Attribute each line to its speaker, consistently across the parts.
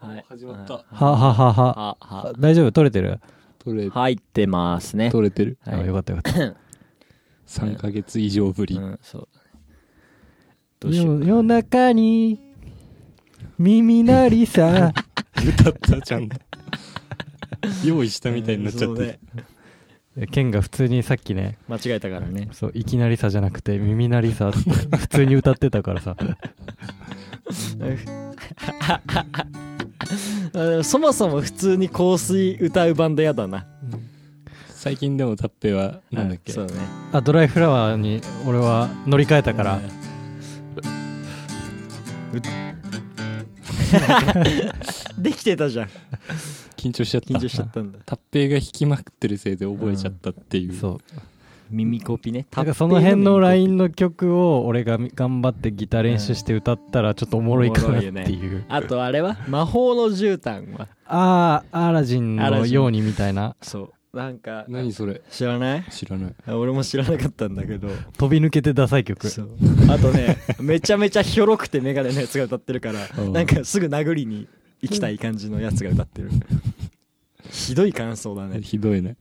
Speaker 1: はい。
Speaker 2: 始まった。
Speaker 3: はははは。
Speaker 1: は、は、
Speaker 3: 大丈夫取れてる、
Speaker 2: 取れ、
Speaker 1: 入ってますね。
Speaker 2: 取れてる。
Speaker 1: はい
Speaker 3: あよかったよかった。
Speaker 2: 3ヶ月以上ぶり
Speaker 1: う。ん、そう。どうしよう。
Speaker 3: 夜夜中に耳鳴りさ。
Speaker 2: 歌ったちゃんと。用意したみたいになっちゃ
Speaker 1: う
Speaker 2: っ
Speaker 1: ん
Speaker 2: て。。
Speaker 3: い やケンが普通にさっきね、
Speaker 1: そうね間違えたからね。
Speaker 3: そう、いきなりさじゃなくて耳鳴りさって普通に歌ってたからさ。
Speaker 1: そもそも普通に香水歌うバンドやだな。
Speaker 2: 最近でもタッペは、なんだっけ。
Speaker 1: そうね。
Speaker 3: あ、ドライフラワーに俺は乗り換えたから。
Speaker 1: できてたじゃん。
Speaker 2: 緊張しちゃった。
Speaker 1: 緊張しちゃったんだ。
Speaker 2: タッペが弾きまくってるせいで覚えちゃったっていう。
Speaker 3: そう。
Speaker 1: 耳コピね。
Speaker 3: なんかその辺のラ
Speaker 1: ライン
Speaker 3: インの曲を俺が頑張ってギター練習して歌ったらちょっとおもろいかなって
Speaker 1: おもろい
Speaker 3: いう。
Speaker 1: あとあれは魔法の絨毯は。
Speaker 3: ああ、アラジン
Speaker 1: アラ
Speaker 3: の
Speaker 1: ジン
Speaker 3: ようにみたいな。
Speaker 1: そう。なんか、
Speaker 2: 何それ
Speaker 1: 知らない
Speaker 2: 知らない。
Speaker 1: 俺も知らなかったんだけど。
Speaker 3: 飛び抜けてダサい曲。
Speaker 1: そうあとねめちゃめちゃひょろくてメガネのやつが歌ってるから
Speaker 2: うん
Speaker 1: なんかすぐ殴りに行きたい感じのやつが歌ってるひどい感想だね
Speaker 2: ひどいね。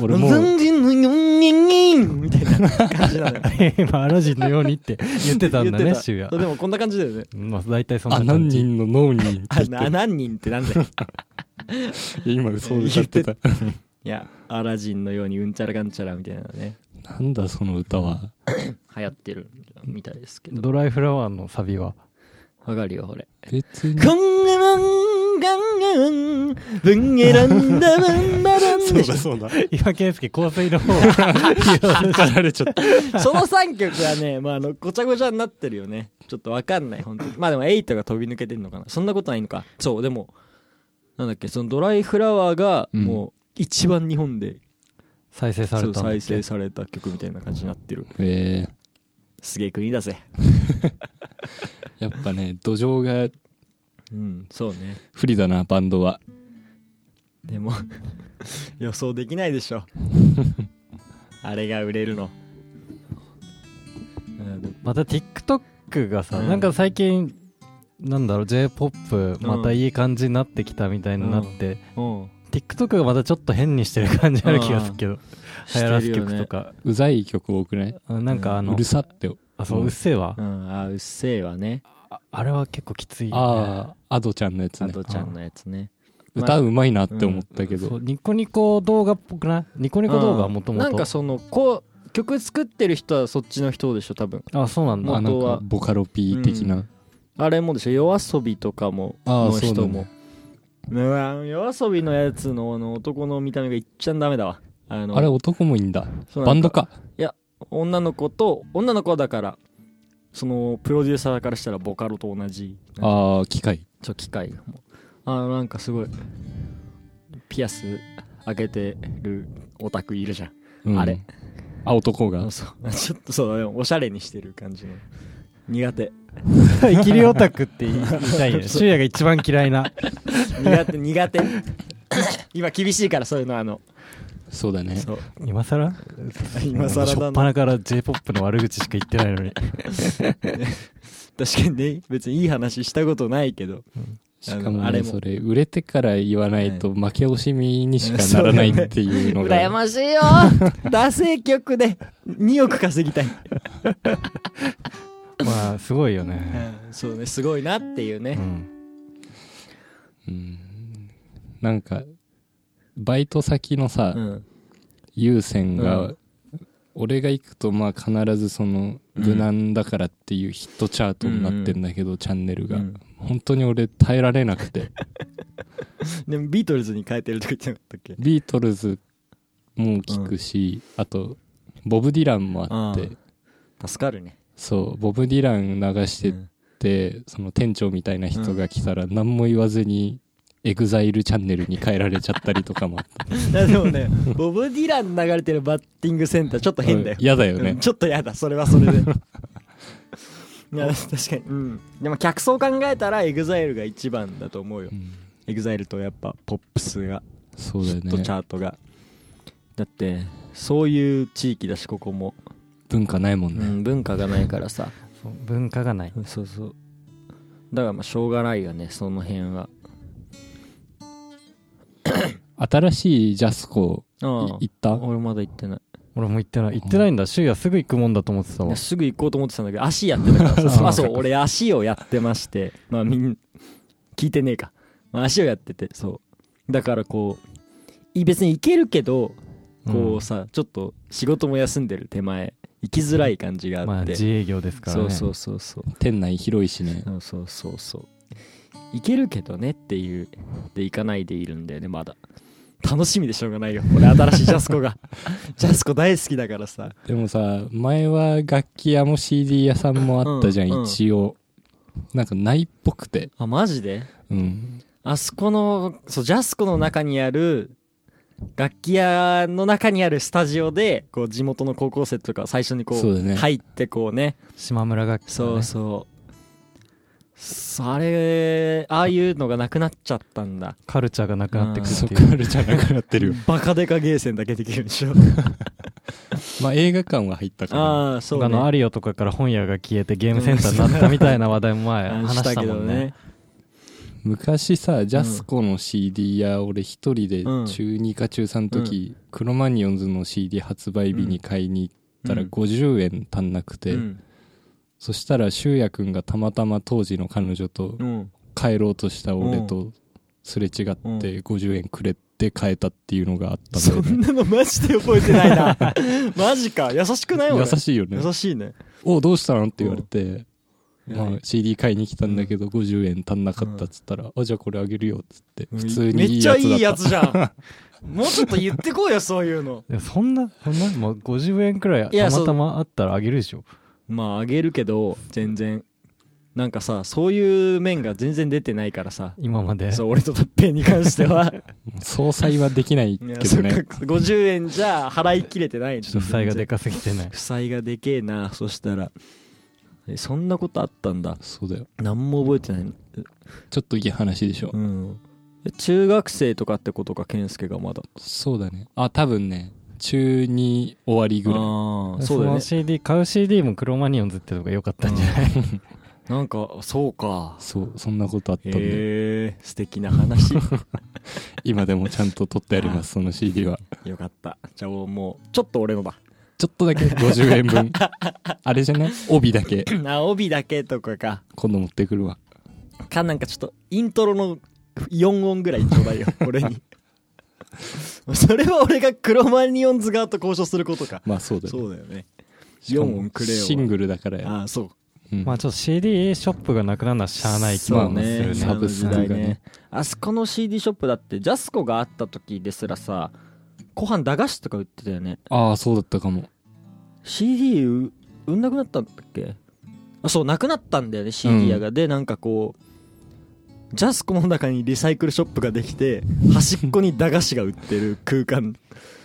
Speaker 2: 俺もう、
Speaker 1: 全然のよんにんにんみたいな感じなのよ
Speaker 3: 今、アラジンのようにって言ってたんだ
Speaker 1: 言
Speaker 3: ね、
Speaker 1: ってた
Speaker 3: 渋
Speaker 1: そう
Speaker 3: 谷。
Speaker 1: でもこんな感じだよね
Speaker 3: まあ、大体そんな
Speaker 2: あ、何
Speaker 3: 感じ。
Speaker 2: 人の脳にって
Speaker 1: あ
Speaker 2: 言って
Speaker 1: な
Speaker 2: る
Speaker 1: 何人ってなんだよ
Speaker 2: いや今嘘歌ってた。
Speaker 1: いやアラジンのようにうんちゃらかんちゃらみたいなのね
Speaker 2: なんだその歌は。
Speaker 1: 流行ってるみたいですけど
Speaker 3: ドライフラワーのサビは。
Speaker 1: わかるよこれ
Speaker 2: 別に。
Speaker 1: こんなもんがんがんぶんえらんだばんばらんでしょ
Speaker 2: そうだ。
Speaker 3: 岩健介、香水の方は。
Speaker 2: 叱られちゃ った。
Speaker 1: その3曲はね、まあ、あのごちゃごちゃになってるよねちょっとわかんない本当にまあでも8が飛び抜けてんのかなそんなことないのかそうでもなんだっけそのドライフラワーが
Speaker 2: うん
Speaker 1: もう一番日本で、
Speaker 3: 再生さ
Speaker 1: そ
Speaker 3: れ
Speaker 1: う
Speaker 3: たんだっけ
Speaker 1: 再生された曲みたいな感じになってる
Speaker 2: えー
Speaker 1: すげえ国だぜ
Speaker 2: やっぱね、土壌が
Speaker 1: うんそうね
Speaker 2: 不利だな、バンドは。
Speaker 1: でも 予想できないでし ょあれが売れるのうん
Speaker 3: また TikTok がさ、
Speaker 1: うん
Speaker 3: なんか最近、なんだろう、J-POP、またいい感じになってきたみたいになって、
Speaker 1: うん、
Speaker 3: TikTok がまたちょっと変にしてる感じある気がするけど、流行らす曲とか。
Speaker 2: うざい曲多くない
Speaker 3: あなんかあ
Speaker 2: う
Speaker 3: の
Speaker 2: る、さって。
Speaker 3: あ、そう、うっせぇわ
Speaker 1: う。ん、あうっせえわね
Speaker 3: ああれは結構きついよね。
Speaker 2: ああ、アドちゃんのやつ
Speaker 1: あ
Speaker 2: ね。
Speaker 1: とちゃんのやつねまあ
Speaker 2: 歌うまいなって思ったけ
Speaker 3: そ
Speaker 2: ど
Speaker 3: う。ニコニコ動画っぽくないニコニコ動画はもともと
Speaker 1: なんかそのこう曲作ってる人はそっちの人でしょ多分
Speaker 3: あそうなんだ
Speaker 2: あ、なん
Speaker 1: 元は
Speaker 2: か、ボカロ P 的な。
Speaker 1: あれもでしょ夜遊びとかも
Speaker 2: ああ、
Speaker 1: の
Speaker 2: そうだ
Speaker 1: 人
Speaker 2: ね
Speaker 1: も。うわ夜遊びのやつのあの男の見た目がいっちゃダメだわあの
Speaker 2: あれ、男もいいんだ。
Speaker 1: そうな
Speaker 2: バ
Speaker 1: ん
Speaker 2: ン
Speaker 1: か
Speaker 2: ドか。
Speaker 1: 女の子と女の子はだからそのプロデューサーからしたらボカロと同じ
Speaker 2: ああ、機械。
Speaker 1: ちょ機械もあなんかすごいピアス開けてるオタクいるじゃん
Speaker 2: うん
Speaker 1: あれ。
Speaker 2: あ、男
Speaker 1: あ
Speaker 2: が
Speaker 1: の。そうちょっとそうでもおしゃれにしてる感じの苦手
Speaker 3: 生きりオタクって言いたいよね修也が一番嫌いな
Speaker 1: 苦手苦手 今厳しいからそういうのあの
Speaker 2: そうだね。
Speaker 1: そう
Speaker 3: 今さら
Speaker 1: 今更
Speaker 3: しょ
Speaker 1: だ
Speaker 3: っぱ
Speaker 1: な
Speaker 3: なから j p o p の悪口しか言ってないのに
Speaker 1: 確かにね別にいい話したことないけど
Speaker 2: しかも
Speaker 1: あれ
Speaker 2: ね、
Speaker 1: も
Speaker 2: それ、売れてから言わないと負け惜しみにしかならないっていうの
Speaker 1: 羨
Speaker 2: が。
Speaker 1: ましい よダセー曲で2億稼ぎたい
Speaker 3: まあすごいよね、
Speaker 1: そうねすごいなっていう
Speaker 3: う
Speaker 1: ね、
Speaker 3: ん、
Speaker 2: うんなんか、バイト先のさ
Speaker 1: う、ん、
Speaker 2: 優先が、
Speaker 1: うん
Speaker 2: 俺が行くとまあ必ずその
Speaker 1: うん
Speaker 2: 無難だからっていうヒットチャートになってんだけど、チャンネルが、
Speaker 1: うん
Speaker 2: 本当に俺耐えられなく て
Speaker 1: でもビートルズに変えてるとか言ってなかったっけ
Speaker 2: ビートルズも聞くし、あとボブ・ディランもあって、
Speaker 1: う助かるね
Speaker 2: そうボブ・ディラン流してて、その店長みたいな人が来たら何も言わずにエグザイルチャンネルに変えられちゃったりとかもあった
Speaker 1: うんいやでもねボブ・ディラン流れてるバッティングセンターちょっと 変だよ、
Speaker 2: 嫌だよね、
Speaker 1: うんちょっとやだそれはそれ でいや確かに、うん、でも客層考えたらエグザイルが一番だと思うよ
Speaker 2: うん
Speaker 1: エグザイルとやっぱポップスが
Speaker 2: そうだ
Speaker 1: ヒ
Speaker 2: よ
Speaker 1: ット
Speaker 2: ね
Speaker 1: チャートが、だってそういう地域だしここも、
Speaker 2: 文化ないもんね、
Speaker 1: 文化がないからさ
Speaker 3: そう文化がない
Speaker 1: そうそうだからまあしょうがないよねその辺は
Speaker 2: 新しいジャスコい
Speaker 1: あ
Speaker 2: 行った
Speaker 1: あ俺まだ行ってない
Speaker 3: 俺も行ってない行ってないんだ周也すぐ行くもんだと思ってた
Speaker 1: い
Speaker 3: わ
Speaker 1: やすぐ行こうと思ってたんだけど足やってたから
Speaker 3: そう
Speaker 1: さあそう俺足をやってましてまあみん聞いてねえか、まあ、足をやっててそうだからこうい別に行けるけどこうさ、ちょっと仕事も休んでる手前行きづらい感じがあって、
Speaker 3: まあ自営業ですからね
Speaker 1: そうそうそうそう
Speaker 2: 店内広いしね
Speaker 1: そうそうそうそう行けるけどねっていうで行かないでいるんだよねまだ楽しみでしょうがないよ俺新しいジャスコが ジャスコ大好きだからさ
Speaker 2: でもさ前は楽器屋も CD 屋さんもあったじゃん、
Speaker 1: うんうん
Speaker 2: 一応なんかないっぽくて
Speaker 1: あマジで
Speaker 2: うん
Speaker 1: あそこのそうジャスコの中にある楽器屋の中にあるスタジオでこう地元の高校生とか最初にこ
Speaker 2: そう
Speaker 1: う
Speaker 2: だね
Speaker 1: 入ってこうね
Speaker 3: 島村楽器とか
Speaker 1: そ
Speaker 3: ね
Speaker 1: うそうそあれああいうのがなくなっちゃったんだ
Speaker 3: カルチャーがなくなってくる
Speaker 2: そっ
Speaker 3: っ
Speaker 2: てか
Speaker 3: いう
Speaker 2: らじゃなくなってるよ
Speaker 1: バカデカゲーセンだけできるでしょ
Speaker 2: まあ映画館は入ったか ら
Speaker 1: ああそう、ね、
Speaker 3: あのアリオとかから本屋が消えてゲームセンターになったみたいな話題も前
Speaker 1: あ
Speaker 3: 話したもんね。
Speaker 2: 昔さジャスコの CD 屋、俺一人で
Speaker 1: うん
Speaker 2: 中2か中3の時、クロマニオンズの CD 発売日に買いに行ったら
Speaker 1: うん
Speaker 2: 50円足んなくて、
Speaker 1: うん
Speaker 2: そしたら修也くんがたまたま当時の彼女と
Speaker 1: うん
Speaker 2: 帰ろうとした俺とすれ違って
Speaker 1: うん
Speaker 2: 50円くれて帰えたっていうのがあったんだ
Speaker 1: そ
Speaker 2: よ
Speaker 1: ん
Speaker 2: ね
Speaker 1: なのマジで覚えてないなマジか優しくない俺
Speaker 2: 優しいよね
Speaker 1: 優しいね
Speaker 2: 「おどうしたの?」って言われて、
Speaker 1: うん
Speaker 2: まあ、CD 買いに来たんだけど50円足んなかったっつったら「あじゃあこれあげるよ」っつって普通に
Speaker 1: め
Speaker 2: い
Speaker 1: っ
Speaker 2: い
Speaker 1: ち
Speaker 2: や
Speaker 1: ゃ
Speaker 2: つ
Speaker 1: い
Speaker 2: だっ
Speaker 1: いや
Speaker 2: た
Speaker 1: つじゃ んもうちょっと言ってこうよそういうの
Speaker 3: でもそんな、そんな、もう50円くらい
Speaker 1: いや
Speaker 3: たまたまあったらあげるでしょ。
Speaker 1: まああげるけど全然なんかさそういう面が全然出てないからさ
Speaker 3: 今まで。
Speaker 1: そう俺と達平に関して は
Speaker 2: 総裁はできないけ
Speaker 1: いや
Speaker 2: ど
Speaker 1: そっ
Speaker 2: ね
Speaker 1: か50円じゃ払いきれてない
Speaker 3: ちょっと負債がで
Speaker 1: か
Speaker 3: かすぎてね
Speaker 1: 負。債がでけえなそしたらえそんなことあったんだ
Speaker 2: そうだよ
Speaker 1: 何も覚えてないの
Speaker 2: ちょっといい話でしょ、
Speaker 1: うんえ中学生とかってことか健介がまだ
Speaker 2: そうだねあ多分ね中2終わりぐらい
Speaker 1: ああ
Speaker 3: そ
Speaker 1: そうだよ
Speaker 3: の
Speaker 1: ね
Speaker 3: CD、買う CD もクロマニオンズってのが良かったんじゃない
Speaker 1: なんかそうか
Speaker 2: そうそんなことあったんで
Speaker 1: へえ素敵な話
Speaker 2: 今でもちゃんと取ってありますその CD は
Speaker 1: よかったじゃあもうちょっと俺のだ
Speaker 2: ちょっとだけ50 円分あれじゃね帯だけ
Speaker 1: あ帯だけとかか
Speaker 2: 今度持ってくるわ
Speaker 1: かなんかちょっとイントロの4音ぐらいちょうだいよ 俺にそれは俺がクロマニオンズ側と交渉することか
Speaker 2: まあそうだよ
Speaker 1: そうだよね
Speaker 2: しかも
Speaker 1: 四音くれよ
Speaker 2: シングルだからよ
Speaker 1: ああそう
Speaker 2: うん
Speaker 3: まあちょっと CD ショップがなくなるのはしゃあない気
Speaker 1: そう
Speaker 3: も
Speaker 1: ね
Speaker 3: する
Speaker 2: サ
Speaker 3: ね。
Speaker 2: ブスクが
Speaker 1: あ
Speaker 2: ね
Speaker 1: の時代あそこの CD ショップだってジャスコがあった時ですらさご飯駄菓子とか売ってたよね
Speaker 2: ああそうだったかも
Speaker 1: CD う売んなくなったんだっけあそうなくなったんだよね CD 屋が、でなんかこうジャスコの中にリサイクルショップができて端っこに駄菓子が売ってる空間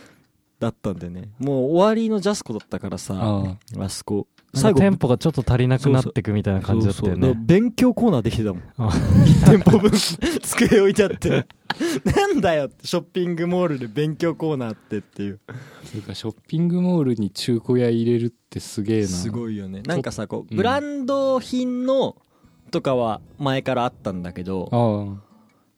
Speaker 1: だったんだよねもう終わりのジャスコだったからさあ
Speaker 2: あ
Speaker 1: そこ
Speaker 3: 最
Speaker 1: 最
Speaker 3: 後
Speaker 1: 後
Speaker 3: テンポがちょっと足りなくなってくみたいな感じだった
Speaker 1: そ
Speaker 3: よ
Speaker 1: うそう
Speaker 3: ね
Speaker 1: で。勉強コーナーできてたもん
Speaker 3: あ、
Speaker 1: 1店舗分 机置いちゃってなんだよってショッピングモールで勉強コーナーってっていう
Speaker 2: あていうかショッピングモールに中古屋入れるってすげえな
Speaker 1: すごいよねなんかさこう
Speaker 2: うん
Speaker 1: ブランド品のとかは前からあったんだけど
Speaker 2: あ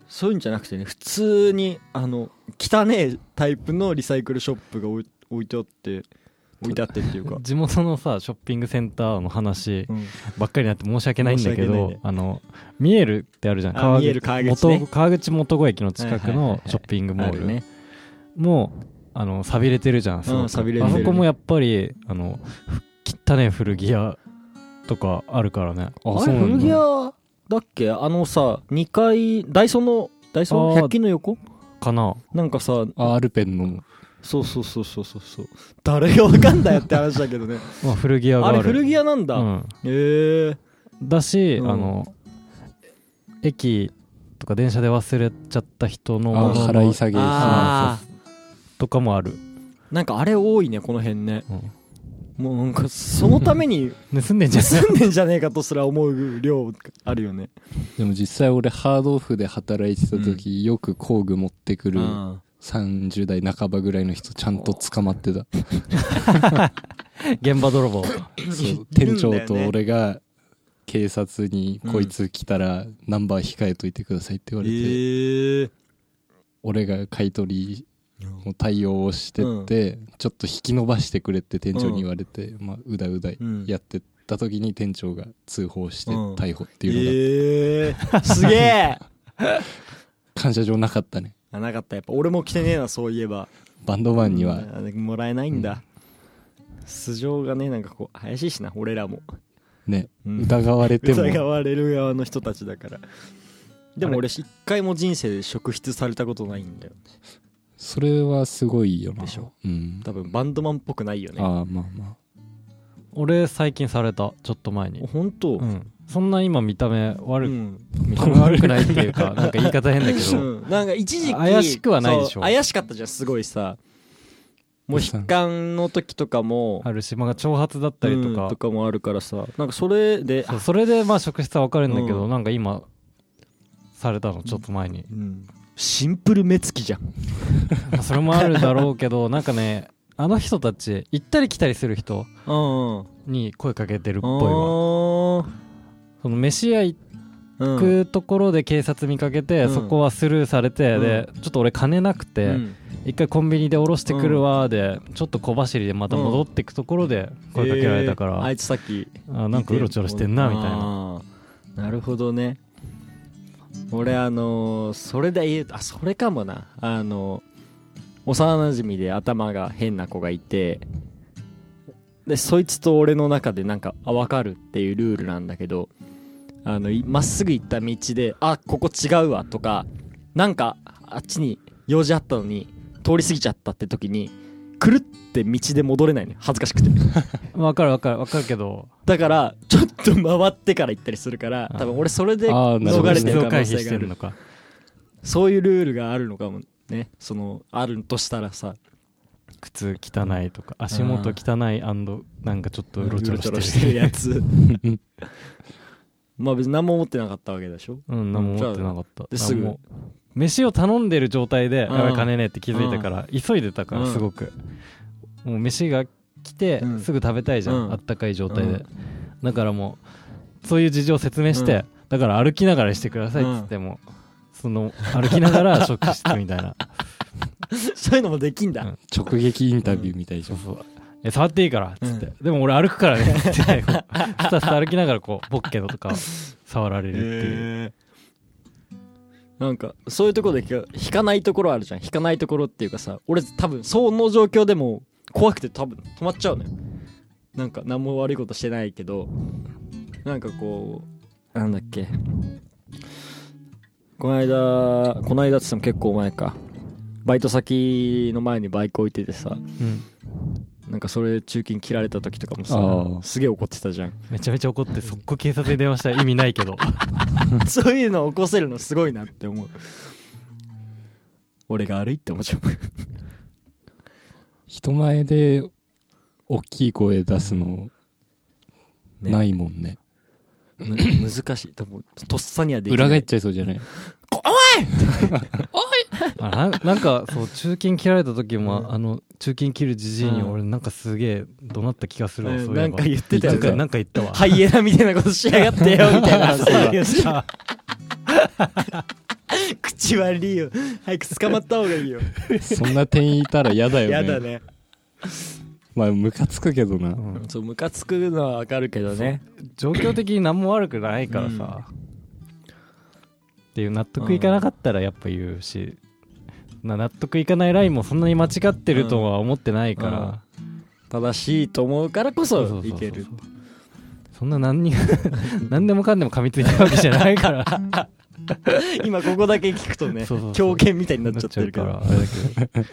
Speaker 1: そういうんじゃなくてね普通にあの汚えタイプのリサイクルショップが置い置いてあって置いてあってっていうか
Speaker 3: 地元のさ、ショッピングセンターの話
Speaker 1: うん
Speaker 3: ばっかりになって申し訳ないんだけ
Speaker 1: 申し訳な
Speaker 3: ど、
Speaker 1: いね
Speaker 3: あの、見えるってあるじゃん。
Speaker 1: あ見える川口ね
Speaker 3: 元川口元子駅の近く
Speaker 1: はいはいはい
Speaker 3: の
Speaker 1: はい
Speaker 3: ショッピングモ
Speaker 1: あ
Speaker 3: ール
Speaker 1: るね
Speaker 3: もうあの錆びれてるじゃんすごく
Speaker 1: うん錆びれてる
Speaker 3: あそこもやっぱりあのふ汚い古着屋とかあるからね
Speaker 2: あ
Speaker 1: あ
Speaker 2: そう
Speaker 1: れ
Speaker 2: なん
Speaker 1: 古着
Speaker 2: だ
Speaker 1: 屋だっけあのさ2階ダイソーのダイソ
Speaker 3: あ
Speaker 1: ー
Speaker 3: ー
Speaker 1: 100均の横
Speaker 3: かな
Speaker 1: なんかさ
Speaker 2: あアルペンの
Speaker 1: そうそうそうそうそうそう誰がわかんだよって話だけ どね
Speaker 3: まあ古着屋が
Speaker 1: あ
Speaker 3: ある
Speaker 1: れ古着屋なんだ、
Speaker 3: う
Speaker 1: へ
Speaker 3: ん、
Speaker 1: えー、
Speaker 3: だし、
Speaker 1: うん
Speaker 3: あの駅とか電車で忘れちゃった人の
Speaker 2: あ
Speaker 3: もの
Speaker 2: 払い下げ
Speaker 1: あ
Speaker 3: とかもある、
Speaker 1: なんかあれ多いねこの辺ね
Speaker 3: うん
Speaker 1: もうなんかそのために
Speaker 3: 盗んで んじゃん
Speaker 1: 盗んでんじゃねえかとすら思う量あるよね。
Speaker 2: でも実際俺ハードオフで働いてた時、よく工具持ってくる
Speaker 1: あ
Speaker 2: 30代半ばぐらいの人ちゃんと捕まってた
Speaker 3: 現場泥棒
Speaker 2: そう
Speaker 1: いる
Speaker 2: 店
Speaker 1: んだよね
Speaker 2: 長と俺が警察にこいつ来たらナンバー控えといてくださいって言われて、
Speaker 1: え
Speaker 2: 俺が買い取りの対応をしてって、ちょっと引き伸ばしてくれって店長に言われて、まあ、うだうだ
Speaker 1: うん
Speaker 2: やってった時に店長が通報して
Speaker 1: うん
Speaker 2: 逮捕っていう
Speaker 1: え
Speaker 2: のが
Speaker 1: えー、すげえ
Speaker 2: 感謝状なかったね
Speaker 1: あなかったやっぱ俺も来てねえなそういえば
Speaker 2: バンドマンに
Speaker 1: う
Speaker 2: は
Speaker 1: んあもらえないんだ、素性がねなんかこう怪しいしな俺らも
Speaker 2: ね、
Speaker 1: うん
Speaker 2: 疑われて
Speaker 1: 疑
Speaker 2: も
Speaker 1: われる側の人たちだからでも俺一回も人生で職質されたことないんだよ
Speaker 2: それはすごいよな
Speaker 1: でしょ
Speaker 2: うん
Speaker 1: 多分バンドマンっぽくないよね
Speaker 2: ああまあま
Speaker 3: 俺最近されたちょっと前に、
Speaker 1: 本当
Speaker 3: うん、そんな今見た目悪
Speaker 1: う
Speaker 3: く、
Speaker 1: ん
Speaker 3: 見た目悪くないっていう かなんか言い方変だけど
Speaker 1: うんなんか一時期
Speaker 3: 怪しくはないでしょ
Speaker 1: そう怪しかったじゃんすごいさもう
Speaker 2: そう
Speaker 1: 悲観の時とかも
Speaker 3: あるし、まあ、挑発だったりと
Speaker 1: うん
Speaker 3: か
Speaker 1: と、かもあるからさなんかそれで
Speaker 3: そうそれでまあ職質は分かるんだけど、
Speaker 1: うん
Speaker 3: なんか今されたのちょっと前に、
Speaker 1: シンプル目つきじゃん
Speaker 3: まあそれもあるだろうけどなんかねあの人たち行ったり来たりする人
Speaker 1: うんうん
Speaker 3: に声かけてるっぽいわ
Speaker 1: ぽ
Speaker 3: その飯屋
Speaker 1: い
Speaker 3: 行
Speaker 1: わ
Speaker 3: くところで警察見かけて、
Speaker 1: うん
Speaker 3: そこはスルーされて、
Speaker 1: うん
Speaker 3: でちょっと俺金なくて、一回コンビニで降ろしてくるわで、ちょっと小走りでまた戻ってくところで声かけられたから、
Speaker 1: あいつさっき
Speaker 3: あなんかうろちょろしてんなみたいな
Speaker 1: ななるほどね俺あのーそれで言うとあそれかもなあのー幼馴染で頭が変な子がいてでそいつと俺の中でなんかあ分かるっていうルールなんだけどあのいまっすぐ行った道で「あここ違うわ」とかなんかあっちに用事あったのに通り過ぎちゃったって時にくるって道で戻れないのよ恥ずかしくて
Speaker 3: わかるわかるわかるけど
Speaker 1: だからちょっと回ってから行ったりするから多分俺それで
Speaker 2: あーな
Speaker 1: 逃
Speaker 2: るほど
Speaker 1: れて
Speaker 3: 出
Speaker 1: る
Speaker 3: を
Speaker 1: 可
Speaker 3: 回
Speaker 1: 能
Speaker 3: 避
Speaker 1: 性
Speaker 3: し
Speaker 1: があ
Speaker 3: てる
Speaker 1: る
Speaker 3: のか
Speaker 1: そういうルールがあるのかもねそのあるとしたらさ
Speaker 3: 靴汚いとか足元汚いなんかちょっとうろちょろしてる
Speaker 1: やつ まあ別に何も思ってなかったわけでしょ
Speaker 3: うん何も持ってなかった
Speaker 1: ですぐ
Speaker 3: 何も飯を頼んでる状態でや
Speaker 1: うん
Speaker 3: ばい金ねえって気づいたから急いでたか
Speaker 1: う
Speaker 3: ら
Speaker 1: ん
Speaker 3: すごくもう飯が来て
Speaker 1: うん
Speaker 3: すぐ食べたいじゃ
Speaker 1: うん
Speaker 3: んあったかい状態
Speaker 1: う
Speaker 3: で
Speaker 1: ん
Speaker 3: だからもうそういう事情を説明し
Speaker 1: う
Speaker 3: てだから歩きながらにしてくださいっつってもその歩きながら職質みたい な
Speaker 1: そういうのもできんだ、
Speaker 3: うん
Speaker 2: 直撃インタビューみたいじ
Speaker 3: そ
Speaker 2: ゃ
Speaker 3: うんそうえ触っていいからっつって、
Speaker 1: う
Speaker 3: でも俺歩く からねっつってスタスタ歩きながらこうボッケのとか触られるっていう、
Speaker 1: へーなんかそういうところで引か引かないところあるじゃん引かないところっていうかさ俺多分その状況でも怖くて多分止まっちゃうのよなんか何も悪いことしてないけどなんかこうなんだっけこの間この間っつっても結構前かバイト先の前にバイク置いててさ
Speaker 3: うん
Speaker 1: なんかそれ中金切られた時とかも
Speaker 2: あ
Speaker 1: さ
Speaker 2: ー
Speaker 1: すげえ怒ってたじゃん
Speaker 3: めちゃめちゃ怒って速攻警察に電話したら意味ないけど
Speaker 1: そういうの起こせるのすごいなって思う俺が悪いって思っちゃう
Speaker 2: 人前で大きい声出すの
Speaker 1: ね
Speaker 2: ないもんね
Speaker 1: む難しい多分とっさにはできない
Speaker 2: 裏返っちゃいそうじ ゃない
Speaker 3: あな なんかそう中金切られた時も、
Speaker 1: うん
Speaker 3: あの中金切るじじいに
Speaker 1: うん
Speaker 3: 俺なんかすげえ怒鳴った気がするわ、
Speaker 1: うん
Speaker 3: そうい
Speaker 1: な
Speaker 3: え
Speaker 1: ん
Speaker 3: ば
Speaker 1: か言ってたよ
Speaker 3: なんか
Speaker 1: ね
Speaker 3: なんか言ったわ
Speaker 1: ハイエナみたいなことしやがってよみたい な
Speaker 3: 言った
Speaker 1: 口悪いよ早く捕まった方がいいよ
Speaker 2: そんな店員いたら嫌だよね
Speaker 1: やだね
Speaker 2: まあムカつくけどな、
Speaker 3: うん
Speaker 1: そうムカつくのはわかるけどね
Speaker 3: 状況的に何も悪くないからさ、っていう納得いかなかったらやっぱ言うし、な納得いかないラインもそんなに間違ってるとは思ってないから、
Speaker 1: 正しいと思うからこ
Speaker 3: そうそ
Speaker 1: そう
Speaker 3: そう
Speaker 1: い
Speaker 3: そう
Speaker 1: ける
Speaker 3: そんな何に 何でもかんでも噛みついたわけじゃないから
Speaker 1: 今ここだけ聞くとね
Speaker 3: そうそうそ
Speaker 1: 狂
Speaker 3: う
Speaker 1: 犬みたいになっちゃってるから
Speaker 3: なっちゃうからあれだけど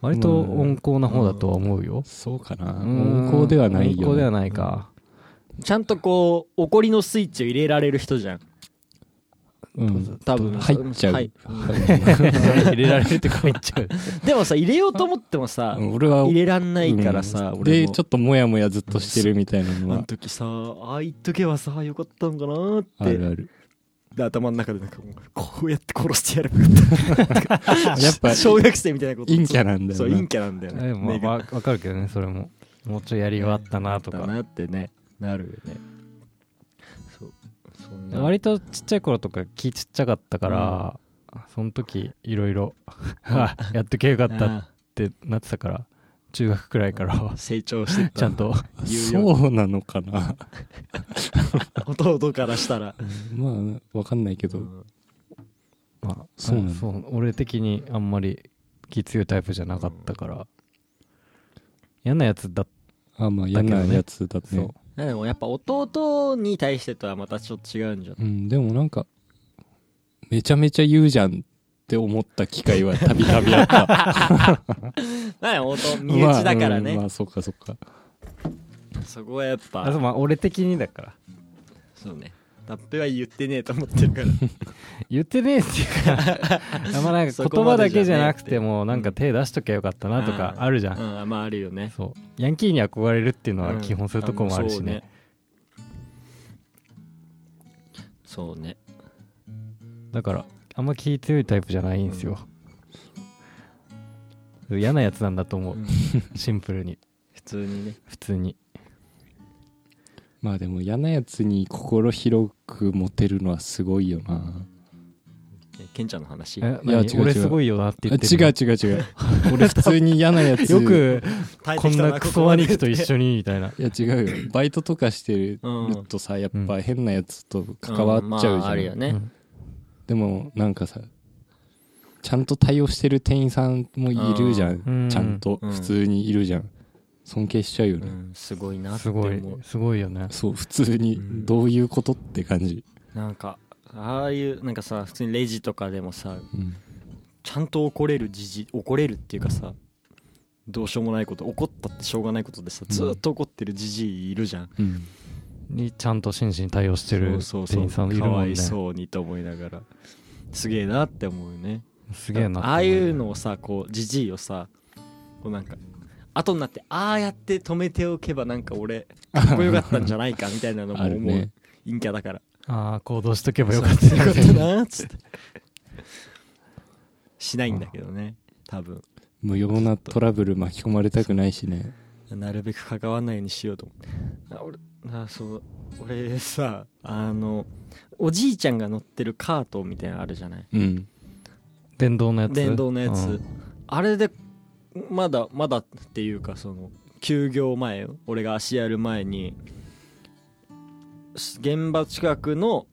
Speaker 3: 割と温厚な方だとは思うよ、
Speaker 2: そうかな
Speaker 3: うん
Speaker 2: 温厚ではないよ、ね、
Speaker 3: 温厚ではないか、
Speaker 1: ちゃんとこう怒りのスイッチを入れられる人じゃん
Speaker 2: うん
Speaker 1: 多分
Speaker 2: 入っちゃう、
Speaker 1: はい
Speaker 3: 入れられるってか言っちゃう
Speaker 1: でもさ入れようと思ってもさ
Speaker 2: うん 俺は
Speaker 1: 入れらんないからさ
Speaker 2: うん
Speaker 1: 俺
Speaker 2: で
Speaker 1: も
Speaker 2: ちょっとモヤモヤずっとしてるみたいなの
Speaker 1: あの
Speaker 2: は
Speaker 1: 時さああ言っとけばさよかったのかなーっ
Speaker 2: あ
Speaker 1: て
Speaker 2: るある
Speaker 1: で頭の中でなんかもうこうやって殺してやればよかった
Speaker 2: やっぱ
Speaker 1: 小学生みたいなこと
Speaker 2: 陰キャなんだよな
Speaker 1: そう陰キャなんだよね
Speaker 3: でも
Speaker 1: 目
Speaker 3: まあ
Speaker 1: が
Speaker 3: わかるけどねそれももうちょいやりようあったなと
Speaker 1: だ
Speaker 3: か
Speaker 1: なってねなるよねそうそんな
Speaker 3: 割とちっちゃい頃とか気ちっちゃかったから、その時いろいろあやっときゃよかったってなってたから中学くらいからは
Speaker 1: あ成長してった
Speaker 3: ちゃんと
Speaker 1: 言うよ
Speaker 2: そうなのかな
Speaker 1: 弟からしたら、
Speaker 2: まあわかんないけど、
Speaker 3: まあ
Speaker 2: そうなんだ
Speaker 3: そう俺的にあんまり気強いタイプじゃなかったから、嫌なやつだっ
Speaker 2: あまあ嫌なやつだね
Speaker 3: たそう
Speaker 1: なんでもやっぱ弟に対してとはまたちょっと違うんじゃない
Speaker 2: うん、でもなんかめちゃめちゃ言うじゃんって思った機会はたびたびあった
Speaker 1: なんで弟 身内だから
Speaker 2: まあうんまあ
Speaker 1: ね
Speaker 2: そっかそっか
Speaker 1: そこはやっ
Speaker 3: あそう
Speaker 1: ぱ
Speaker 3: まあ俺的にだから
Speaker 1: そうねラッペは言ってねえと思ってる から
Speaker 3: 言ってねえってい うかあんまなんか
Speaker 1: そこ
Speaker 3: 言
Speaker 1: までじゃねえっ
Speaker 3: 葉だ
Speaker 1: て
Speaker 3: けじゃなくてもなんか手出しときゃよかったなとかあるじゃん、
Speaker 1: うん、まああるよね
Speaker 3: そうヤンキーに憧れるっていうのは基本そういうとこもあるしね,、
Speaker 1: うんそうねそうね
Speaker 3: だからあんま気強いタイプじゃないんですよ、嫌なやつなんだと思う、
Speaker 1: うん
Speaker 3: シンプルに
Speaker 1: 普通にね
Speaker 3: 普通に
Speaker 2: まあでも嫌なやつに心広く持てるのはすごいよな
Speaker 1: えケンちゃんの話
Speaker 3: え
Speaker 2: いや違
Speaker 3: 何
Speaker 2: う違う
Speaker 3: 俺すごいよな
Speaker 2: あ
Speaker 3: って
Speaker 2: 違う
Speaker 3: 言ってる
Speaker 2: 違う違う俺普通に嫌な やつ
Speaker 3: よく
Speaker 1: 耐え
Speaker 3: こ
Speaker 1: てき
Speaker 3: ん
Speaker 1: た
Speaker 3: なクソマニクと一
Speaker 1: こ
Speaker 3: 緒にみたいない
Speaker 2: や違うよバイトとかしてる
Speaker 1: うん
Speaker 2: とさやっぱ変なやつと関わっちゃ
Speaker 1: うん
Speaker 2: う
Speaker 1: ま
Speaker 2: じ
Speaker 1: あ、
Speaker 2: ゃ
Speaker 1: あ
Speaker 2: ん
Speaker 1: るよね、
Speaker 2: でもなんかさちゃんと対応してる店員さんもいるじゃん、
Speaker 3: うん
Speaker 2: ちゃんと
Speaker 1: うん
Speaker 2: 普通にいるじゃん、尊敬しちゃうよ
Speaker 1: う
Speaker 2: ね、
Speaker 1: ん、すごいなって
Speaker 3: すごい
Speaker 1: 思う
Speaker 3: すごいよね
Speaker 2: そう普通
Speaker 1: う
Speaker 2: に
Speaker 1: ん
Speaker 2: どういうことって感じ、
Speaker 1: なんかああいうなんかさ普通にレジとかでもさ
Speaker 2: うん
Speaker 1: ちゃんと怒れるじじ怒れるっていうかさどうしようもないこと怒ったってしょうがないことでさ
Speaker 2: うん
Speaker 1: ずーっと怒ってるじじいいるじゃん、
Speaker 3: にちゃんと真摯に対応してる
Speaker 1: そう
Speaker 3: 店
Speaker 1: そう
Speaker 3: 員さ
Speaker 1: そ
Speaker 3: ん
Speaker 1: う
Speaker 3: いる
Speaker 1: か
Speaker 3: も
Speaker 1: わ
Speaker 3: んね
Speaker 1: いそうにと思いながらすげえなって思うよね
Speaker 3: すげえなって思
Speaker 1: ああいうのをさこうじじいをさこうなんか後になってああやって止めておけばなんか俺かっこよかったんじゃないかみたいな のも
Speaker 2: あ
Speaker 1: 思
Speaker 2: る
Speaker 1: う、
Speaker 2: ね
Speaker 1: 陰キャだから
Speaker 3: ああ行動しとけばよかった
Speaker 1: よかった なっつってしないんだけどね多分
Speaker 2: 無用なトラブル巻き込まれたくないしね
Speaker 1: なるべく関わらないようにしようと思ってあ俺あそう俺さあのおじいちゃんが乗ってるカートみたいなのあるじゃない
Speaker 2: うん
Speaker 3: 電動のやつ
Speaker 1: 電動のやつ、
Speaker 3: うん
Speaker 1: あれでまだまだっていうかその休業前俺が足やる前にす現場近くの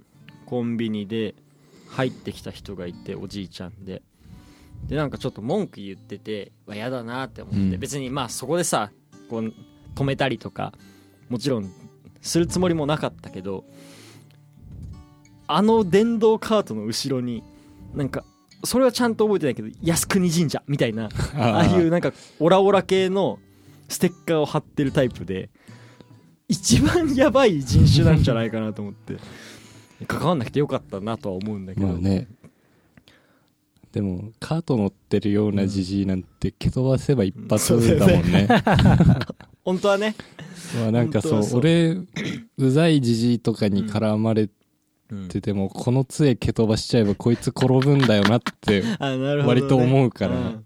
Speaker 1: コンビニで入ってきた人がいておじいちゃんででなんかちょっと文句言っててわやだなって思って、
Speaker 2: うん
Speaker 1: 別にまあそこでさこう止めたりとかもちろんするつもりもなかったけどあの電動カートの後ろになんかそれはちゃんと覚えてないけど靖国神社みたいなああいうなんかオラオラ系のステッカーを貼ってるタイプで一番やばい人種なんじゃないかなと思って関わんなくてよかったなとは思うんだけど、
Speaker 2: まあねでもカート乗ってるようなじじいなんて蹴飛ばせば一発だもんね,、
Speaker 1: 本当はね、
Speaker 2: まあなんかそ
Speaker 1: 本当
Speaker 2: う
Speaker 1: はそう
Speaker 2: 俺うざいじじいとかに絡まれてても、この杖蹴飛ばしちゃえばこいつ転ぶんだよ なって
Speaker 1: あなるほどね、
Speaker 2: 割と思うから、
Speaker 1: ん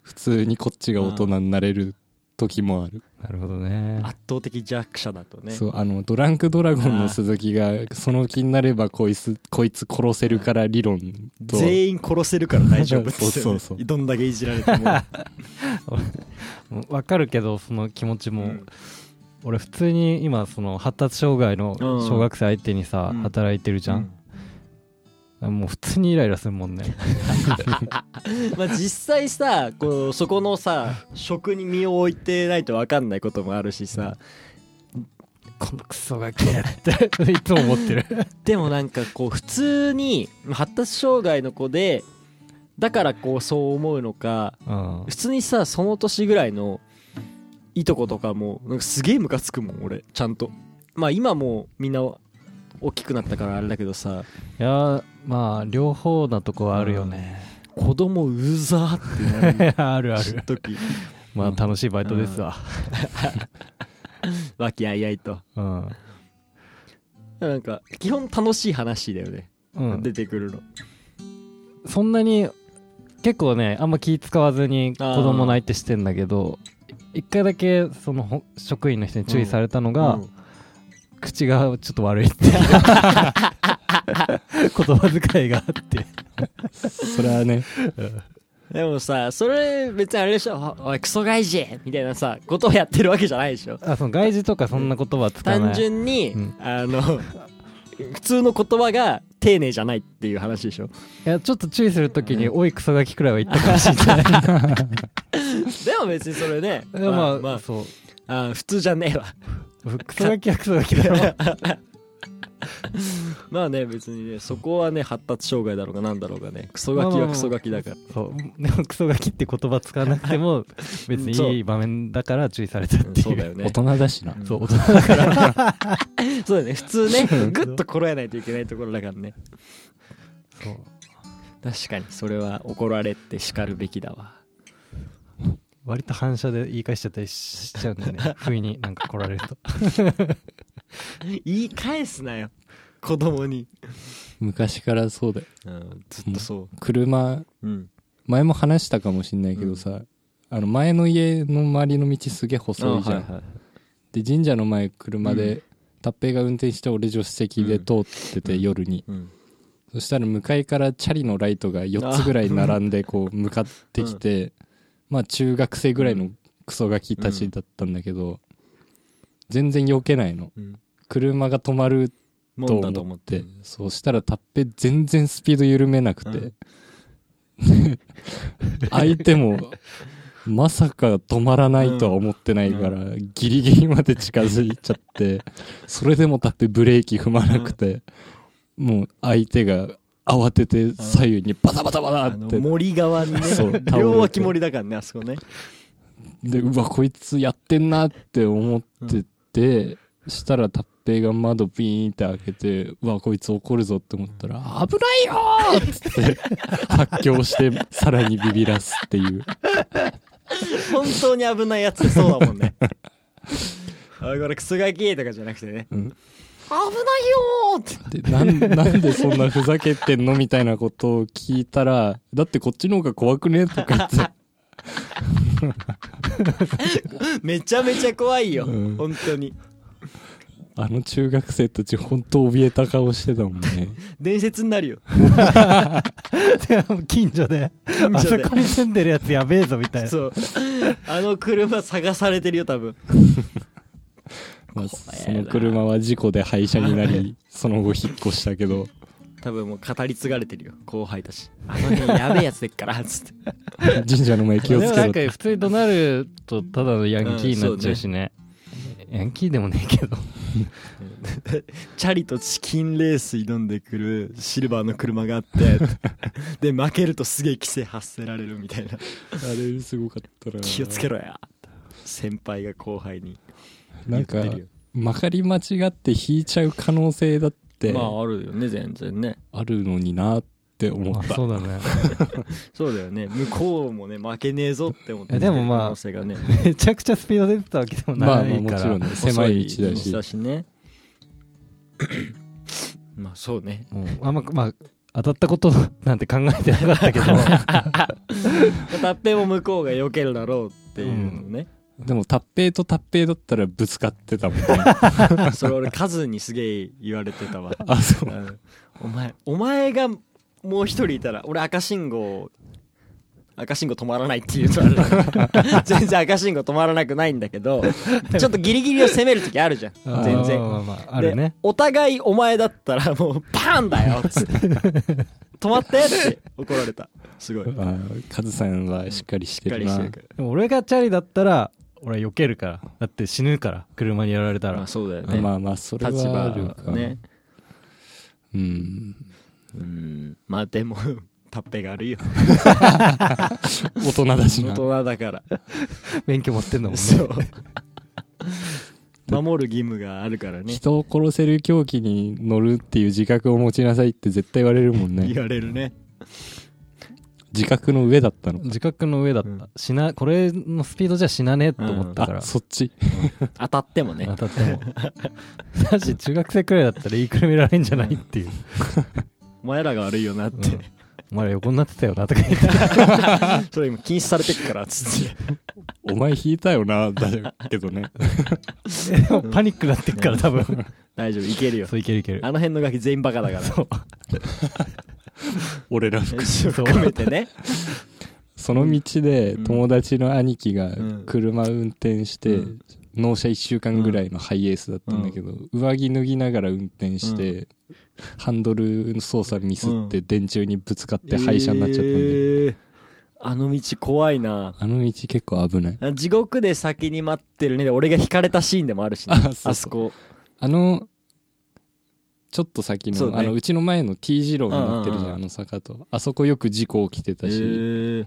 Speaker 2: 普通にこっちが大人になれる時もある、
Speaker 3: なるほどね
Speaker 1: 圧倒的弱者だとね
Speaker 2: そうあのドランクドラゴンの鈴木がその気になればこいつこいつ殺せるから理論と
Speaker 1: 全員殺せるから大丈夫って、ね、
Speaker 2: そうそうそう
Speaker 1: どんだけいじられて も
Speaker 3: わかるけどその気持ちも、
Speaker 1: うん
Speaker 3: 俺普通に今その発達障害の
Speaker 1: うん
Speaker 3: 小学生相手にさ、
Speaker 1: うん
Speaker 3: 働いてるじゃん、もう普通にイライラするも んね
Speaker 1: まあ実際さこうそこのさ職に身を置いてないと分かんないこともあるしさ
Speaker 3: このクソが嫌 っていつも思ってる
Speaker 1: でもなんかこう普通に発達障害の子でだからこうそう思うのか
Speaker 3: うん
Speaker 1: 普通にさその年ぐらいのいとことかもなんかすげえムカつくもん俺ちゃんとまあ今もうみんな大きくなったからあれだけどさ
Speaker 3: いやーまあ両方なとこはあるよね、
Speaker 1: 子供うざーってなる
Speaker 3: いや あるあ
Speaker 1: 知っ
Speaker 3: る
Speaker 1: とき
Speaker 3: まあ楽しいバイトですわ
Speaker 1: 和気あいあいと
Speaker 3: うん、
Speaker 1: なんか基本楽しい話だよね、
Speaker 3: うん
Speaker 1: 出てくるの
Speaker 3: そんなに結構ねあんま気使わずに子
Speaker 1: あー
Speaker 3: 供の相手してんだけど一回だけそのほ職員の人に注意されたのが、
Speaker 1: うん
Speaker 3: 口 がちょっと悪いって言葉遣いがあって
Speaker 2: それはね
Speaker 1: でもさそれ別にあれでしょ「おおいクソ外人!」みたいなさことをやってるわけじゃないでしょ
Speaker 3: あその外事とかそんな言葉は使わない
Speaker 1: 単純に、
Speaker 3: うん
Speaker 1: あの普通の言葉が丁寧じゃないっていう話でしょ
Speaker 3: いやちょっと注意するときに「
Speaker 1: う
Speaker 3: おいクソガキ」くらいは言ってほしいんじゃない
Speaker 1: でも別にそれ ね
Speaker 3: い やま
Speaker 1: ま
Speaker 3: あ、
Speaker 1: あまあ
Speaker 3: そう
Speaker 1: あー普通じゃねえわ
Speaker 3: クソガキはクソガ キだよ
Speaker 1: まあね別にねそこはね発達障害だろうがなんだろうがねクソガキはクソガキだから
Speaker 3: そうでもクソガキって言葉使わなくても 別
Speaker 1: そう
Speaker 3: にいい場面だから注意されたっていう、
Speaker 1: うんそうだよ ね
Speaker 2: 大人だしな
Speaker 1: うん
Speaker 3: そう大人だから
Speaker 1: そうだね普通ねグッとこらえないといけないところだからね
Speaker 3: そう
Speaker 1: 確かにそれは怒られて叱るべきだわ
Speaker 3: 割と反射で言い返しちゃったりしちゃうんだよ ね不意になんか来られると
Speaker 1: 言い返すなよ子供に、
Speaker 2: 昔からそうだよ
Speaker 1: うん、ずっとそ
Speaker 2: 車
Speaker 1: う、うん、
Speaker 2: 前も話したかもしんないけどさ、あの前の家の周りの道すげえ細いじゃ
Speaker 1: は
Speaker 2: ん、
Speaker 1: いはい
Speaker 2: で神社の前車で、
Speaker 1: うん
Speaker 2: 達平が運転して俺助手席で通ってて、
Speaker 1: うん
Speaker 2: 夜に
Speaker 1: うん
Speaker 2: そしたら向かいからチャリのライトが4つぐらい並んでこう向かってきて、まあ中学生ぐらいのクソガキたちだったんだけど、全然避けないの
Speaker 1: うん、
Speaker 2: 車が止まると
Speaker 1: もんだと
Speaker 2: 思
Speaker 1: 思
Speaker 2: っ
Speaker 1: ってて
Speaker 2: そうしたらタッペ全然スピード緩めなくて、
Speaker 1: うん
Speaker 2: 相手もまさか止まらないとは思ってないから、ギリギリまで近づいちゃってそれでもタッペブレーキ踏まなくて、もう相手が慌てて左右にバタバタバタ
Speaker 1: あ
Speaker 2: っ
Speaker 1: の
Speaker 2: て、
Speaker 1: 森側にね
Speaker 2: そう倒れて
Speaker 1: 両脇森だからねあそこ ね
Speaker 2: でうわこいつやってんなって思ってて、したらタッペが窓ビーンって開けてうわこいつ怒るぞって思ったら「危ないよ!」っつって発狂してさらにビビらすっていう
Speaker 1: 本当に危ないやつでそうだもん ねあこれクソガキとかじゃなくてね、
Speaker 2: うん
Speaker 1: 危ないよーって
Speaker 2: でなんなんでそんなふざけてんのみたいなことを聞いたら「だってこっちの方が怖くね?」とか言って
Speaker 1: めちゃめちゃ怖いよ、
Speaker 2: うん
Speaker 1: 本当に
Speaker 2: あの中学生たち本当怯えた顔してたもんね
Speaker 1: 伝説になるよ
Speaker 3: でも近所で
Speaker 1: 近所で
Speaker 3: あそこに住んでるやつやべえぞみたい な
Speaker 1: そうあの車探されてるよ多分
Speaker 2: まあその車は事故で廃車になりその後引っ越したけど
Speaker 1: 多分もう語り継がれてるよ後輩たちあの辺やべえやつでっからつって
Speaker 2: 神社の前気を
Speaker 3: で
Speaker 2: つ
Speaker 3: も
Speaker 2: け
Speaker 3: な
Speaker 2: ろ
Speaker 3: ん
Speaker 2: って
Speaker 3: か普通に怒鳴るとただのヤンキーになっちゃうしね,、ヤンキーでもねえけど
Speaker 1: チャリとチキンレース挑んでくるシルバーの車があってで負けるとすげえ規制発せられるみたいな
Speaker 2: あれすごかったな
Speaker 1: 気をつけろや先輩が後輩に言
Speaker 2: なん
Speaker 1: っ
Speaker 2: か
Speaker 1: てるよ
Speaker 2: まかり間違って引いちゃう可能性だって
Speaker 1: まああるよね全然ね
Speaker 2: あるのになって思った
Speaker 3: そうだね
Speaker 1: そうだよね向こうもね負けねえぞって思って
Speaker 3: えでもまあ
Speaker 1: 可能性がね
Speaker 3: めちゃくちゃスピード出てたわけでも
Speaker 2: ま
Speaker 3: な
Speaker 2: あまあ
Speaker 3: い
Speaker 2: も
Speaker 3: か
Speaker 2: ち
Speaker 3: ら、
Speaker 2: ろんね狭い道だ
Speaker 1: 細い
Speaker 2: し
Speaker 1: 道ね まあそうね
Speaker 3: うんあんままあ当たったことなんて考えてなか ったけど
Speaker 1: たっぺも向こうが避けるだろうっていうのね、
Speaker 2: でも達平と達平だったらぶつかってたも んね
Speaker 1: それ俺カズにすげえ言われてたわ
Speaker 2: あそ
Speaker 1: あ
Speaker 2: う
Speaker 1: のお前お前がもう一人いたら俺赤信号赤信号止まらないっていうとあれだ けど全然赤信号止まらなくないんだけどちょっとギリギリを攻める時あるじゃん全然
Speaker 3: あーまあまああるね
Speaker 1: でお互いお前だったらもうパーンだ よっつって止まってって怒られたすごい
Speaker 2: あーカズさんはしっかりし
Speaker 1: してっか
Speaker 2: る
Speaker 1: り
Speaker 2: な
Speaker 1: してるか
Speaker 3: でも俺がチャリだったら俺は避けるからだって死ぬから車にやられた
Speaker 1: らま
Speaker 3: ら
Speaker 1: あそうだよ
Speaker 2: あ
Speaker 1: ね、
Speaker 2: まあまあそれ
Speaker 1: 立
Speaker 2: はあるか
Speaker 1: 場ね
Speaker 2: うん
Speaker 1: うんまあでも タッペが悪いよ
Speaker 2: 大人だし
Speaker 1: 大
Speaker 2: な
Speaker 1: 人だから
Speaker 3: 免許持ってんのもんね
Speaker 1: そう。 守る義務があるからね。
Speaker 2: 人を殺せる狂気に乗るっていう自覚を持ちなさいって絶対言われるもんね
Speaker 1: 言われるね。
Speaker 2: 自覚の上だったの
Speaker 3: 自覚の上だった、
Speaker 1: うん
Speaker 3: 死なこれのスピードじゃ死なねえと思ったから、
Speaker 2: あそっち
Speaker 1: 当たってもね
Speaker 3: 当。たって もだし中学生くらいだったらいいくるめられんじゃないっ ていう、
Speaker 1: お前らが悪いよなっ
Speaker 3: うん
Speaker 1: て。
Speaker 3: お前ら横になってたよなとか 言って
Speaker 1: それ今禁止されてっから、つって。
Speaker 2: お前引いたよなだけ どね
Speaker 3: でもパニックになってっから多分
Speaker 1: 大丈夫、いけるよ
Speaker 3: そ。ういけるいける
Speaker 1: あの辺のガキ全員バカだから。
Speaker 2: 俺ら含め
Speaker 1: そう含めてね
Speaker 2: その道で
Speaker 1: うん
Speaker 2: 友達の兄貴が
Speaker 1: うん
Speaker 2: 車運転して、
Speaker 1: うん
Speaker 2: 納車1週間ぐらいのハイエースだったんだけど、上着脱ぎながら運転して、ハンドル操作ミスって電柱にぶつかって廃車になっちゃったんだよ、
Speaker 1: えーあの道怖いな
Speaker 2: あの道結構危ない
Speaker 1: あ地獄で先に待ってるねで俺が引かれたシーンでもあるしね
Speaker 2: あそうそう
Speaker 1: あそこ
Speaker 2: あのちょっと先
Speaker 1: そ
Speaker 2: の
Speaker 1: う,、ね
Speaker 2: あのうちの前の T 字路になってるじゃん,、
Speaker 1: うんうんうん
Speaker 2: あの坂とあそこよく事故起きてたし、
Speaker 1: えー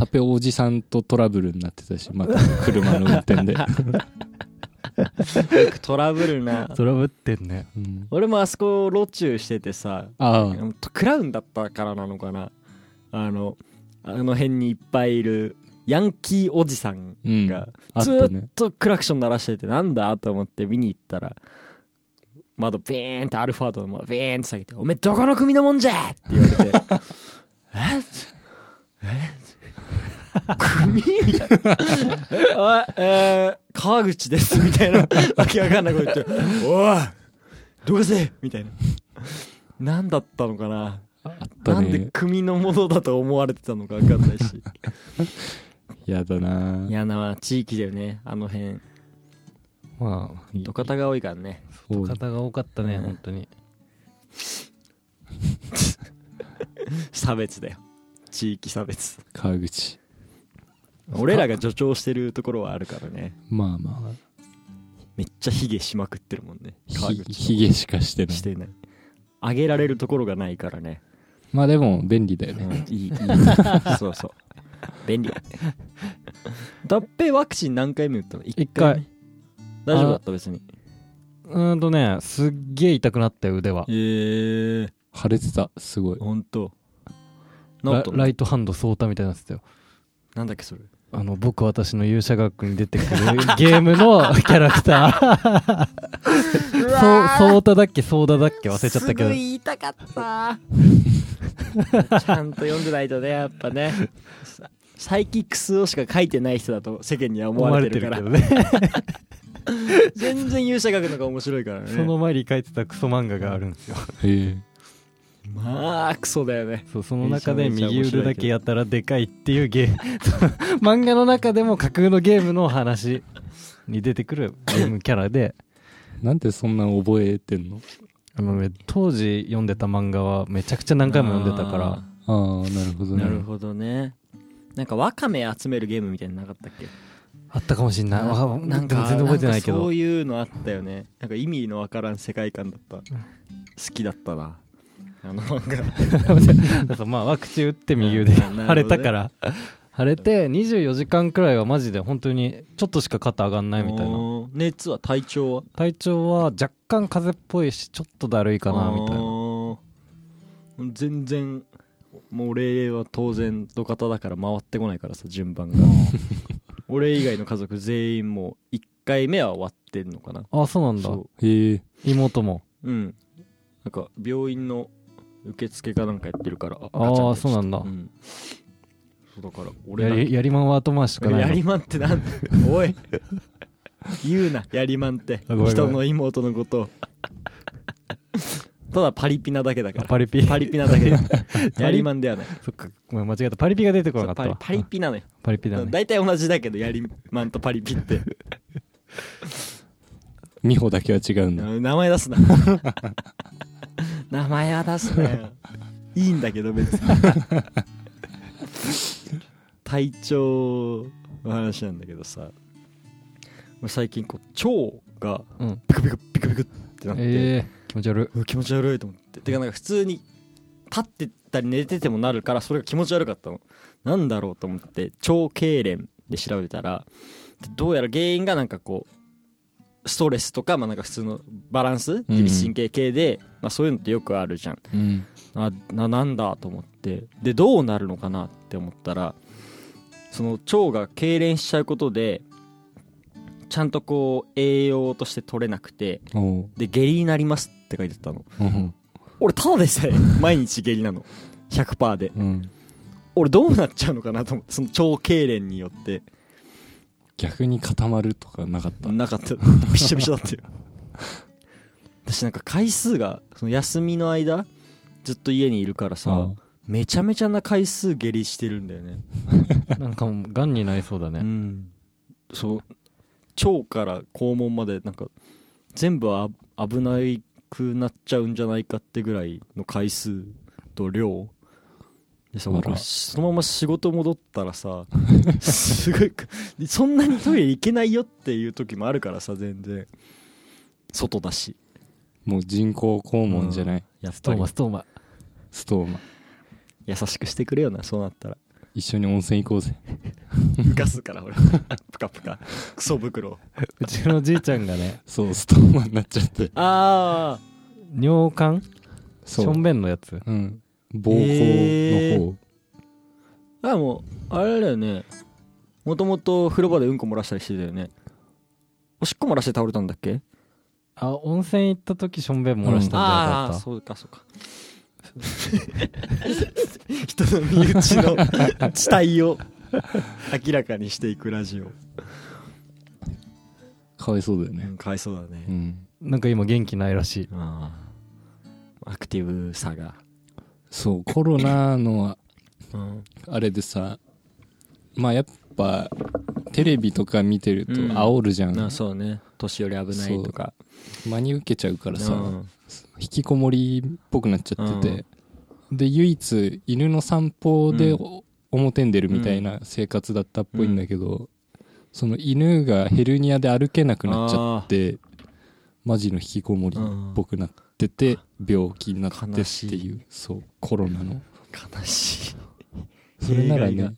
Speaker 2: タペおじさんとトラブルになってたしまた車の運 転で、
Speaker 1: よくトラブルな
Speaker 3: トラブってんね
Speaker 2: うん
Speaker 1: 俺もあそこ路中しててさ
Speaker 2: ああ
Speaker 1: クラウンだったからなのかなあのあの辺にいっぱいいるヤンキーおじさん
Speaker 2: うん
Speaker 1: が
Speaker 2: あっ
Speaker 1: ず
Speaker 2: たね
Speaker 1: ーっとクラクション鳴らしててなんだと思って見に行ったら窓ビーンってアルファードの窓ビーンって下げて「おめえどこの組のもんじゃ!」って言われて「ええ組?」みたいな「おいえー、川口です」みたいなわけわかんないこと言って「おいどかせ!」みたいな何だったのかな
Speaker 2: あった
Speaker 1: なんで
Speaker 2: ね
Speaker 1: 組のものだと思われてたのかわかんないし
Speaker 2: やだな
Speaker 1: 嫌な地域だよねあの辺
Speaker 3: まあ
Speaker 1: 土方が多いからね
Speaker 2: そう
Speaker 3: 方が多かったね
Speaker 1: うん
Speaker 3: 本当に
Speaker 1: 差別だよ地域差別
Speaker 2: 川口
Speaker 1: 俺らが助長してるところはあるからね
Speaker 2: まあまあ
Speaker 1: めっちゃヒゲしまくってるもんね川
Speaker 2: ひ
Speaker 1: 口
Speaker 2: ひげしかしてない
Speaker 1: してないあげられるところがないからね、
Speaker 2: まあでも便利だよ
Speaker 1: う
Speaker 2: ね
Speaker 1: ん、いいいいそうそう便利脱平ワクチン何回目打ったの一目大丈夫だった別に
Speaker 3: うーんとねすっげえ痛くなったよ腕は
Speaker 1: えー、
Speaker 2: 腫れてたすごい
Speaker 1: ほんとな
Speaker 3: ラ
Speaker 1: んと
Speaker 3: ライトハンドソータみたいになってたよ
Speaker 1: なんだっけそれ
Speaker 3: あの僕私の勇者学校に出てくるゲームの キャラクターそうソータだっけソーダだっけ忘れちゃったけど
Speaker 1: すごい痛かったちゃんと読んでないとねやっぱねササイキックスをしか書いてない人だと世間には思われてるから
Speaker 3: 思われ てるけどね
Speaker 1: 全然勇者書くのが面白いからね
Speaker 3: その前に書いてたクソ漫画があるんですよ
Speaker 2: へえ
Speaker 1: まあクソだよね
Speaker 3: そうその中で
Speaker 1: めちゃめちゃ
Speaker 3: 右腕だけやたらでかいっていうゲーム 漫画の中でも架空のゲームの話に出てくるゲームキャラ で
Speaker 2: なんでそんな覚えてんの
Speaker 3: あの、ね、当時読んでた漫画はめちゃくちゃ何回も読んでたから
Speaker 2: ああなるほ
Speaker 1: あー
Speaker 2: どね
Speaker 1: なるほどねなんかワカメ集めるゲームみたいなのなかったっけ
Speaker 3: あったかもしんないわ
Speaker 1: な
Speaker 3: なんんか
Speaker 1: か
Speaker 3: 全然覚えてないけ
Speaker 1: んかそ
Speaker 3: ど
Speaker 1: ういうのあったよねなんか意味のわからん世界観だった好きだったなあの漫画
Speaker 3: そうまあワクチン打って右腕
Speaker 1: うんなるほどね
Speaker 3: 腫れたから腫れて24時間くらいはマジで本当にちょっとしか肩上がんないみたいな
Speaker 1: おー熱は体調は
Speaker 3: 体調は若干風邪っぽいしちょっとだるいかなみたいな
Speaker 1: あー全然もう俺は当然土方だから回ってこないからさ順番が 俺以外の家族全員もう1回目は終わってんのかな
Speaker 3: あそうなんだ
Speaker 1: そ
Speaker 2: へえ
Speaker 3: 妹も
Speaker 1: ううんなんか病院の受付かなんかやってるからあ
Speaker 3: あー
Speaker 1: ガチャンって
Speaker 3: そうなんだ
Speaker 1: んそうだから俺
Speaker 3: や
Speaker 1: だけ
Speaker 3: りやりまんは後回しとかないの
Speaker 1: やりまんって なんだおい言うなやりまんって
Speaker 3: あごめんごめん
Speaker 1: 人の妹のことをただパリピなだけだか
Speaker 3: あ
Speaker 1: ら
Speaker 3: パリピ
Speaker 1: パリピなだけやりまんではない
Speaker 3: そっかごめん間違えたパリピが出てこなかった
Speaker 1: パリ
Speaker 3: わ
Speaker 1: パリピなのよ
Speaker 3: パリピだね
Speaker 1: 大体同じだけどやりまんとパリピって
Speaker 2: 美穂だけは違うんだ
Speaker 1: 名前 出すな名前は出すなよいいんだけど別 に体調の話なんだけどさ最近こう腸が
Speaker 3: うん
Speaker 1: ピクピクピクピクってなって、
Speaker 3: ええ気持ち悪いう
Speaker 1: わ気持ち悪いと思っててかなんか普通に立ってたり寝ててもなるからそれが気持ち悪かったのなんだろうと思って腸痙攣で調べたらどうやら原因がなんかこうストレスとか,、まあ、なんか普通のバランス自律神経系で、まあ、そういうのってよくあるじゃん
Speaker 2: うん
Speaker 1: あななんだと思ってでどうなるのかなって思ったらその腸が痙攣しちゃうことでちゃんとこう栄養として取れなくて
Speaker 2: おう
Speaker 1: で下痢になりますって書いてたの
Speaker 2: うん
Speaker 1: 俺ただでさえ毎日下痢なの100%で
Speaker 2: うん
Speaker 1: 俺どうなっちゃうのかなと思ってその腸痙攣によって
Speaker 2: 逆に固まるとかなかった
Speaker 1: なかったびっしょびしょだったよ私なんか回数がその休みの間ずっと家にいるからさ、めちゃめちゃな回数下痢してるんだよね
Speaker 3: なんかもうがんになりそうだ
Speaker 1: う
Speaker 3: ね
Speaker 1: んそう腸から肛門までなんか全部あ危なくなっちゃうんじゃないかってぐらいの回数と量でさ
Speaker 2: あら
Speaker 1: 俺そのまま仕事戻ったらさすごいそんなにトイレ行けないよっていう時もあるからさ全然外だし
Speaker 2: もう人工肛門じゃない、
Speaker 1: やっ
Speaker 3: ス
Speaker 1: ぱ
Speaker 3: トー
Speaker 1: り
Speaker 3: マストーマ
Speaker 2: ストーマ
Speaker 1: 優しくしてくれよなそうなったら
Speaker 2: 一緒に温泉行こうぜ
Speaker 1: 浮かすから俺プカプカクソ袋
Speaker 3: うちのじいちゃんがね
Speaker 2: そうストーマになっちゃって
Speaker 1: ああ
Speaker 3: 尿管し
Speaker 2: そう
Speaker 3: ょんべんのやつ
Speaker 2: うん膀胱の方、
Speaker 1: へーあもうあれだよねもともと風呂場でうんこ漏らしたりしてたよねおしっこ漏らして倒れたんだっけ
Speaker 3: あ温泉行った時しょんべん漏らしたんじゃなかった、
Speaker 1: そうかそうか 人の身内 の地帯を明らかにしていくラジオ、
Speaker 2: かわいそうだよ
Speaker 1: う
Speaker 2: ね
Speaker 1: ん、かわいそうだ
Speaker 2: う
Speaker 1: ね、
Speaker 2: ん
Speaker 3: なんか今元気ないらしい
Speaker 1: ああアクティブさが、
Speaker 2: そうコロナの
Speaker 1: うん、
Speaker 2: あれでさまあやっぱテレビとか見てると
Speaker 1: うん
Speaker 2: 煽るじゃん、
Speaker 1: なそうね年寄り危ないとか
Speaker 2: 真に受けちゃうからさ、
Speaker 1: うん
Speaker 2: 引きこもりっぽくなっちゃってて、で唯一犬の散歩で
Speaker 1: うん
Speaker 2: お表に出るみたいな生活だったっぽいんだけど、その犬がヘルニアで歩けなくなっちゃってマジの引きこもりっぽくなってて病気になってって
Speaker 1: 悲し
Speaker 2: い
Speaker 1: いう
Speaker 2: そうコロナの
Speaker 1: 悲しい
Speaker 2: それなら
Speaker 1: 弊害が
Speaker 2: ね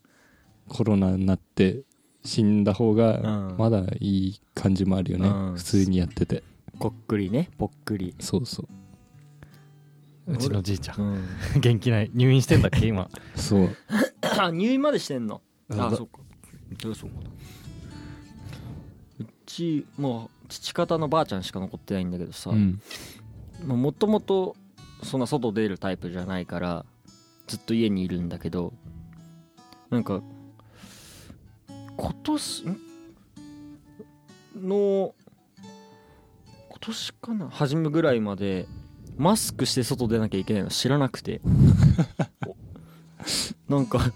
Speaker 2: コロナになって死んだ方
Speaker 1: う
Speaker 2: が
Speaker 1: ん
Speaker 2: まだいい感じもあるよね、
Speaker 1: うん
Speaker 2: 普通にやってて
Speaker 1: こっくりねぽっくり
Speaker 2: そうそう
Speaker 3: うちのじいちゃん
Speaker 1: ん
Speaker 3: 元気ない入院してんだっけ今
Speaker 2: そう
Speaker 1: あ 入院までしてんの
Speaker 3: あ
Speaker 1: あそうかそうかうちもう父方のばあちゃんしか残ってないんだけどさ
Speaker 2: うん
Speaker 1: もともとそんな外出るタイプじゃないからずっと家にいるんだけどなんか今年んの今年かな初めぐらいまでマスクして外出なきゃいけないの知らなくて おなんか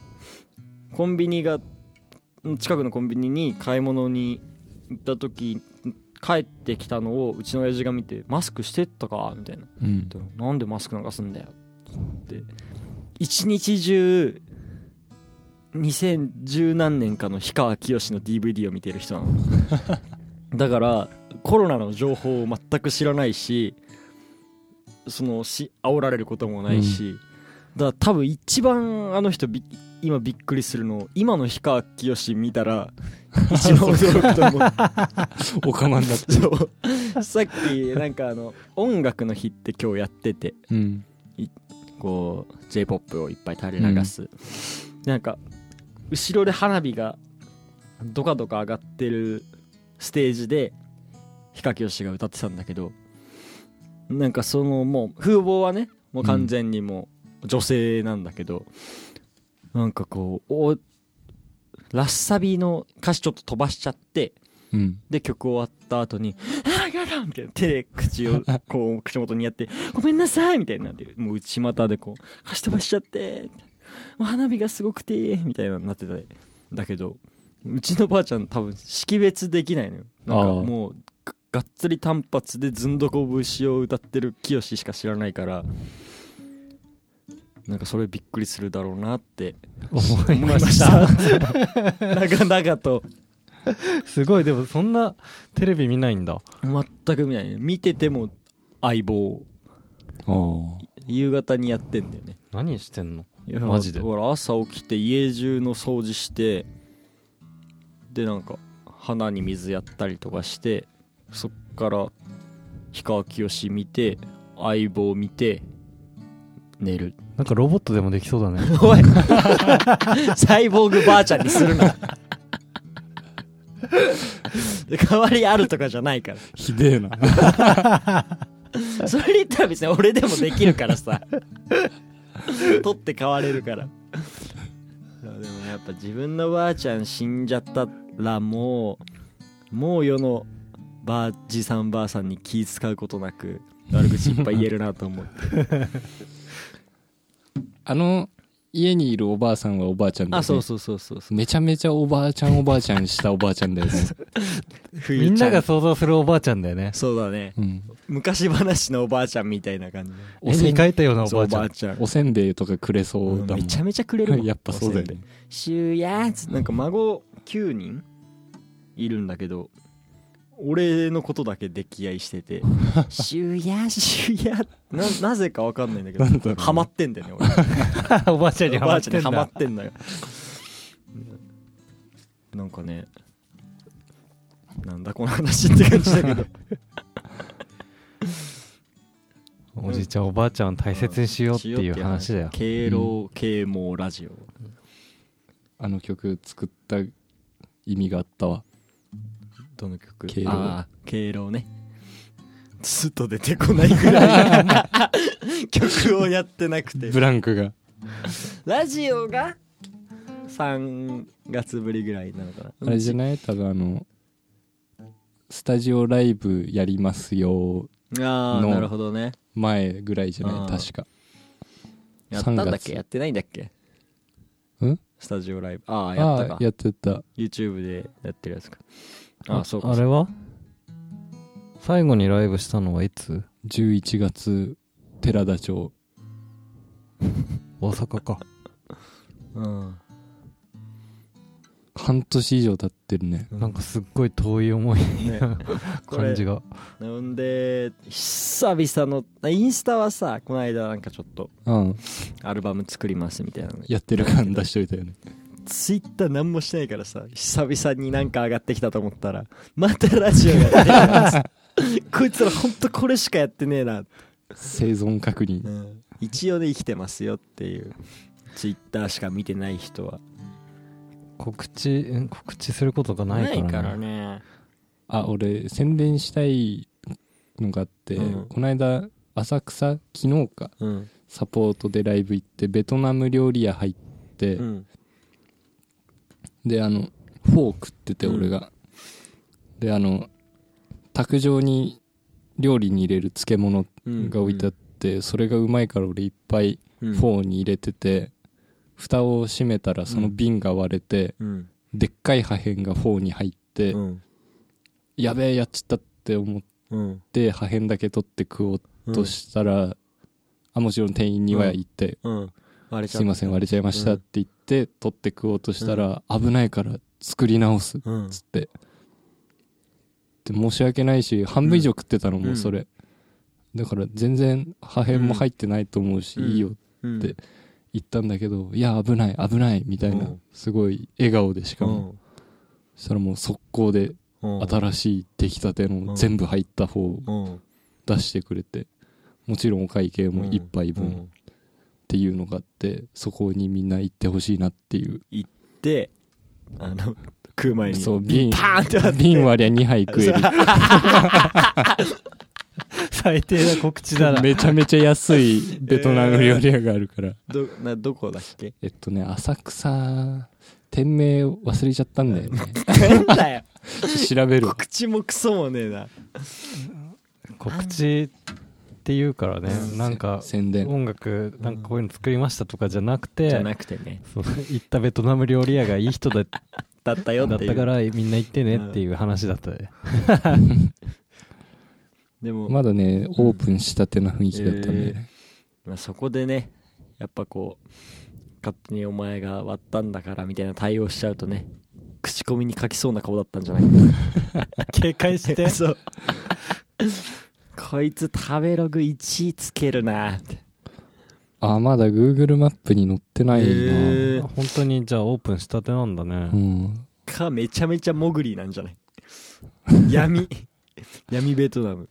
Speaker 1: コンビニが近くのコンビニに買い物に行った時帰ってきたのをうちの親父が見て「マスクしてったか?」みたいな
Speaker 2: うん
Speaker 1: ってなんでマスクなんかすんだよって一日中2010何年かの氷川きよしの DVD を見てる人なのだからコロナの情報を全く知らないしそのし煽られることもないし、だから多分一番あの人び今びっくりするの今の氷川きよし見たら一番驚くと思う
Speaker 2: おかまになって
Speaker 1: そうさっきなんかあの音楽の日って今日やってて
Speaker 2: うん
Speaker 1: こう j p o p をいっぱい垂れ流す、なんか後ろで花火がドカドカ上がってるステージで氷川きよしが歌ってたんだけどなんかそのもう風貌はねもう完全にもう女性なんだけど、なんかこうおラッサビの歌詞ちょっと飛ばしちゃって
Speaker 2: うん
Speaker 1: で曲終わった後に「ああガラン!」みたいな手で口をこう口元にやって「ごめんなさい!」みたいになってもう内股でこう「貸し飛ばしちゃって」もう花火がすごくてみたいなのになってただけどうちのばあちゃん多分識別できないのよなんか
Speaker 2: あー
Speaker 1: もうががっつり単発でずんどこ節を歌ってる清しか知らないからなんかそれびっくりするだろうなって
Speaker 3: 思
Speaker 1: 思いました 長々と
Speaker 3: すごいでもそんなテレビ見ないんだ
Speaker 1: 全く見ないね見てても相棒
Speaker 2: ああ
Speaker 1: 夕方にやってんだよね
Speaker 3: 何してんの
Speaker 1: いや
Speaker 3: マジで
Speaker 1: ほら朝起きて家中の掃除してでなんか花に水やったりとかしてそっから氷川きよし見て相棒見て寝る
Speaker 3: なんかロボットでもできそうだね
Speaker 1: おいサイボーグばあちゃんにするな代わりあるとかじゃないから
Speaker 2: ひでえな
Speaker 1: それ言ったら別に俺でもできるから さ取って代われるからでもやっぱ自分のばあちゃん死んじゃったらもうもう世のばあじさんばあさんに気使うことなく悪口いっぱい言えるなと思って
Speaker 2: あの家にいるおばあさんはおばあちゃんだよね
Speaker 1: あそうそうそうそうそ
Speaker 2: めちゃめちゃおばあちゃんおばあちゃんしたおばあちゃんだよね、
Speaker 1: う冬
Speaker 3: みん
Speaker 1: ちゃ
Speaker 3: なが想像するおばあちゃんだよね。
Speaker 1: そうだね
Speaker 2: うん、
Speaker 1: 昔話のおばあちゃんみたいな感じ
Speaker 2: お
Speaker 3: 絵
Speaker 2: せん
Speaker 3: に描いたようなお
Speaker 1: そう
Speaker 3: ば
Speaker 1: お
Speaker 3: あちゃ
Speaker 1: ばあ。
Speaker 3: ん
Speaker 1: ちゃん
Speaker 2: おせんべいとかくれそうだもん、
Speaker 1: うんめちゃめちゃくれるもん
Speaker 2: やっぱそうだよね
Speaker 1: シューヤーつなんか孫9人いるんだけど俺のことだけ溺愛して て「シューヤーシューヤー」ななぜかわかんないんだけ
Speaker 2: なんだろ
Speaker 1: ど
Speaker 2: うね
Speaker 1: ハマってんだよね 俺
Speaker 3: おばあちゃんに
Speaker 1: お
Speaker 3: ハ
Speaker 1: ば
Speaker 3: マ
Speaker 1: あ
Speaker 3: っ
Speaker 1: ちゃん
Speaker 3: て
Speaker 1: に
Speaker 3: ん
Speaker 1: ハマっ
Speaker 3: だ。
Speaker 1: てんだよなんかねなんだこの話って感じだけど
Speaker 3: おじいちゃんおばあちゃん大 切にしようっていう 話だよ。
Speaker 1: 敬老啓蒙ラジオ
Speaker 2: あの曲作った意味があったわ
Speaker 1: どの曲
Speaker 2: 敬老
Speaker 1: あー敬老ねずっと出てこないぐらい曲をやってなくて
Speaker 2: ブランクが
Speaker 1: ラジオが3月ぶりぐらいなのかな
Speaker 2: あれじゃない多分あのスタジオライブやりますよ
Speaker 1: あー
Speaker 2: の
Speaker 1: なるほどね
Speaker 2: 前ぐらいじゃ
Speaker 1: あ
Speaker 2: ない
Speaker 1: ー
Speaker 2: 確か
Speaker 1: やったんだっ
Speaker 2: 3
Speaker 1: け
Speaker 2: 月
Speaker 1: やってないんだっけ
Speaker 2: ん
Speaker 1: スタジオライブああや
Speaker 2: あ
Speaker 1: った
Speaker 2: あ
Speaker 1: か
Speaker 2: ーやってた
Speaker 1: YouTube でやってるやつかああそうか
Speaker 3: あれは最後にライブしたのはいつ
Speaker 2: 11月寺田町
Speaker 3: 大阪か。
Speaker 1: うん
Speaker 2: 半年以上経ってるね
Speaker 3: なんかすっごい遠い思い
Speaker 1: ねこれ
Speaker 3: 感じが。
Speaker 1: なんで久々のあインスタはさこの間なんかちょっと
Speaker 2: うん
Speaker 1: アルバム作りますみたいなの
Speaker 2: やってる感出しといたよね
Speaker 1: ツイッター何もしてないからさ久々になんか上がってきたと思ったらまたラジオやって ますこいつらほんとこれしかやってねえな、
Speaker 2: 生存確認
Speaker 1: 一応ね生きてますよっていうツイッターしか見てない人は
Speaker 3: 告知、ん告知することがないからね。
Speaker 1: ね
Speaker 2: あ俺宣伝したいのがあって、
Speaker 1: うん
Speaker 2: この間浅草昨日か
Speaker 1: うん
Speaker 2: サポートでライブ行ってベトナム料理屋入って、
Speaker 1: うん
Speaker 2: であのフォー食ってて
Speaker 1: うん
Speaker 2: 俺が、であの卓上に料理に入れる漬物
Speaker 1: うん
Speaker 2: が置いてあって、それがうまいから俺いっぱい
Speaker 1: フ
Speaker 2: フォーに入れてて、蓋を閉めたらその瓶が割れて、
Speaker 1: うん
Speaker 2: でっかい破片がフォーに入って、
Speaker 1: うん
Speaker 2: やべえやっちゃったって思っ
Speaker 1: うん
Speaker 2: て破片だけ取って食おう
Speaker 1: うん
Speaker 2: としたら、あもちろん店員には言って、
Speaker 1: うん割れちゃ
Speaker 2: すいません割れちゃいました
Speaker 1: う
Speaker 2: っ
Speaker 1: ん
Speaker 2: て言って、取って食おうとしたら、危ないから作り直すっ
Speaker 1: うん
Speaker 2: つって、で申し訳ないし半分以上食ってたの
Speaker 1: う
Speaker 2: もうんそれ、だから全然破片も入ってないと思うし、
Speaker 1: うん
Speaker 2: いいよ
Speaker 1: うん
Speaker 2: で言ったんだけどいや危ない危ないみたいな、
Speaker 1: うん
Speaker 2: すごい笑顔でし
Speaker 1: う
Speaker 2: かも、
Speaker 1: ん
Speaker 2: そしたらもう速攻で
Speaker 1: うん
Speaker 2: 新しい出来たての全部入った方を
Speaker 1: うん
Speaker 2: 出してくれてもちろんお会計も1杯
Speaker 1: う
Speaker 2: 分
Speaker 1: ん
Speaker 2: っていうのがあってそこにみんな行ってほしいなっていう
Speaker 1: であの 食う前に
Speaker 2: そう瓶
Speaker 1: パーンって割って
Speaker 2: 瓶割りゃ2杯食える
Speaker 3: 最低な告知 だな。
Speaker 2: めちゃめちゃ安いベトナム料理屋があるから、
Speaker 1: どなどこだっけ
Speaker 2: えっとね浅草店名忘れちゃったんだ よね
Speaker 1: なんだよ
Speaker 2: 調べ る
Speaker 1: 告知もクソもねえな
Speaker 3: 告知っていうからね、なんか
Speaker 2: 宣伝
Speaker 3: 音楽、なんかこういうの作りましたとかじゃなく
Speaker 1: じ
Speaker 3: て
Speaker 1: ゃ、なくてね
Speaker 3: そう行ったベトナム料理屋がいい人だっ
Speaker 1: だったよ
Speaker 3: だ
Speaker 1: っ
Speaker 3: って
Speaker 1: い
Speaker 3: た
Speaker 1: う
Speaker 3: からみんな行ってねっていう話だったで、
Speaker 1: でも、ま
Speaker 2: まだねオープンしたてな雰囲気だったんだよね、
Speaker 1: あ、そこでねやっぱこう勝手にお前が割ったんだからみたいな対応しちゃうとね口コミに書きそうな顔だったんじゃない
Speaker 3: 警戒し て
Speaker 1: そうこいつ食べログ1つけるなって
Speaker 2: あまだ Google マップに載ってないな、
Speaker 1: へー
Speaker 3: 本当にじゃあオープンしたてなんだね、
Speaker 2: うん
Speaker 1: かめちゃめちゃモグリなんじゃない 闇闇ベトナム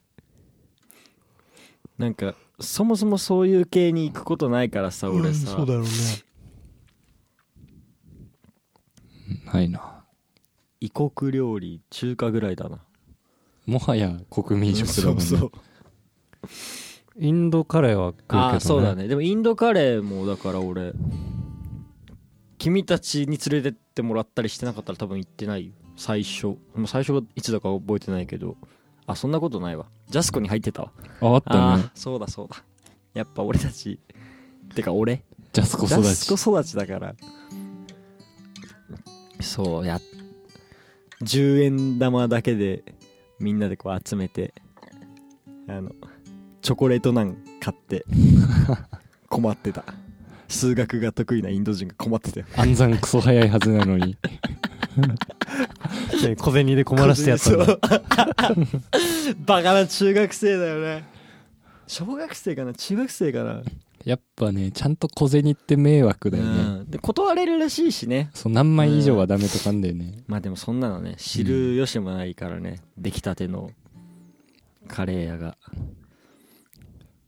Speaker 1: なんかそもそもそういう系に行くことないからさ俺さ、
Speaker 3: ろうね
Speaker 2: ないな
Speaker 1: 異国料理中華ぐらいだな
Speaker 2: もはや国民食だもんね
Speaker 1: そうそう
Speaker 3: インドカレーは食うけど、ね、
Speaker 1: ああそうだねでもインドカレーもだから俺君たちに連れてってもらったりしてなかったら多分行ってないよ最初もう最初はいつだか覚えてないけどあそんなことないわジャスコに入ってたわ
Speaker 2: ああったね
Speaker 1: あーそうだそうだやっぱ俺たちてか俺
Speaker 2: ジャスコ
Speaker 1: ジャ
Speaker 2: 育
Speaker 1: ス
Speaker 2: ち。
Speaker 1: コ育ちだからそうや10円玉だけでみんなでこう集めてあのチョコレートなん買って 困ってた数学が得意なインド人が困ってたよ
Speaker 2: 暗算クソ早いはずなのに。
Speaker 3: で 小銭で困らせてやったんだ
Speaker 1: そう バカな中学生だよね小学生かな中学生かな、
Speaker 2: やっぱね、ちゃんと小銭って迷惑だ
Speaker 1: う
Speaker 2: よね。
Speaker 1: んで断れるらしいしね
Speaker 2: そう、何枚以上はダメとかあんだよね。
Speaker 1: まあでもそんなのね知る由もないからね、出来たてのカレー屋が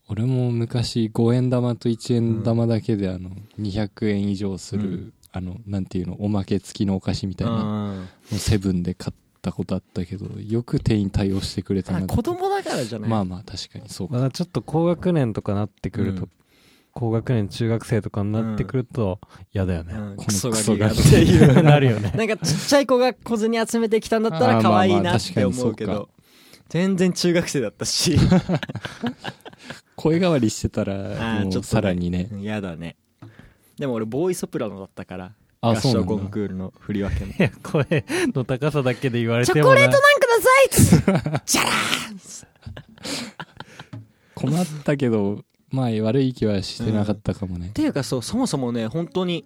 Speaker 2: 俺も昔5円玉と1円玉だけであの200円以上する、
Speaker 1: うん
Speaker 2: あのなんていうのおまけ付きのお菓子みたいなの
Speaker 1: うん
Speaker 2: をセブンで買ったことあったけどよく店員対応してくれたな
Speaker 1: あ子供だからじゃない、
Speaker 2: まあまあ確かにそうか
Speaker 3: まだちょっと高学年とかなってくると、
Speaker 1: うん
Speaker 3: 高学年中学生とかになってくると嫌だよね、
Speaker 1: うん
Speaker 2: この
Speaker 1: クソ
Speaker 2: ク
Speaker 1: ガ
Speaker 2: ソ
Speaker 1: キ
Speaker 2: ガ
Speaker 1: が
Speaker 2: キ
Speaker 1: っていう
Speaker 3: なるよね
Speaker 1: なんかちっちゃい子が小銭集めてきたんだったら
Speaker 2: あーまあま
Speaker 1: 可
Speaker 2: あ
Speaker 1: 愛いなって
Speaker 2: 確かに
Speaker 1: 思
Speaker 2: そう
Speaker 1: う
Speaker 2: か
Speaker 1: けど全然中学生だった し
Speaker 2: 声変わりしてた
Speaker 1: あーちょ
Speaker 2: らも
Speaker 1: っと
Speaker 2: う
Speaker 1: ね
Speaker 2: さらにね
Speaker 1: やだねでも俺ボーイソプラノだったから
Speaker 2: あ
Speaker 1: 合
Speaker 2: そうな
Speaker 1: 唱
Speaker 2: んだ
Speaker 1: コンクールの振り分けも
Speaker 3: いや声の高さだけで言われ
Speaker 1: チ
Speaker 3: て
Speaker 1: ョ
Speaker 3: も
Speaker 1: コ
Speaker 3: な
Speaker 1: レートなんくださいじゃら
Speaker 2: 困ったけどまあ悪い気はしてなかったかもね
Speaker 1: っ、ていうかそうそもそもね本当に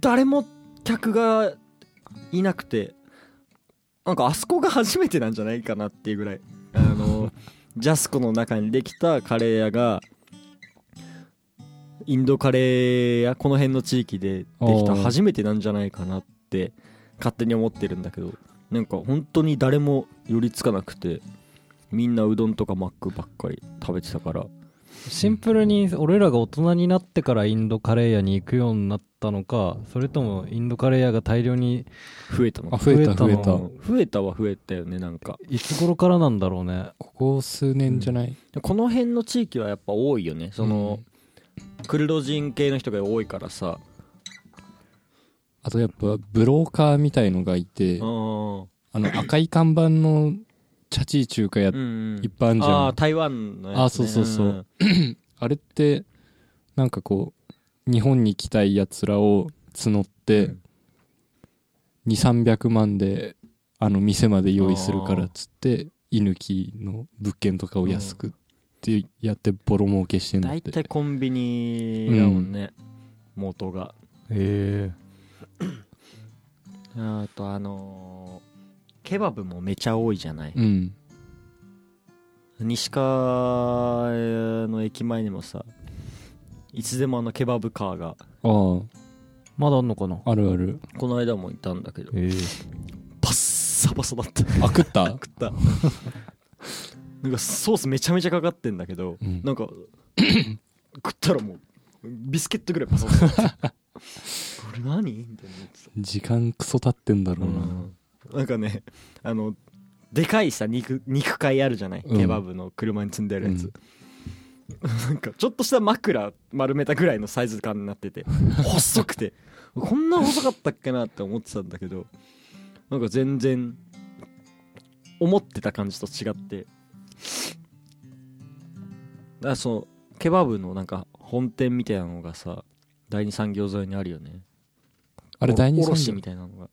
Speaker 1: 誰も客がいなくてなんかあそこが初めてなんじゃないかなっていうぐらいあの ジャスコの中にできたカレー屋がインドカレー屋この辺の地域でできた
Speaker 2: おー
Speaker 1: 初めてなんじゃないかなって勝手に思ってるんだけどなんか本当に誰も寄りつかなくてみんなうどんとかマックばっかり食べてたから
Speaker 3: シンプルに俺らが大人になってからインドカレー屋に行くようになったのかそれともインドカレー屋が大量に
Speaker 1: 増えたの
Speaker 2: あ増えた
Speaker 3: 増
Speaker 2: 増
Speaker 3: え
Speaker 2: え
Speaker 3: た
Speaker 2: た
Speaker 1: うん増えたは増えたよねなんか
Speaker 3: いつ頃からなんだろうね
Speaker 2: ここ数年じゃない、
Speaker 1: この辺の地域はやっぱ多いよねその、クルド人系の人が多いからさ
Speaker 2: あとやっぱブローカーみたいのがい
Speaker 1: うん
Speaker 2: て、あの赤い看板のチャチー中華や
Speaker 1: うん
Speaker 2: いっぱいあんじゃん、
Speaker 1: あー台湾のやつ、ね、
Speaker 2: あそうそうそうんあれってなんかこう日本に来たいやつらを募って、
Speaker 1: うん
Speaker 2: 2300万であの店まで用意するからっつって居抜きの物件とかを安くってやってボロ儲けしてんだっ
Speaker 1: 大
Speaker 2: て
Speaker 1: 体コンビニだもんね、元が
Speaker 3: へ
Speaker 1: あとあのーケバブもめちゃ多いじゃない、
Speaker 2: うん
Speaker 1: 西川の駅前にもさいつでもあのケバブカーが
Speaker 2: あ
Speaker 3: えまだあんのかな
Speaker 2: ああるある
Speaker 1: この間もいたんだけど
Speaker 3: え
Speaker 1: パッサパサだった
Speaker 2: あ食っ た
Speaker 1: 食ったなんかソースめちゃめちゃかかってんだけど、
Speaker 2: うん
Speaker 1: なんか食ったらもうビスケットぐらいパサパサ これ何みたいなやつ
Speaker 2: 時間クソ経ってんだろうな、
Speaker 1: なんかねあのでかいさ肉肉塊あるじゃない、
Speaker 2: うん
Speaker 1: ケバブの車に積んであるやつ、なんかちょっとした枕丸めたぐらいのサイズ感になって て細くてこんな細かったっけなって思ってたんだけどなんか全然思ってた感じと違ってだからそのケバブのなんか本店みたいなのがさ第二産業沿いにあるよね
Speaker 2: あれ第二
Speaker 1: おろし
Speaker 2: 産業
Speaker 1: みたいなのが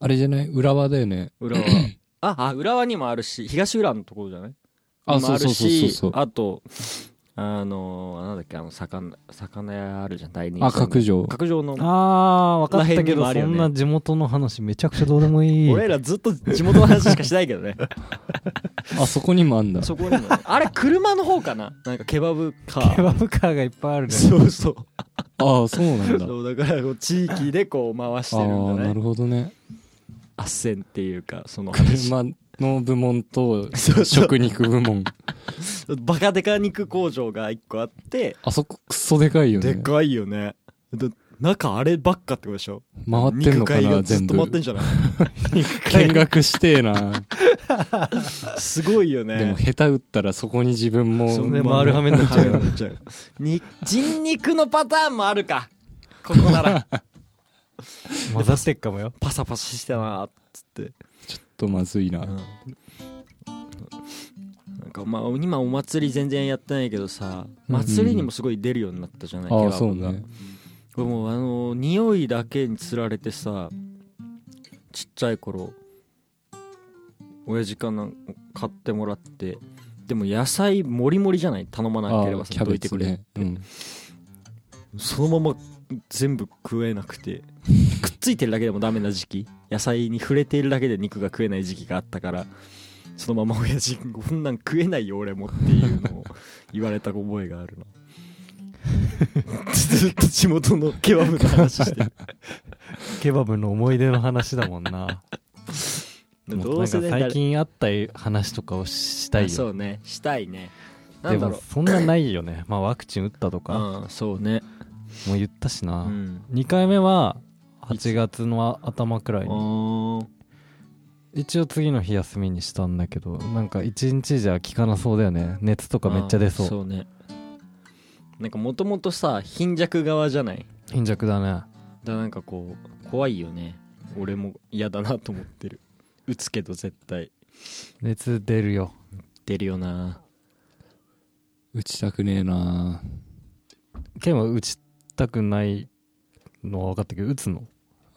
Speaker 2: あれじゃない浦和だよね
Speaker 1: 浦和ああ浦和にもあるし東浦和のところじゃない
Speaker 2: あ
Speaker 1: も
Speaker 2: そうそうそうそうそう
Speaker 1: あるしあとあのーなんだっけあの魚魚屋あるじゃん第二
Speaker 2: あ角上
Speaker 1: 角上の
Speaker 3: あー分かったけ
Speaker 1: この辺に
Speaker 3: ど、
Speaker 1: もある
Speaker 3: そ
Speaker 1: よね
Speaker 3: んな地元の話めちゃくちゃどうでもいい
Speaker 1: 俺らずっと地元の話しかしないけどね
Speaker 2: あそこにもあんだ
Speaker 1: そこにもねあれ車の方かななんかケバブカ
Speaker 3: ケ
Speaker 1: ー
Speaker 3: バブカーがいっぱいある ね
Speaker 1: そうそう
Speaker 2: ああそうなんだ
Speaker 1: そうだからこう地域でこう回してるん
Speaker 2: ああ
Speaker 1: だ
Speaker 2: な
Speaker 1: ね
Speaker 2: るほどね
Speaker 1: あっせんっていうかその話
Speaker 2: 車の部門と
Speaker 1: そうそう
Speaker 2: 食肉部門
Speaker 1: バカデカ肉工場が一個あって
Speaker 2: あそこクソでかいよね
Speaker 1: でかいよねだ中あればっかってことでしょ
Speaker 2: 回ってんのか
Speaker 1: 肉塊
Speaker 2: な
Speaker 1: がずっ
Speaker 2: 全
Speaker 1: と
Speaker 2: 部
Speaker 1: 回ってんじゃ ない
Speaker 2: 見学してえな
Speaker 1: すごいよね
Speaker 2: でも下手打ったらそこに自分も
Speaker 1: そ
Speaker 3: んで回る羽目になっちゃう
Speaker 1: 回
Speaker 3: よ
Speaker 1: る羽目になっちゃうに人肉のパターンもあるかここなら
Speaker 3: 混ざってっかもよ
Speaker 1: パサパサしてたなーっつって、
Speaker 2: ちょっとまずいな、
Speaker 1: うんなんかまあ今お祭り全然やってないけどさ祭りにもすごい出るようになったじゃない、
Speaker 2: あ
Speaker 1: ケ
Speaker 2: あ
Speaker 1: バ
Speaker 2: そう
Speaker 1: ブが
Speaker 2: ね
Speaker 1: 俺もうあの匂いだけにつられてさちっちゃい頃親父かなん買ってもらってでも野菜もりもりじゃない頼ま
Speaker 2: あ
Speaker 1: な
Speaker 2: あ
Speaker 1: ければさ
Speaker 2: キャ
Speaker 1: ど
Speaker 2: ベ
Speaker 1: いて
Speaker 2: ツ
Speaker 1: くれ
Speaker 2: ね、うん、
Speaker 1: そのまま全部食えなく てくっついてるだけでもダメな時期野菜に触れているだけで肉が食えない時期があったからそのまま親父にこんなん食えないよ俺もっていう のを言われた覚えがあ るなずっと地元のケバブの話してる
Speaker 3: ケバブの思い出の話だもんな
Speaker 1: どうせ
Speaker 3: なん
Speaker 1: ね
Speaker 3: か最
Speaker 1: 誰
Speaker 3: 近あった話とかをしたい
Speaker 1: あそ
Speaker 3: よ
Speaker 1: うねしたいねな
Speaker 3: で
Speaker 1: んだ
Speaker 3: も
Speaker 1: ろ
Speaker 3: そんなないよねまあワクチン打ったと
Speaker 1: う
Speaker 3: か
Speaker 1: うんそうね
Speaker 3: もう言ったし
Speaker 1: う
Speaker 3: な、
Speaker 1: ん
Speaker 3: 2回目は8月の頭くら
Speaker 1: あ
Speaker 3: いに
Speaker 1: ー
Speaker 3: 一応次の日休みにしたんだけどなんか1日じゃ効かなそうだよね熱とかめっちゃ出
Speaker 1: あー
Speaker 3: そう
Speaker 1: そうねなんかもともとさ貧弱側じゃない
Speaker 3: 貧弱だね
Speaker 1: だなんかこう怖いよね俺も嫌だなと思ってる打つけど絶対
Speaker 3: 熱出るよ
Speaker 1: 出るよな
Speaker 2: 打ちたくねえな
Speaker 3: ケンは打ちたくないのは分かったけど打つの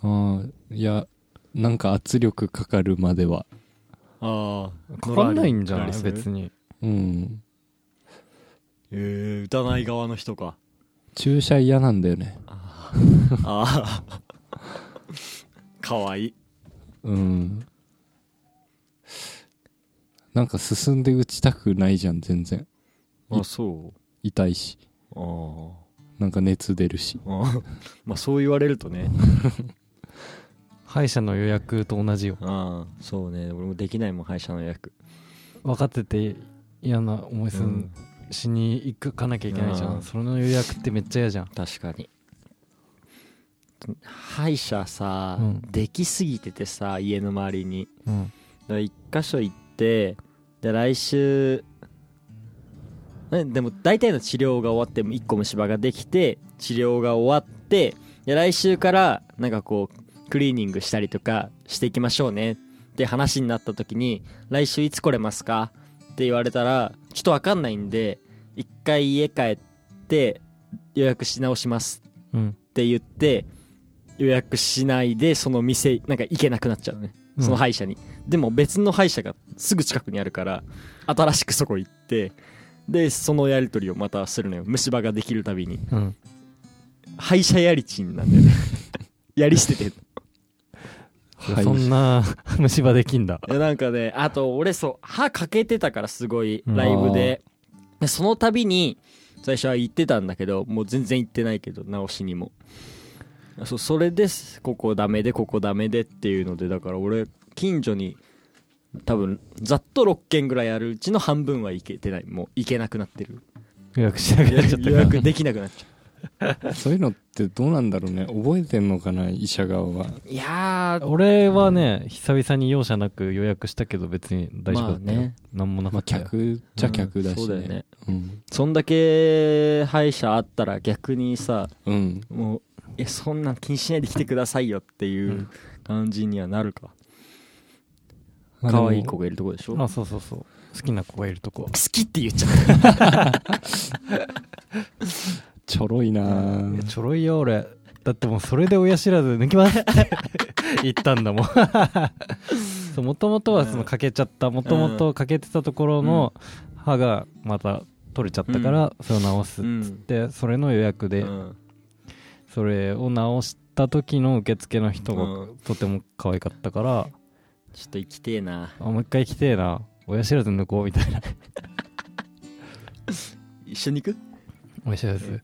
Speaker 2: ああいやなんか圧力かかるまでは
Speaker 1: あ
Speaker 3: かかんないんじゃない
Speaker 1: に
Speaker 3: 別に
Speaker 2: うん
Speaker 1: えー、打たない側の人か
Speaker 2: 注射嫌なんだよね
Speaker 1: ああかわいい
Speaker 2: うんなんか進んで打ちたくないじゃん全然
Speaker 1: あそう
Speaker 2: 痛いし
Speaker 1: あ
Speaker 2: なんか熱出るし
Speaker 1: あまあそう言われるとね
Speaker 3: 歯医者の予約と同じよ
Speaker 1: ああそうね俺もできないもん歯医者の予約
Speaker 3: 分かってて嫌な思いする、しに行くかなきゃいけないじゃ
Speaker 1: うんん
Speaker 3: その予約ってめっちゃ嫌じゃん
Speaker 1: 確かに歯医者さ、
Speaker 3: うん
Speaker 1: できすぎててさ家の周りに
Speaker 3: うん
Speaker 1: だから一箇所行ってで来週ねでも大体の治療が終わって1個虫歯ができて治療が終わってで来週からなんかこうクリーニングしたりとかしていきましょうねって話になった時に「来週いつ来れますか?」って言われたらちょっと分かんないんで一回家帰って予約し直します
Speaker 3: うん
Speaker 1: って言って予約しないでその店なんか行けなくなっちゃうねその歯医者に、でも別の歯医者がすぐ近くにあるから新しくそこ行ってでそのやり取りをまたするのよ虫歯ができるたびに
Speaker 3: うん
Speaker 1: 歯医者やりちんなんだよね やりしててい
Speaker 2: はい
Speaker 3: そんな虫歯できんだ
Speaker 1: やなんかねあと俺そう歯欠けてたからすごいライブででその度に最初は行ってたんだけどもう全然行ってないけど直しにもそうそれですここダメでここダメでっていうのでだから俺近所に多分ざっと6軒ぐらいあるうちの半分は行けてないもう行けなくなってる
Speaker 3: 予約し なくなっちゃった
Speaker 1: 予約できなくなっちゃ
Speaker 2: そういうのってどうなんだろうね覚えてんのかな医者側は
Speaker 1: ういやー
Speaker 3: 俺はね久々に容赦なく予約したけど別に大丈夫だったよ、
Speaker 1: まあね
Speaker 3: 何もなか
Speaker 2: まあ
Speaker 3: ったよ、
Speaker 2: 客じゃ客だし
Speaker 1: そうだよね
Speaker 2: ねうん
Speaker 1: そんだけ歯医者あったら逆にさ
Speaker 2: うん
Speaker 1: もういやそんなん気にしないで来てくださいよっていう感じにはなるか
Speaker 2: まあで
Speaker 1: 可
Speaker 2: も
Speaker 1: 愛い子がいるとこでしょ
Speaker 3: あ
Speaker 1: 好
Speaker 3: そうそうそう好きな子がいるとこ
Speaker 1: きって言っちゃ
Speaker 2: ちょろいない
Speaker 3: やちょろいよ俺だってもうそれで親知らず抜きますって言ったんだもんそうもともとはその欠けちゃったもともと欠けてたところの歯がまた取れちゃったからそれを直す
Speaker 1: う
Speaker 3: っ
Speaker 1: ん
Speaker 3: つってそれの予約
Speaker 1: う
Speaker 3: で
Speaker 1: ん
Speaker 3: それを直した時の受付の人が
Speaker 1: うん
Speaker 3: とても可愛かったから
Speaker 1: ちょっと生きてえな
Speaker 3: あもう一回来てえな親知らず抜こうみたいな
Speaker 1: 一緒に行く
Speaker 3: 親知らず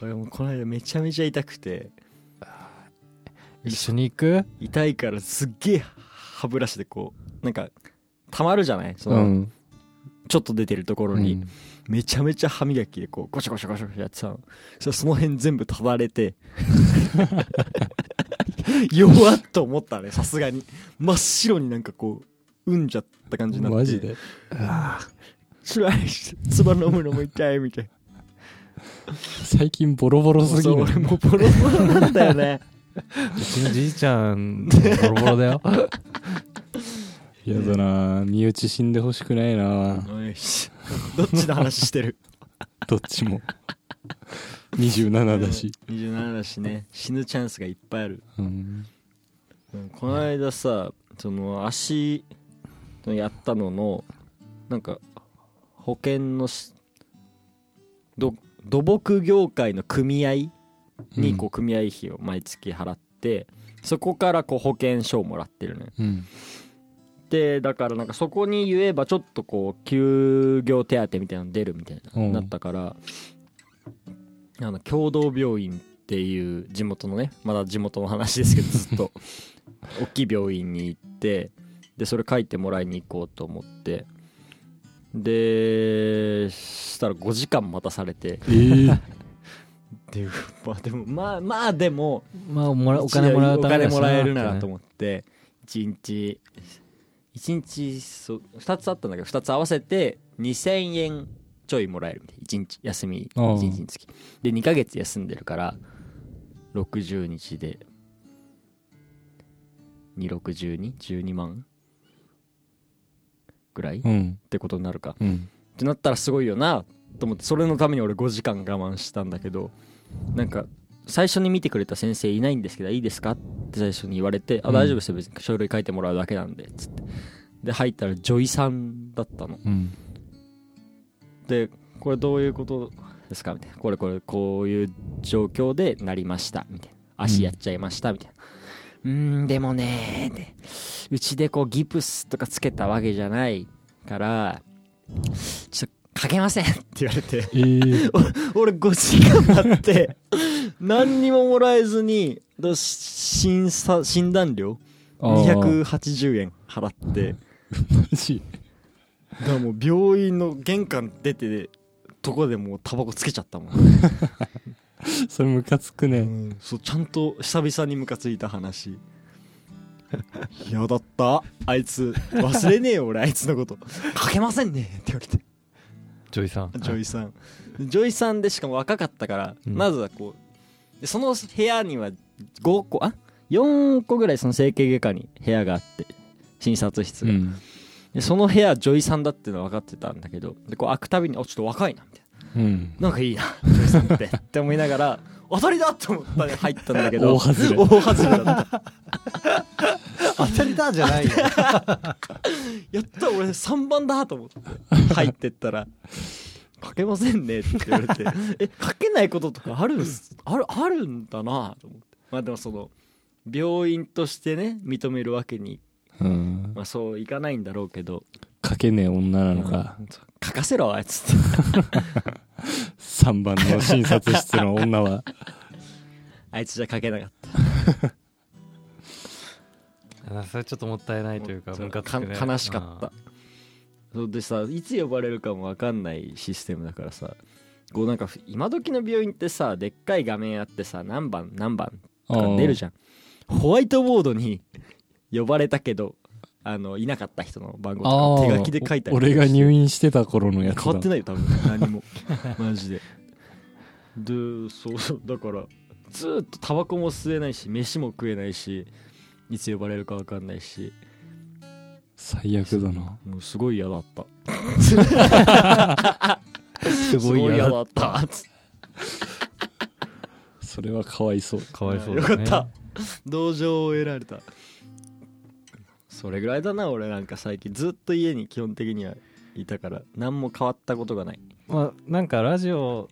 Speaker 1: 俺もうこの間めちゃめちゃ痛くて
Speaker 3: 一緒に行く
Speaker 1: 痛いからすっげえ歯ブラシでこうなんかたまるじゃないそうの、
Speaker 2: ん
Speaker 1: ちょっと出てるところに、
Speaker 2: うん
Speaker 1: めちゃめちゃ歯磨きでこうゴシャゴシャゴシャゴシャやってたのそしたらその辺全部ただれ て弱っと思ったねさすがに真っ白になんかこううんじゃった感じになって
Speaker 2: マジで
Speaker 1: つらいしつば飲むのも痛いみたい
Speaker 2: 最近ボロボロ
Speaker 1: な
Speaker 2: すぎ
Speaker 1: そう
Speaker 2: る
Speaker 1: 俺もうボロボロなん だよね
Speaker 3: うちのじいちゃんボロボロだよ
Speaker 2: 嫌だなぁ身内死んでほしくないなぁ
Speaker 1: よしどっちの話してる
Speaker 2: どっちも27だし、
Speaker 1: うん27だしね死ぬチャンスがいっぱいある
Speaker 2: うん、
Speaker 1: うんこの間さその足やったののなんか保険のしど土木業界の組合にこう組合費を毎月払って、そこからこう保険証をもらってるのよ
Speaker 2: うん
Speaker 1: でだからなんかそこに言えばちょっとこう休業手当みたいなの出るみたいな、
Speaker 2: うん
Speaker 1: なったからあの共同病院っていう地元のねまだ地元の話ですけどずっと 大きい病院に行ってでそれ書いてもらいに行こうと思ってでしたら5時間待たされて
Speaker 2: えー、
Speaker 1: で まあでもまあまあでも
Speaker 3: まあもらお金もらうため
Speaker 1: お金もらえるな
Speaker 3: ら
Speaker 1: らと思って1日1日そう2つあったんだけど2つ合わせて2000円ちょいもらえるみたい1日休み
Speaker 2: ああ
Speaker 1: 1日につきで2ヶ月休んでるから60日で2612万ぐらいっ
Speaker 2: うん
Speaker 1: てことになるか
Speaker 2: うん
Speaker 1: ってなったらすごいよなと思ってそれのために俺5時間我慢したんだけどなんか最初に見てくれた先生いないんですけどいいですかって最初に言われて「
Speaker 2: う
Speaker 1: あ
Speaker 2: ん
Speaker 1: 大丈夫ですよ別に書類書いてもらうだけなんで」つってで入ったら女医さんだったの
Speaker 2: うん
Speaker 1: でこれどういうことですかみたいなこれこれこういう状況でなりましたみたいな足やっちゃいましたみたいなうーんでもねーってうちでこうギプスとかつけたわけじゃないからちょっとかけませんって言われて
Speaker 2: えー、
Speaker 1: 俺5時間待って何にももらえずにだ診査診断料
Speaker 2: 200
Speaker 1: 280円払って
Speaker 2: マジ
Speaker 1: だからもう病院の玄関出てとこでもうタバコつけちゃったもん
Speaker 2: それムカつくね
Speaker 1: そうちゃんと久々にムカついた話 嫌だったあいつ忘れねえよ俺あいつのこと書けませんねって言われて
Speaker 3: ジョイさん
Speaker 1: ジョイさんジョイさんでしかも若かったから、
Speaker 3: うん
Speaker 1: まずはこうでその部屋には5個あ4個ぐらいその整形外科に部屋があって診察室
Speaker 2: う
Speaker 1: が、
Speaker 2: ん
Speaker 1: でその部屋ジョイさんだっていうのは分かってたんだけどでこう開くたびにあちょっと若いなみたいな
Speaker 2: うん
Speaker 1: なんかいいな、ジョイさんって。って思いながら、当たりだと思ったね、入ったんだけど。
Speaker 2: 大外れ
Speaker 1: 大外れだった。
Speaker 3: 当たりだじゃないよ
Speaker 1: やった、俺3番だと思って。入ってったら、書けませんねって言われて。え、書けないこととかあるんす、ある、あるんだなと思って。まあでもその、病院としてね、認めるわけに、
Speaker 2: うん
Speaker 1: まあそういかないんだろうけど。
Speaker 2: 書けねえ女なのか
Speaker 1: うん書かせろ、あいつって。
Speaker 2: 3番の診察室の女は
Speaker 1: あいつじゃ書けなかった。
Speaker 3: それちょっともったいないというかムカつくね
Speaker 1: 悲しかったそうでさいつ呼ばれるかも分かんないシステムだからさこうなんか今時の病院ってさでっかい画面あってさ何番何番とか出るじゃんホワイトボードに 呼ばれたけどあのいなかった人の番号
Speaker 2: あ
Speaker 1: と
Speaker 2: ー
Speaker 1: か手書きで書いてあ
Speaker 2: お
Speaker 1: る
Speaker 2: 俺が入院してた頃のやつだ
Speaker 1: 変わってないよ多分何も マジででそうそうだからずーっとタバコも吸えないし飯も食えないしいつ呼ばれるか分かんないし
Speaker 2: 最悪だな
Speaker 1: もうすごい嫌だった
Speaker 3: すごい
Speaker 1: 嫌
Speaker 3: 嫌だ
Speaker 1: だった
Speaker 2: それはかわいそう
Speaker 3: かわいそう
Speaker 1: よ
Speaker 3: だ
Speaker 1: か
Speaker 3: ね
Speaker 1: った同情を得られたそれぐらいだな俺なんか最近ずっと家に基本的にはいたから何も変わったことがない
Speaker 3: まあなんかラジオ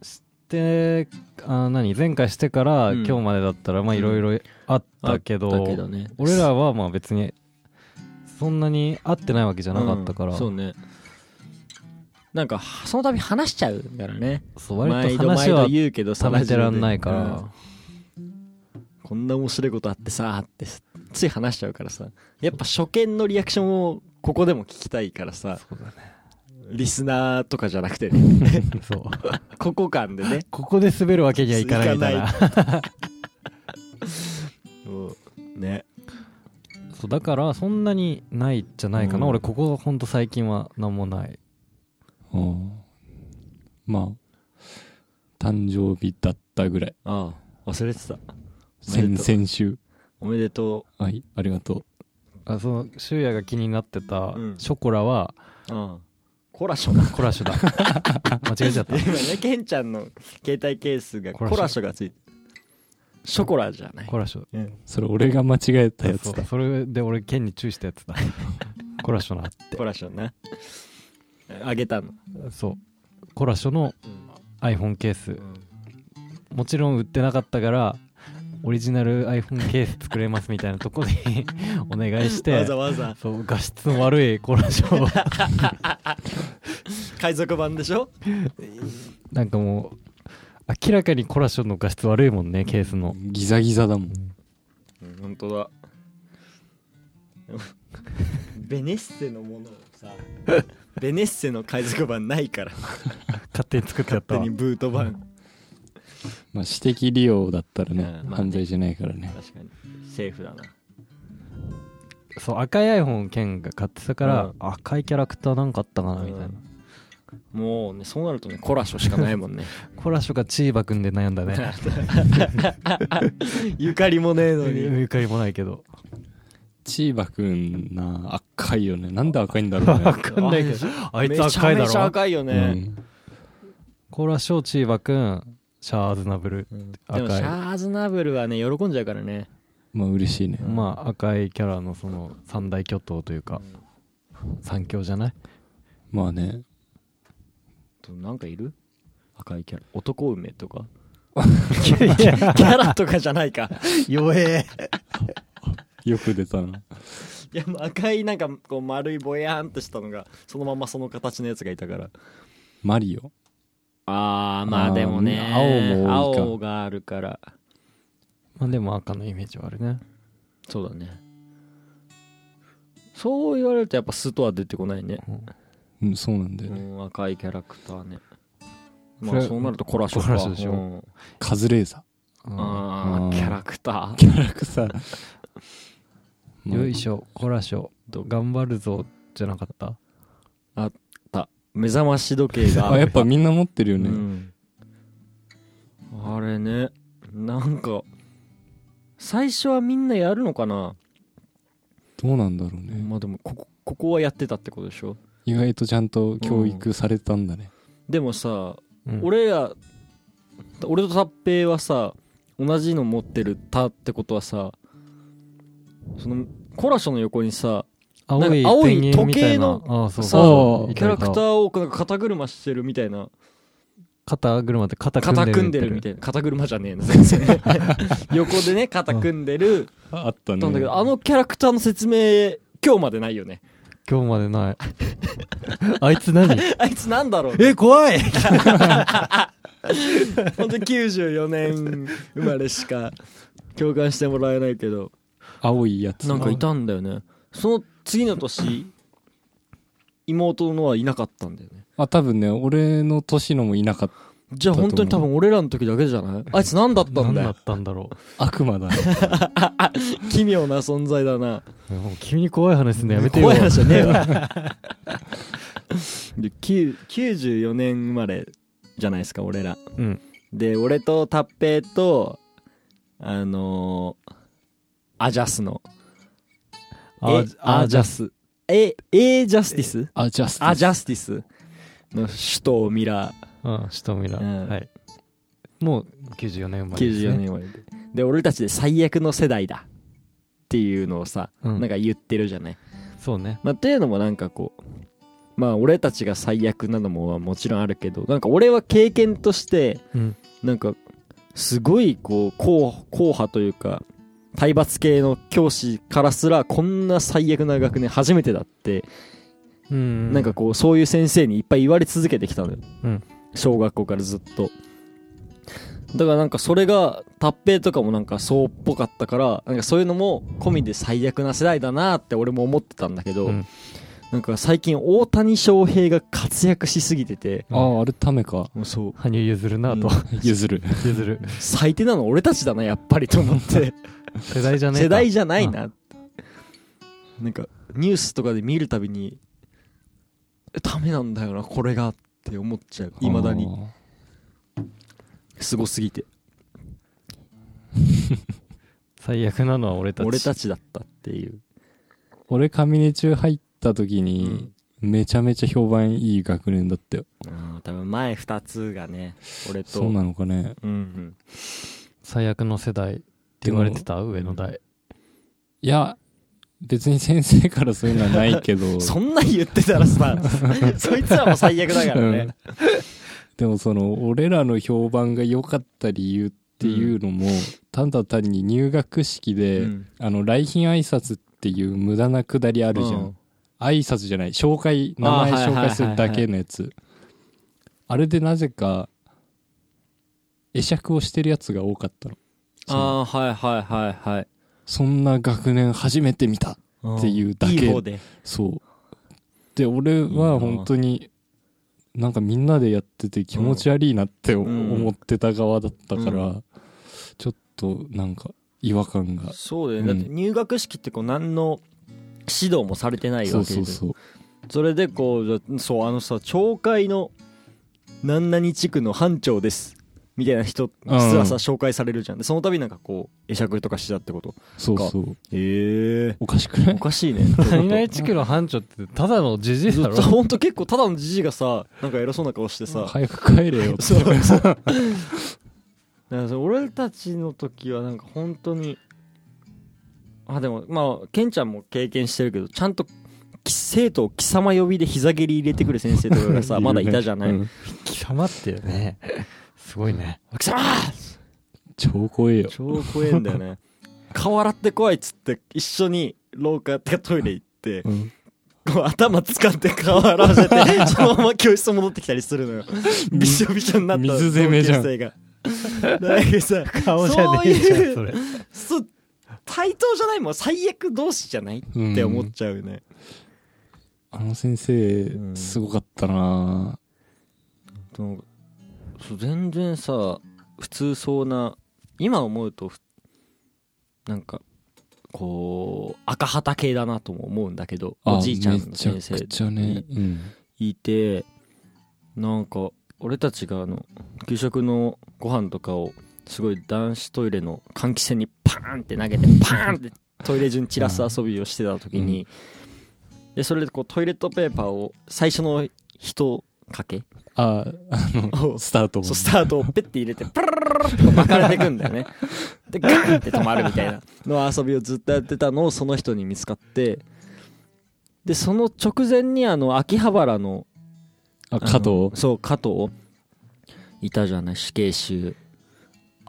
Speaker 3: してあ何前回してから
Speaker 1: うん
Speaker 3: 今日までだったらまあいろいろあったけど
Speaker 1: ね
Speaker 3: 俺らはまあ別にそんなに会ってないわけじゃなかったから、
Speaker 1: うんそうねなんかその度話しちゃうからね
Speaker 3: そう割
Speaker 1: 毎
Speaker 3: と
Speaker 1: 度毎
Speaker 3: 話は
Speaker 1: 度言うけど
Speaker 3: 冷めてらんないか
Speaker 1: うん
Speaker 3: ら、
Speaker 1: こんな面白いことあってさってつい話しちゃうからさやっぱ初見のリアクションをここでも聞きたいからさ
Speaker 3: そうだね
Speaker 1: リスナーとかじゃなくてね
Speaker 3: そう
Speaker 1: ここ間でね
Speaker 3: ここで滑るわけにはいかないみたい
Speaker 1: い
Speaker 3: な
Speaker 1: かもうね
Speaker 3: そうだからそんなにないんじゃないかな、
Speaker 1: うん
Speaker 3: 俺ここほんと最近は何もない
Speaker 2: うんまあ誕生日だったぐらい
Speaker 1: ああ忘れてたおめ
Speaker 2: 先
Speaker 1: でとう
Speaker 2: 々週
Speaker 1: おめでと
Speaker 2: はいありがと
Speaker 3: あその修也が気になってた
Speaker 1: うん
Speaker 3: ショコラは
Speaker 1: うんコラショだ
Speaker 3: コラ ショだ間違え ちゃった
Speaker 1: 今ねケンちゃんの携帯ケースがコ
Speaker 3: コラショ
Speaker 1: ラショがついてショコラじゃない
Speaker 3: コラショ
Speaker 1: うん
Speaker 2: それ俺が間違えたや
Speaker 3: そ
Speaker 2: つ
Speaker 3: う
Speaker 2: だ
Speaker 3: それで俺ケンに注意したやつ だコラショな
Speaker 1: コラショなあげたの
Speaker 3: そうコラショの iPhone ケースもちろん売ってなかったからオリジナル iPhone ケース作れますみたいなとこにお願いして
Speaker 1: わざわざ
Speaker 3: そう画質の悪いコラショを
Speaker 1: 海賊版でしょ
Speaker 3: なんかもう明らかにコラショの画質悪いもんねケースの
Speaker 2: ギザギザだもん
Speaker 1: うん本当だ ベネッセのものを さベネッセの海賊版ないから
Speaker 3: 勝手に作っちゃった
Speaker 1: 勝
Speaker 3: わ
Speaker 1: 手にブート版
Speaker 2: まあ私的利用だったらね
Speaker 1: うんまあね
Speaker 2: 犯罪じゃないからね
Speaker 1: 確かにセーフだな
Speaker 3: そう赤い iPhone ケンが買ってたから、
Speaker 1: うん
Speaker 3: 赤いキャラクターなんかあったかなみたいな、
Speaker 1: うんもうねそうなるとねコラショしかないもんね
Speaker 3: コラショかチーバくんで悩んだね
Speaker 1: ゆかりもねえのに
Speaker 3: ゆかりもないけど
Speaker 2: チーバくんな赤いよねなんで赤いんだろうね
Speaker 3: 分かんないけどあいつ赤い
Speaker 1: めちゃめ
Speaker 3: だ
Speaker 1: ちゃ
Speaker 3: ろ
Speaker 1: 赤いよね、
Speaker 3: コラショチーバくんシャアーズナブル
Speaker 1: うんで
Speaker 3: 赤い
Speaker 1: もシャーズナブルはね喜んじゃうからね
Speaker 2: うんまあ嬉しいね
Speaker 3: まあ赤いキャラのその三大巨頭というか三強じゃない
Speaker 2: まあね
Speaker 1: となんかいる赤いキャラ男梅と か
Speaker 3: いや
Speaker 1: キャラとかじゃないか
Speaker 3: 弱え
Speaker 2: よく出たない
Speaker 1: やもう赤いなんかこう丸いぼやーんとしたのがそのままその形のやつがいたから
Speaker 2: マリオ
Speaker 1: あー
Speaker 2: まあでもね青も多いか
Speaker 1: 青があるから
Speaker 3: まあでも赤のイメージはあるね
Speaker 1: そうだねそう言われるとやっぱスとは出てこないね、
Speaker 2: うんそうなんだよ
Speaker 1: う
Speaker 2: ね
Speaker 1: ん、赤いキャラクターね
Speaker 3: そ
Speaker 1: まあ
Speaker 3: れ
Speaker 1: そうなるとコラショか
Speaker 3: コラショでしょ
Speaker 1: うん
Speaker 2: カズレーザ
Speaker 3: うん
Speaker 1: あー
Speaker 2: うん
Speaker 1: キャラクタ
Speaker 2: ー
Speaker 1: ー
Speaker 2: キャラクターまあ
Speaker 3: よいしょコラショ頑張るぞじゃなかった
Speaker 1: 目覚まし時計が
Speaker 2: あやっぱみんな持ってるよ
Speaker 1: う
Speaker 2: ね、
Speaker 1: ん、あれねなんか最初はみんなやるのかな、
Speaker 2: どうなんだろうね
Speaker 1: まあでもここここはやってたってことでしょ
Speaker 2: 意外とちゃんと教育されたんだね、
Speaker 1: でもさ、
Speaker 3: うん
Speaker 1: 俺ら俺と達平はさ同じの持ってるたってことはさそのコラショの横にさ
Speaker 3: 青
Speaker 1: なん
Speaker 3: い
Speaker 1: か青い
Speaker 3: ペンギンみたいな
Speaker 1: 時
Speaker 3: ああそう
Speaker 1: さ
Speaker 3: そう
Speaker 1: キャラクタ
Speaker 3: いたいた
Speaker 1: ーをなんか肩車してるみたいな
Speaker 3: 肩車って肩
Speaker 1: 肩組
Speaker 3: 組
Speaker 1: ん
Speaker 3: ん
Speaker 1: で
Speaker 3: で
Speaker 1: る
Speaker 3: る
Speaker 1: み
Speaker 3: みたい
Speaker 1: たいな肩車じゃねえの全 然横でね肩組んでる
Speaker 2: ああったね
Speaker 1: なんだけど、あのキャラクターの説明、今日までないよね。
Speaker 3: 今日までない あいつ何
Speaker 1: あいつなんだろう
Speaker 3: え怖い
Speaker 1: 本当に94年生まれしか共感してもらえないけど。
Speaker 2: 青いやつ
Speaker 1: なんかいたんだよね。その次の年、妹のはいなかったんだよね。
Speaker 2: あ多分ね俺の年のもいなかっ
Speaker 1: じゃあ本当に多分俺らの時だけじゃないあいつ何だったん
Speaker 3: 何
Speaker 1: だ
Speaker 3: だ
Speaker 1: よ
Speaker 3: っ。たんだろ
Speaker 2: た悪魔だ
Speaker 1: 奇妙な存在だな。
Speaker 3: ういやもう急に怖い話すんのやめてよ
Speaker 1: 怖い話じゃねえわ。 で9 94年生まれじゃないですか、俺ら。
Speaker 3: うん
Speaker 1: で俺と達平とあのーアジャスの
Speaker 3: あ
Speaker 1: えアジャスえエージャスティス
Speaker 2: あジャスティス
Speaker 1: アジャスティスの首都ミラ
Speaker 3: うん、シトミラ、
Speaker 1: うん
Speaker 3: はい。もう94年生ま
Speaker 1: ー
Speaker 3: れです、ね。
Speaker 1: 94年生まれでで俺たちで最悪の世代だっていうのをさ、
Speaker 3: うん
Speaker 1: なんか言ってるじゃない、
Speaker 3: そうね。
Speaker 1: まあ、っていうのもなんかこうまあ俺たちが最悪なのもはもちろんあるけどなんか俺は経験として
Speaker 3: うん。
Speaker 1: なんかすごいこう硬硬派というか体罰系の教師からすらこんな最悪な学年初めてだって、
Speaker 3: うん。
Speaker 1: なんかこうそういう先生にいっぱい言われ続けてきたのよ、
Speaker 3: うん
Speaker 1: 小学校からずっとだからなんかそれが達平とかもなんかそうっぽかったからなんかそういうのも込みで最悪な世代だなって俺も思ってたんだけど、
Speaker 3: うん
Speaker 1: なんか最近大谷翔平が活躍しすぎてて
Speaker 2: ああれためか
Speaker 1: もうそう
Speaker 3: 羽生結弦なあと、
Speaker 2: 譲る
Speaker 3: 譲る。
Speaker 1: 最低なの俺たちだなやっぱりと思って
Speaker 3: 世代じゃねえか
Speaker 1: 世代じゃないななんかニュースとかで見るたびにえダメなんだよなこれがって思っちゃういまだに
Speaker 2: あ
Speaker 1: すごすぎて
Speaker 3: 最悪なのは俺たち。
Speaker 1: 俺たちだったっていう
Speaker 2: 俺上根中入った時
Speaker 1: う
Speaker 2: に
Speaker 1: ん、
Speaker 2: めちゃめちゃ評判いい学年だったよ。
Speaker 1: うん多分前2つがね俺と
Speaker 2: そうなのかね。
Speaker 1: うんうん
Speaker 3: 最悪の世代って言われてた上の代
Speaker 2: いや、別に先生からそういうのはないけど、
Speaker 1: そんなん言ってたらさ そいつらも最悪だからね、
Speaker 2: でもその、俺らの評判が良かった理由っていうのも、ただ単に入学式で、
Speaker 1: うん
Speaker 2: あの、来賓挨拶っていう無駄なくだりあるじゃん。
Speaker 1: うん
Speaker 2: 挨拶じゃない、紹介、名
Speaker 1: あー
Speaker 2: 前紹介す
Speaker 1: は
Speaker 2: る
Speaker 1: いはいはいはい
Speaker 2: だけのやつ。あれでなぜか、会釈をしてるやつが多かったの。その
Speaker 1: ああーはいはいはいはい
Speaker 2: そんな学年初めて見た。っていうだけ
Speaker 1: いい方で
Speaker 2: そう。で、俺は本当に、なんかみんなでやってて気持ち悪いなって思
Speaker 1: うん
Speaker 2: 思ってた側だったから、
Speaker 1: う
Speaker 2: ちょっとなんか違和感が。
Speaker 1: そうだよ
Speaker 2: う
Speaker 1: ね、
Speaker 2: ん
Speaker 1: だって入学式ってこう何の指導もされてない
Speaker 2: そ
Speaker 1: わ
Speaker 2: う
Speaker 1: け
Speaker 2: そ
Speaker 1: で
Speaker 2: うそう。
Speaker 1: それでこうじゃそうあのさ町会の何々地区の班長ですみたいな人す
Speaker 2: うん
Speaker 1: らさ紹介されるじゃんでその度なんかこう会釈とかしてたってこと
Speaker 2: そうそう。
Speaker 1: へえ
Speaker 2: おかしくな
Speaker 1: お
Speaker 2: い
Speaker 1: かしい ね
Speaker 3: 何々地区の班長ってただのじじいだろ
Speaker 1: ほんと結構ただのじじいがさなんか偉そうな顔してさ
Speaker 2: 早く帰れよって。
Speaker 1: そうそうだからその俺たちの時はなんか本当にあでもまあケンちゃんも経験してるけどちゃんとき生徒を貴様呼びで膝蹴り入れてくる先生とかが さまだいたじゃない、
Speaker 2: うん
Speaker 3: 貴様っていうねすごいね
Speaker 1: 貴様
Speaker 2: 超怖えよ。
Speaker 1: 超怖えんだよね顔洗ってこいっつって一緒に廊下ってかトイレ行って
Speaker 2: うん
Speaker 1: こう頭掴んで顔洗わせて そのまま教室戻ってきたりするのよびしょびしょになった
Speaker 2: 水攻めじゃん
Speaker 1: 同級生がなんかさ
Speaker 3: 顔じゃねえじゃんそれ
Speaker 1: そう対等じゃないもん最悪同士じゃない
Speaker 2: うん
Speaker 1: って思っちゃうよね、
Speaker 2: あの先生、
Speaker 1: ん
Speaker 2: すごかったな
Speaker 1: でもそう全然さ普通そうな今思うとふなんかこう赤旗系だなとも思うんだけど
Speaker 2: あ
Speaker 1: おじいちゃん
Speaker 2: め
Speaker 1: の
Speaker 2: ちゃ
Speaker 1: 先生
Speaker 2: くちゃね。うん。
Speaker 1: いてなんか俺たちがあの給食のご飯とかをすごい男子トイレの換気扇にパーンって投げてパーンってトイレ中に散らす遊びをしてた時に、でそれでこうトイレットペーパーを最初の一かけ
Speaker 2: あ、あの、
Speaker 1: お
Speaker 2: スタートも
Speaker 1: そうスタートをペッて入れてプルルルルルって巻かれてくんだよねでガーンって止まるみたいなの遊びをずっとやってたのをその人に見つかってでその直前にあの秋葉原の
Speaker 2: あ、加
Speaker 1: あ
Speaker 2: 藤
Speaker 1: のそう加藤いたじゃない死刑囚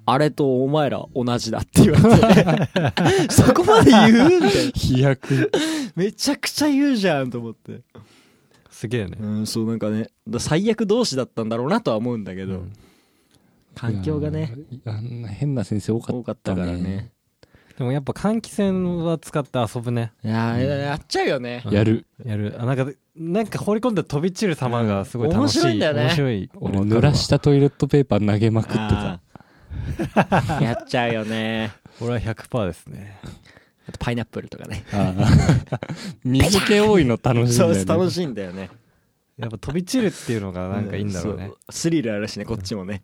Speaker 1: あれとお前ら同じだって言われ てそこまで言うみたいな
Speaker 2: 飛躍。
Speaker 1: めちゃくちゃ言うじゃんと思って
Speaker 3: すげえね
Speaker 1: うんそうなんかねだ最悪同士だったんだろうなとは思うんだけど、
Speaker 3: うん
Speaker 1: 環境がね
Speaker 2: いや。あんな変な先生多か
Speaker 1: 多
Speaker 2: った
Speaker 1: かったからね
Speaker 3: でもやっぱ換気扇は使って遊ぶね
Speaker 1: いやーやっちゃうよね、
Speaker 2: やる。
Speaker 3: やるあなんかなんか放り込んで飛び散る様がすごい楽しい、
Speaker 1: 面白いんだよね
Speaker 3: 面白い
Speaker 2: 俺濡らしたトイレットペーパー投げまくってた
Speaker 1: あ。ー やっちゃうよね
Speaker 3: 俺は100%ですね
Speaker 1: あとパイナップルとかね
Speaker 2: あー 水気多いの楽しいん
Speaker 1: そ
Speaker 2: だよ
Speaker 1: う
Speaker 2: ね。
Speaker 1: 楽しいんだよね
Speaker 3: やっぱ飛び散るっていうのがなんかいいんだろうね、
Speaker 1: そスリルあるしねこっちもね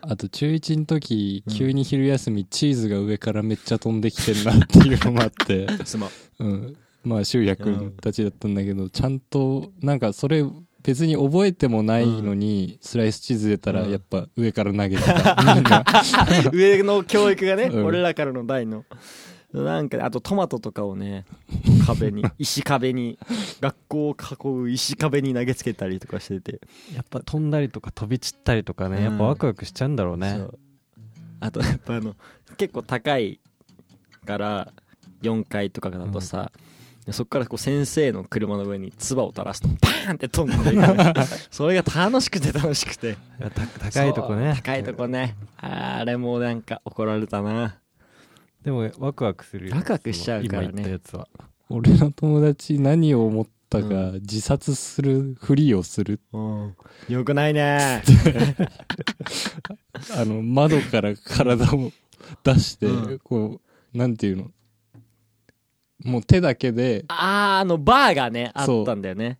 Speaker 2: あと中1の時、急に昼休みチーズが上からめっちゃ飛んできてんなっていうのもあって、
Speaker 1: すまん
Speaker 2: うん。まあ、修也くんたちだったんだけど、ちゃんと、なんかそれ、別に覚えてもないのに、スライスチーズ出たら、やっぱ上から投げてた。みん な。
Speaker 1: 上の教育がね、
Speaker 2: うん
Speaker 1: 俺らからの代のなんかあとトマトとかをね壁 に石壁に学校を囲う石壁に投げつけたりとかしてて、
Speaker 3: やっぱ飛んだりとか飛び散ったりとかね、
Speaker 1: うん
Speaker 3: やっぱワクワクしちゃうんだろうね
Speaker 1: そうあとやっぱあの結構高いから4階とかだとさ、そこからこう先生の車の上に唾を垂らすとパーンって飛ん でいくねそれが楽しくて楽しくて
Speaker 3: いやた高いとこね
Speaker 1: そう高いとこねあれもうなんか怒られたな
Speaker 3: でもワクワクするよ
Speaker 1: ワクワクしちゃうからね
Speaker 3: 今言ったやつは
Speaker 2: 俺の友達何を思ったか自殺するふりをする、
Speaker 1: うんよくないね
Speaker 2: あの窓から体を出して、
Speaker 1: うん
Speaker 2: こうなんていうのもう手だけで
Speaker 1: あーあのバーがねあ
Speaker 2: そう
Speaker 1: ったんだよね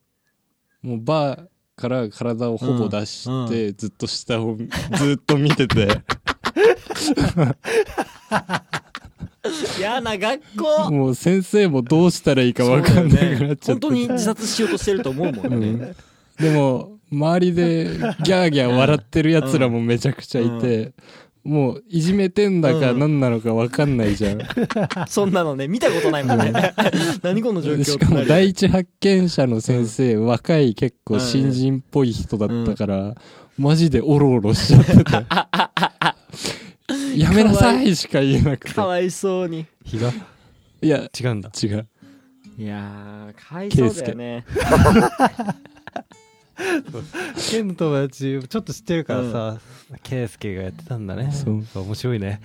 Speaker 2: もうバーから体をほぼ出して、ずっと下を ずっと見てて
Speaker 1: や嫌な学校
Speaker 2: もう先生もどうしたらいいか分かんなくなっちゃって、
Speaker 1: 本当に自殺しようとしてると思うもんね、
Speaker 2: うんでも周りでギャーギャー笑ってるやつらもめちゃくちゃいて、もういじめてんだか
Speaker 1: うん
Speaker 2: 何なのか分かんないじゃん、
Speaker 1: そんなのね見たことないもん ね何この状況
Speaker 2: しかも
Speaker 1: ってなる
Speaker 2: 第一発見者の先生、若い結構新人っぽい人だったから、マジでオロオロしちゃってた やめなさいしか言えなくて
Speaker 1: かわいそうに
Speaker 3: 日が
Speaker 2: いや
Speaker 3: 違うんだ
Speaker 2: 違う
Speaker 1: いやーかわいそうだよね
Speaker 3: ケンの友達ちょっと知ってるからさケイスケがやってたんだね
Speaker 2: そう
Speaker 3: そう面白いね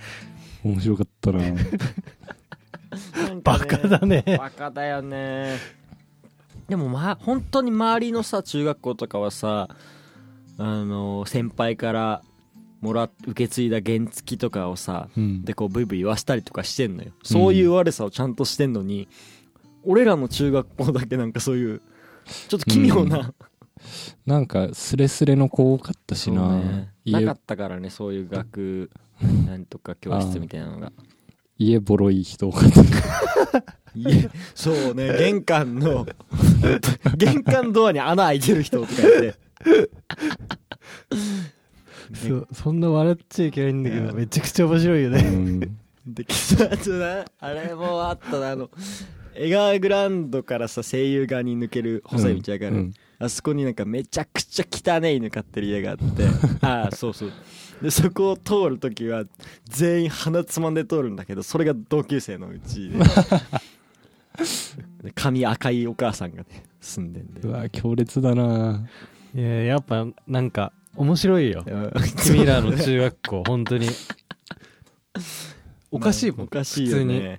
Speaker 2: 面白かったな
Speaker 1: なんか
Speaker 3: バ
Speaker 1: ね
Speaker 3: カだね
Speaker 1: バカだよねでもまあ本当に周りのさ中学校とかはさあの先輩からもらっ受け継いだ原付とかをさ
Speaker 2: うん
Speaker 1: でこうブイブイ言わしたりとかしてんのよそういう悪さをちゃんとしてんのに、俺らの中学校だけなんかそういうちょっと奇妙な、
Speaker 2: なんかスレスレの子多かったしな、
Speaker 1: な
Speaker 2: 家
Speaker 1: かったからねそういう学何なんとか教室みたいなのが
Speaker 2: 家ボロい人多かった
Speaker 1: いえそうね玄関の玄関ドアに穴開いてる人とかいて
Speaker 3: そうそんな笑っちゃいけないんだけどめちゃくちゃ面白いよ
Speaker 2: う
Speaker 3: ね
Speaker 2: ん
Speaker 1: で喫茶店なあれもあったなあの江川グラウンドからさ声優側に抜ける細い道上がる、
Speaker 2: うんうん
Speaker 1: あそこになんかめちゃくちゃ汚い犬飼ってる家があって ああそうそうでそこを通るときは全員鼻つまんで通るんだけどそれが同級生のうち でで髪赤いお母さんがね住んでんで
Speaker 2: うわ強烈だない
Speaker 3: ややっぱなんか面白いよ
Speaker 1: うん
Speaker 3: 君らの中学校本当におかしいもん
Speaker 1: おかしいよね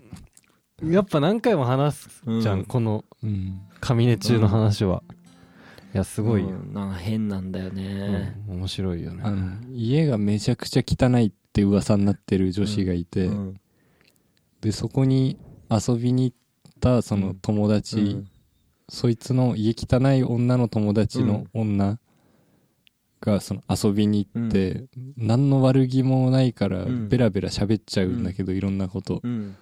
Speaker 3: やっぱ何回も話すじゃん、
Speaker 1: うん
Speaker 3: この
Speaker 2: うん
Speaker 3: 上根中の話は、いやすごいよ、
Speaker 1: うんなんか変なんだよね、
Speaker 3: うん面白いよ
Speaker 2: あ
Speaker 3: ね
Speaker 2: の家がめちゃくちゃ汚いって噂になってる女子がいて、
Speaker 1: うん
Speaker 2: でそこに遊びに行ったそうの
Speaker 1: ん
Speaker 2: 友達、
Speaker 1: うん
Speaker 2: そいつの家汚い女の友達の女がその遊びに行って、何の悪気もないから
Speaker 1: うん
Speaker 2: ベラベラ喋っちゃうんだけど、いろんなこと
Speaker 1: うん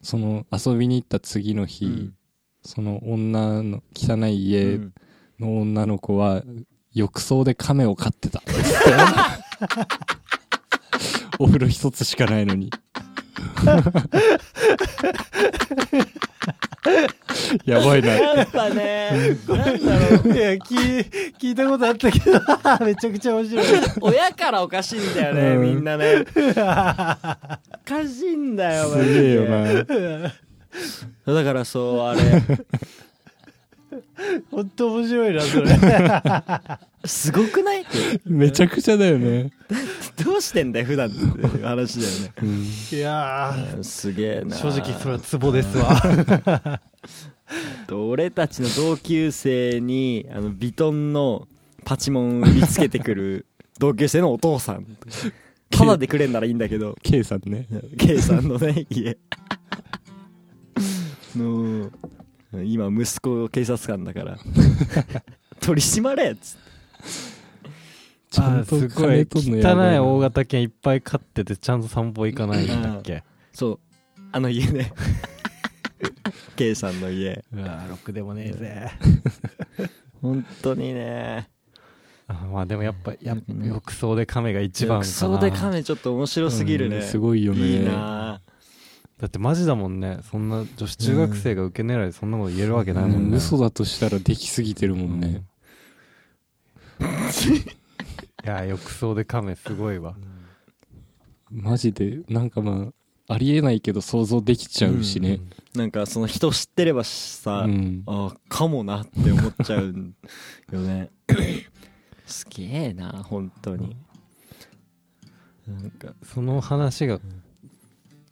Speaker 2: その遊びに行った次の日、
Speaker 1: うん
Speaker 2: その女の汚いう家
Speaker 1: ん
Speaker 2: の女の子は浴槽で亀を飼ってた お風呂一つしかないのに やばいな
Speaker 1: やっぱね、なんだろう、
Speaker 3: いや聞い聞いたことあったけど めちゃくちゃ面白い
Speaker 1: 親からおかしいんだよね、
Speaker 2: うん
Speaker 1: みんなね。おかしいんだよ、マジ
Speaker 2: す
Speaker 1: で
Speaker 2: げえよ。な
Speaker 1: だからそう、あれ、
Speaker 3: 本当面白いなそれ
Speaker 1: すごくない
Speaker 2: めちゃくちゃだよね、
Speaker 1: どうしてんだよ、普段って話だよね。
Speaker 3: いやー
Speaker 1: うんすげえな。
Speaker 3: 正直それはツボですわ
Speaker 1: 俺たちの同級生にあのビトンのパチモン売りつけてくる同級生のお父さんただでくれんならいいんだけど
Speaker 2: K さんね
Speaker 1: K さんの ね家の今息子警察官だから 取り締まれっつって
Speaker 2: ちゃんと
Speaker 3: すご
Speaker 2: 金
Speaker 3: い
Speaker 2: 取んのやば
Speaker 3: 汚い大
Speaker 2: な
Speaker 3: 型犬いっぱい飼っててちゃんと散歩行かないんだっけ
Speaker 1: そうあの家 ね K さんの家
Speaker 3: うわーろくでもねえぜ
Speaker 1: 本当にね
Speaker 3: あ まあでもやっぱやっぱ
Speaker 1: うん
Speaker 3: 浴槽で亀が一番かな
Speaker 1: 浴槽でカメちょっと面白すぎるね、
Speaker 2: うんすごいよね
Speaker 1: いいな
Speaker 3: だってマジだもんねそんな女子中学生が受け狙いでそんなこと言えるわけないもん
Speaker 2: うん
Speaker 3: ね
Speaker 2: 嘘だとしたらできすぎてるもんね、
Speaker 3: いや浴槽で亀すごいわ
Speaker 2: マジでなんかまあありえないけど想像できちゃうしね
Speaker 1: なんかその人知ってればさ、
Speaker 2: うん
Speaker 1: あかもなって思っちゃうんよ ねすげえな本当になんか
Speaker 3: その話が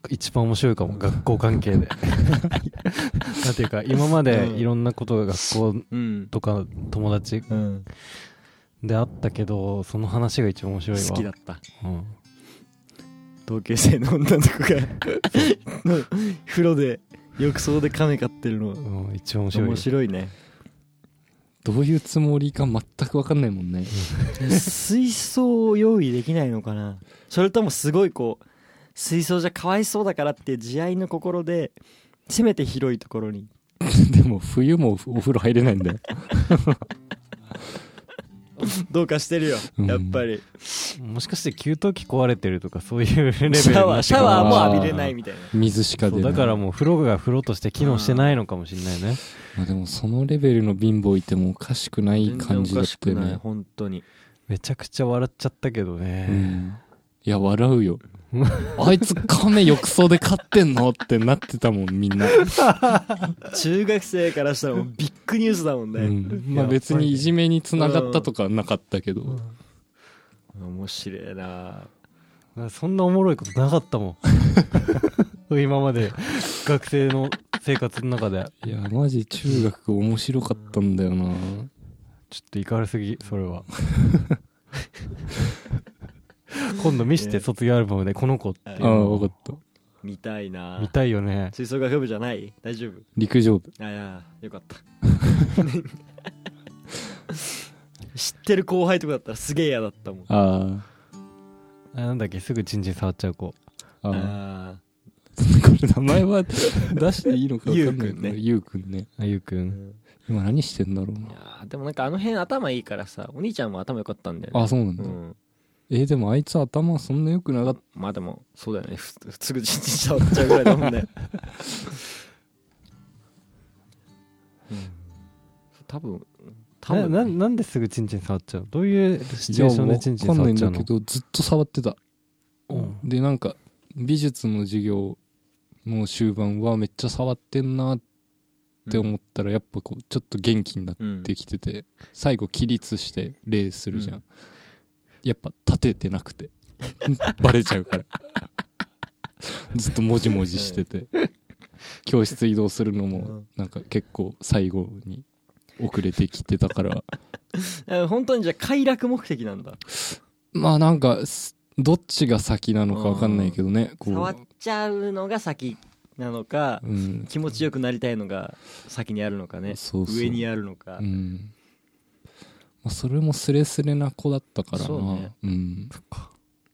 Speaker 3: 一番面白いかも学校 関係でなんていうか今までいろんなことが学校
Speaker 1: うん、
Speaker 3: とか友達
Speaker 1: うん、
Speaker 3: であったけどその話が一番面白いわ
Speaker 1: 好きだった
Speaker 3: うん
Speaker 1: 同級生の女の子がの 風呂で浴槽で亀飼ってるの
Speaker 3: うん一番面白いよ
Speaker 1: 面白いね
Speaker 2: どういうつもりか全く分かんないもんね
Speaker 1: 水槽を用意できないのかなそれともすごいこう水槽じゃかわいそうだからって慈愛の心でせめて広いところに
Speaker 2: でも冬もお風呂入れないんだよ。
Speaker 1: どうかしてるよ
Speaker 2: うん
Speaker 1: やっぱり、
Speaker 3: もしかして給湯器壊れてるとかそういうレベルに
Speaker 1: シャワ
Speaker 3: な
Speaker 1: ー
Speaker 3: って
Speaker 1: シ
Speaker 3: く
Speaker 1: ャ
Speaker 3: る
Speaker 1: ワーも浴びれないみたいな
Speaker 2: 水しか
Speaker 3: そ
Speaker 2: 出
Speaker 3: う
Speaker 2: な
Speaker 3: だ
Speaker 2: い。
Speaker 3: からもう風呂が風呂として機能してないのかもしれないね
Speaker 2: まあでもそのレベルの貧乏いてもおかしくない
Speaker 1: 全然
Speaker 2: 感
Speaker 1: お
Speaker 2: じだ
Speaker 1: か
Speaker 2: っ
Speaker 1: したく
Speaker 2: よ
Speaker 1: ない
Speaker 2: ね。
Speaker 1: 本当に
Speaker 3: めちゃくちゃ笑っちゃったけどね、
Speaker 2: うん。いや、笑う よ。あいつ亀浴槽で飼ってんのってなってたもん、みんな。
Speaker 1: 中学生からしたらもうビッグニュースだもんね、
Speaker 2: うんまあ別にいじめにつながったとかはなかったけど。
Speaker 1: 面白いな
Speaker 3: そんなおもろいことなかっ たもん今まで学生の生活の中で
Speaker 2: いや、マジ中学面白かったんだよな。
Speaker 3: ちょっと怒りすぎそれは今度見して卒業アルバムでこの子っていう
Speaker 2: ああ、
Speaker 3: の
Speaker 2: わかった。
Speaker 1: 見たいな
Speaker 3: 見たいよね
Speaker 1: 吹奏楽部じゃない大丈夫
Speaker 2: 陸上部。
Speaker 1: あいやよかった知ってる後輩とかだったらすげえ嫌だったもん
Speaker 2: あ
Speaker 3: あなんだっけすぐチンチン触っちゃう子
Speaker 2: あ、ああ。
Speaker 1: あ
Speaker 2: これ名前は出していいのかわかんないけど。ゆうくんね。
Speaker 3: あゆうく
Speaker 1: ー
Speaker 3: ん
Speaker 1: うん
Speaker 2: 今何してんだろう
Speaker 1: い
Speaker 2: な。
Speaker 1: やーでもなんかあの辺頭いいからさお兄ちゃんも頭良かったんだよね
Speaker 2: あ、そうなん
Speaker 1: う
Speaker 2: だ。
Speaker 1: ん
Speaker 2: えーでもあいつ頭そんな良くなかっ
Speaker 1: まあでもそうだよねふふすぐちんちん触っちゃうぐらいだもんねうん多分多
Speaker 3: な
Speaker 1: 分
Speaker 3: ななんですぐチンチン触っちゃうどういうシ
Speaker 2: た
Speaker 3: チュエーションでチンチン
Speaker 2: いやわ
Speaker 3: 触
Speaker 2: か
Speaker 3: っ
Speaker 2: ん
Speaker 3: ち
Speaker 2: な
Speaker 3: ゃ
Speaker 2: いん
Speaker 3: う
Speaker 2: だけ
Speaker 3: の
Speaker 2: どずっと触ってた
Speaker 3: うん
Speaker 2: でなんか美術の授業の終盤はめっちゃ触ってんなって思ったらやっぱこうちょっと元気になっ
Speaker 1: うん
Speaker 2: てきてて最後起立して礼するじゃ
Speaker 1: うん
Speaker 2: やっぱ立ててなくて バレちゃうからずっともじもじしてて教室移動するのもなんか結構最後に遅れてきてたから
Speaker 1: え本当にじゃあ快楽目的なんだ
Speaker 2: まあなんかすどっちが先なのかわかんないけどねこ
Speaker 1: 触っ
Speaker 2: う、
Speaker 1: ちゃうのが先なのか
Speaker 2: うん、
Speaker 1: 気持ちよくなりたいのが先にあるのかね
Speaker 2: そうそう
Speaker 1: 上にあるのか、
Speaker 2: うんまあ、それもスレスレな子だったからな
Speaker 1: そうね
Speaker 2: ん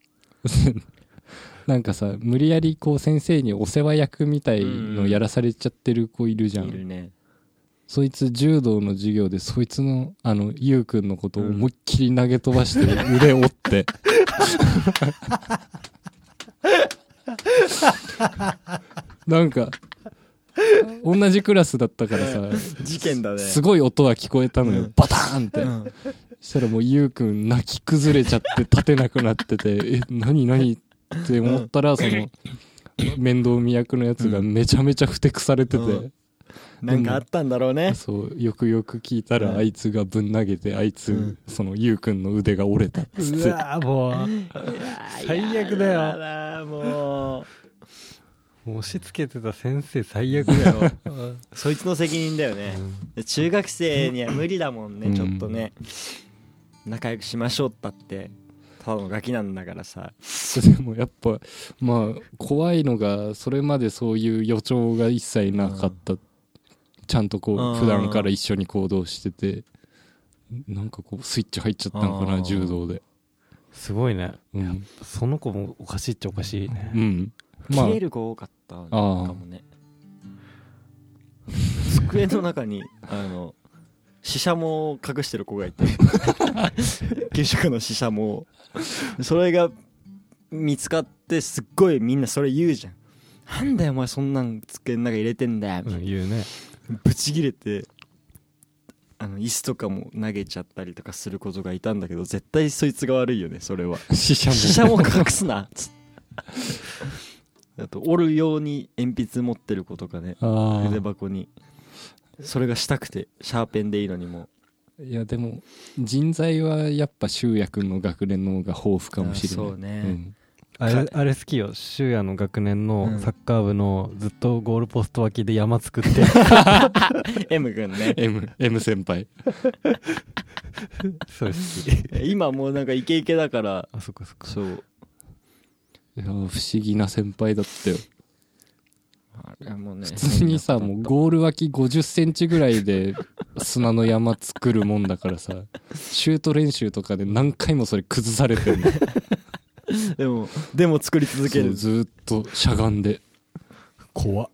Speaker 2: なんかさ無理やりこう先生にお世話役みたいのやらされちゃってる子いるじゃん、
Speaker 1: いるね
Speaker 2: そいつ柔道の授業でそいつのあのゆうくんのことを思いっきり投げ飛ばして腕折って、なんか同じクラスだったからさ
Speaker 1: 事件だね
Speaker 2: すごい音は聞こえたのよ、
Speaker 1: うん
Speaker 2: バターンって、
Speaker 1: うん
Speaker 2: したらもうゆうくん泣き崩れちゃって立てなくなっててえ何何って思ったらそ の面倒見役のやつがめちゃめちゃふてくされてて、
Speaker 1: うんなんかあったんだろうね
Speaker 2: そうよくよく聞いた
Speaker 1: う
Speaker 2: ら
Speaker 1: ん
Speaker 2: あいつがぶん投げてあいつ、
Speaker 1: うん
Speaker 2: そのゆうくんの腕が折れたっつっ
Speaker 3: う
Speaker 2: て
Speaker 3: わーも最悪だよ
Speaker 1: やだも
Speaker 3: う押し付けてた先生最悪だよ
Speaker 1: うそいつの責任だよね
Speaker 3: うん、
Speaker 1: 中学生には無理だもんね、
Speaker 2: うん
Speaker 1: ちょっとね仲良くしましょうったってただのガキなんだからさ
Speaker 2: でもやっぱまあ怖いのがそれまでそういう予兆が一切なかった、ちゃんとこ
Speaker 1: うん
Speaker 2: う普段から一緒に行動しててなんかこうスイッチ入っちゃったのか
Speaker 1: あー
Speaker 2: な柔道です
Speaker 3: ごいね
Speaker 2: うん、
Speaker 3: その子もおかしいっちゃおかしいね
Speaker 2: うん、まあ
Speaker 1: 切れる子多かったのか
Speaker 2: ああ
Speaker 1: もね机の中にあのシシャモを隠してる子がいて給食のシシャモをそれが見つかってすっごいみんなそれ言うじゃんなんだよお前そんなん机の中入れてんだよみたいな
Speaker 3: うん言うね
Speaker 1: ブチギレてあの椅子とかも投げちゃったりとかすることがいたんだけど絶対そいつが悪いよねそれは
Speaker 2: 死者も
Speaker 1: 死者も隠すなつって あと折るように鉛筆持ってる子とかね
Speaker 2: あ
Speaker 1: 筆
Speaker 2: あ
Speaker 1: 箱にそれがしたくてシャーペンでいいのにも
Speaker 2: いやでも人材はやっぱ修也くんの学年の方が豊富かもしれない
Speaker 1: あそうね
Speaker 2: ん
Speaker 3: あれあれ好きよ柊也の学年のサッカー部のずっとゴールポスト脇で山作って
Speaker 1: M 君 ね
Speaker 2: M, M 先輩
Speaker 3: それ好き
Speaker 1: 今もうなんかイケイケだから
Speaker 3: あそっかそっか
Speaker 1: そう
Speaker 2: いやー不思議な先輩だったよ
Speaker 1: あれもうね
Speaker 2: 普通にさもうゴール脇5 0ンチぐらいで砂の山作るもんだからさシュート練習とかで何回もそれ崩されてるの
Speaker 1: でもでも作り続け
Speaker 2: そう
Speaker 1: る
Speaker 2: ずーっとしゃがんで怖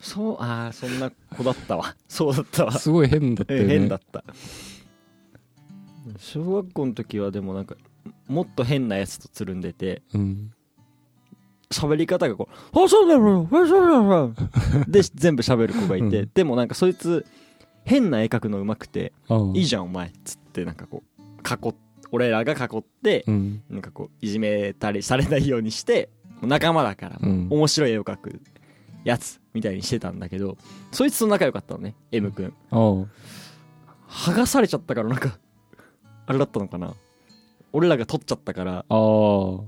Speaker 1: そうああそんな子だったわそうだったわ
Speaker 2: すごい変だったよ
Speaker 1: え
Speaker 2: ね
Speaker 1: 変だった小学校の時はでもなんかもっと変なやつとつるんでて
Speaker 2: うん
Speaker 1: 喋り方がこう「あそうだろあそうだろ」で全部喋る子がいて、
Speaker 2: うん
Speaker 1: でもなんかそいつ変な絵描くのうまくて
Speaker 2: ああ
Speaker 1: 「いいじゃんお前」っつってなんかこう囲っ俺らが囲って、
Speaker 2: うん
Speaker 1: なんかこういじめたりされないようにしてもう仲間だから
Speaker 2: うん
Speaker 1: 面白い絵を描くやつみたいにしてたんだけどそいつと仲良かったのね M 君
Speaker 2: ああ
Speaker 1: 剥がされちゃったからなんかあれだったのかな俺らが取っちゃったから
Speaker 2: ああ
Speaker 1: お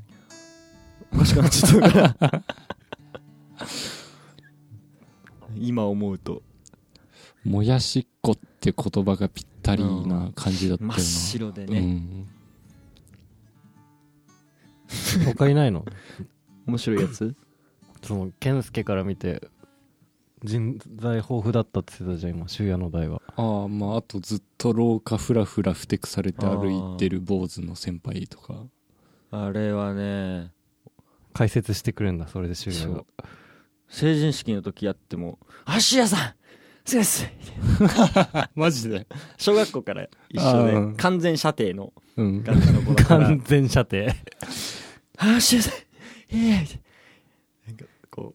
Speaker 1: かしくなっちゃったから今思うと
Speaker 2: もやしっこって言葉がぴったりな感じだったよな、
Speaker 1: 真っ白で
Speaker 2: う
Speaker 1: ね、
Speaker 2: ん
Speaker 3: 他いないの
Speaker 1: 面白いやつ
Speaker 3: その健介から見て人材豊富だったって言ってたじゃん今修也の代は
Speaker 2: ああまああとずっと廊下ふらふらふてくされて歩いてる坊主の先輩とか
Speaker 1: あれはね
Speaker 3: 解説してくれるんだそれで修也が
Speaker 1: 成人式の時やっても「あしやさんすいま せん
Speaker 2: マジで
Speaker 1: 小学校から一緒
Speaker 2: あ
Speaker 1: で
Speaker 2: ー
Speaker 1: 完全射程の
Speaker 2: うん
Speaker 1: 感じの子だから
Speaker 3: 完全射程
Speaker 1: あしやさんいやいやいやなんかこう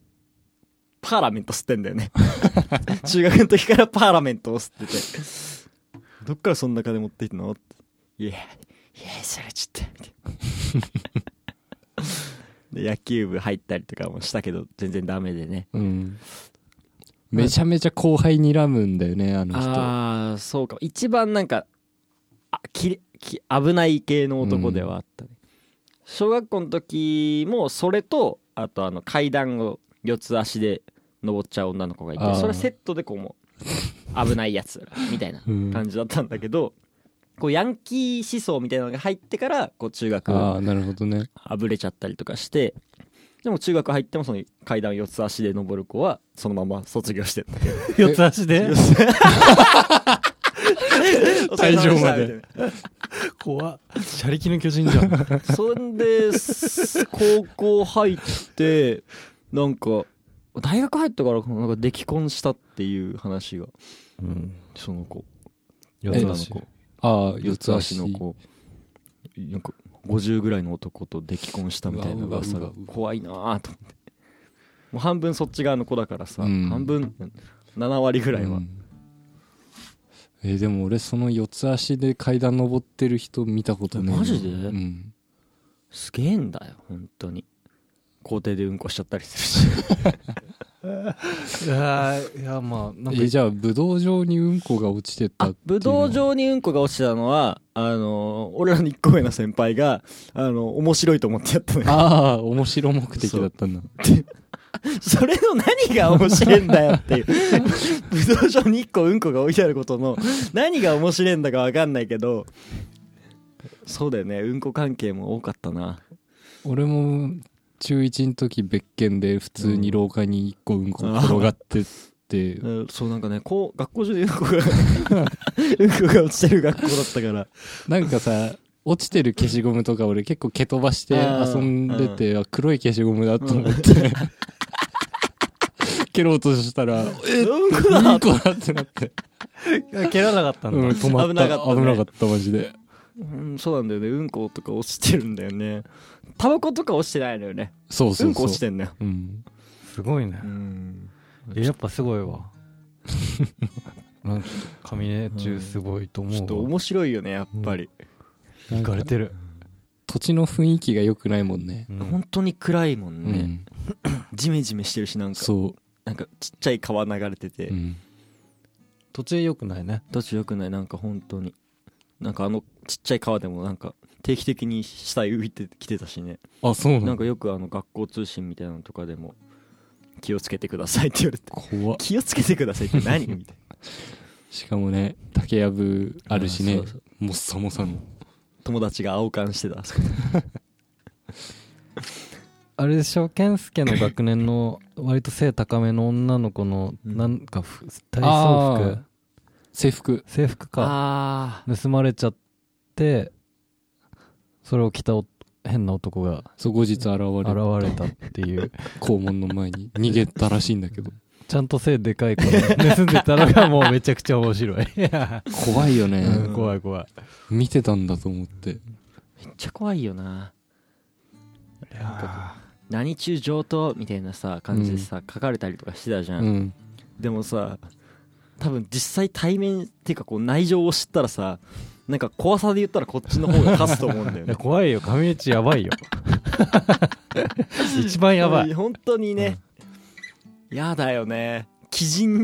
Speaker 1: パーラメント吸ってんだよね中学の時からパーラメントを吸っててどっからそんな金持ってきたのっていやいやそれはちょっとみたいな で野球部入ったりとかもしたけど全然ダメでね
Speaker 2: うんめちゃめちゃ後輩睨むんだよねあの人
Speaker 1: ああそうか一番なんかあきれき危ない系の男ではあったね、小学校の時もそれとあとあの階段を四つ足で登っちゃう女の子がいて
Speaker 2: あー
Speaker 1: それはセットでこうもう危ないやつみたいな
Speaker 2: うん
Speaker 1: 感じだったんだけど、こうヤンキー思想みたいなのが入ってからこう中学
Speaker 2: ああなるほどね
Speaker 1: あぶれちゃったりとかしてでも中学入ってもその階段四つ足で登る子はそのまま卒業してった
Speaker 3: 四つ足で
Speaker 2: 退場まで
Speaker 3: 怖っ車力の巨人じゃ ん
Speaker 1: そんです高校入ってなんか大学入ったからなんか出来婚したっていう話が
Speaker 3: うん
Speaker 1: その子
Speaker 3: 四
Speaker 2: え
Speaker 3: つ
Speaker 1: 女の
Speaker 3: 足
Speaker 1: 子
Speaker 2: ああ
Speaker 1: 四
Speaker 2: 四
Speaker 1: つ
Speaker 2: つ
Speaker 1: 足
Speaker 2: 足
Speaker 1: の子なんか50ぐらいの男と出来婚したみたいな噂
Speaker 2: う
Speaker 1: が
Speaker 2: わうわうわ
Speaker 1: 怖いなぁと思ってもう半分そっち側の子だからさ、
Speaker 2: うん
Speaker 1: 半分7割ぐらいは、
Speaker 2: うんえーでも俺その四つ足で階段登ってる人見たことないな
Speaker 1: マジで
Speaker 2: うん
Speaker 1: すげえんだよ本当に校庭でうんこしちゃったりするし
Speaker 3: いやーいやまあ
Speaker 2: え
Speaker 3: なんか
Speaker 2: ーじゃあ武道場にうんこが落ちてたっていう
Speaker 1: 武
Speaker 2: のは
Speaker 1: 道場にうんこが落ちたのはあの俺らの1個上の先輩があの面白いと思ってやったのよ
Speaker 2: ああ面白目的だったんだ
Speaker 1: それの何が面白いんだよっていう 武道場に1個うんこが置いてあることの何が面白いんだか分かんないけどそうだよねうんこ関係も多かったな
Speaker 2: 俺も中1の時別件で普通に廊下に1個うんこ転がってって、
Speaker 1: うんそうなんかねこう学校中でうんこが うんこが落ちてる学校だったから
Speaker 2: なんかさ落ちてる消しゴムとか俺結構蹴飛ばして遊んでて、あ黒い消しゴムだと思って、 蹴 ろうとしたら「えっ!」
Speaker 1: うんこだ
Speaker 2: うんこだってなって、
Speaker 3: 蹴らなかったん
Speaker 2: うん、
Speaker 3: だ
Speaker 2: 止まった
Speaker 1: 危なかったね
Speaker 2: 危なかったマジで
Speaker 1: うん、そうなんだよねうんことか落ちてるんだよねタバコとか落ちてないのよね
Speaker 2: そうそうそう
Speaker 1: うんこ落ちてんだよ
Speaker 2: うん
Speaker 3: すごいね
Speaker 1: うん
Speaker 3: えやっぱすごいわ なんか神ね中すごいと
Speaker 1: ちょっと
Speaker 3: 思うわ
Speaker 1: 面白いよねやっぱり、
Speaker 3: いかれてる
Speaker 2: 土地の雰囲気が良くないもんね
Speaker 3: うん
Speaker 1: 本当に暗いもん
Speaker 2: う
Speaker 1: ね、
Speaker 2: ん
Speaker 1: ジメジメしてるしなんか
Speaker 2: そ
Speaker 1: なんかちっちゃい川流れてて、
Speaker 2: う、うん、
Speaker 3: 途中良くないね
Speaker 1: どっちよくないなんか本当になんかあのちっちゃい川でもなんか定期的に下へ浮いてきてたしね、
Speaker 2: あそうな
Speaker 1: なん
Speaker 2: んだ
Speaker 1: かよくあの学校通信みたいなのとかでも気をつけてくださいって言われて
Speaker 2: 怖っ
Speaker 1: 気をつけてくださいって何みたいな
Speaker 2: しかもね竹やぶあるし
Speaker 1: あ
Speaker 2: ね
Speaker 1: そうそう
Speaker 2: もっさもさの
Speaker 1: 友達が青缶してたあそこ
Speaker 3: あれでしょ健介の学年 の割と背高めの女の子の
Speaker 1: うん
Speaker 3: なんかふ体操
Speaker 2: あー
Speaker 3: 服
Speaker 2: 制服
Speaker 3: 制服か
Speaker 1: あ
Speaker 3: 盗まれちゃってそれを着たお変な男が
Speaker 2: そう後日現れ
Speaker 3: 現
Speaker 2: る
Speaker 3: れたっていう
Speaker 2: 校門の前に逃げたらしいんだけど
Speaker 3: ちゃんと背でかい子が盗んでたのがもうめちゃくちゃ面白い
Speaker 2: 怖いよね、
Speaker 3: うん怖い怖い
Speaker 2: 見てたんだと思って
Speaker 1: めっちゃ怖いよななんかこう何中上等みたいなさ感じでさ、書かれたりとかしてたじゃ、
Speaker 2: うんん
Speaker 1: でもさ多分実際対面っていうかこう内情を知ったらさなんか怖さで言ったらこっちの方が勝つと思うんだよ
Speaker 3: いや
Speaker 1: ね
Speaker 3: 怖いよ上市やば いよ一番やばい
Speaker 1: 本当にね、やだよね鬼人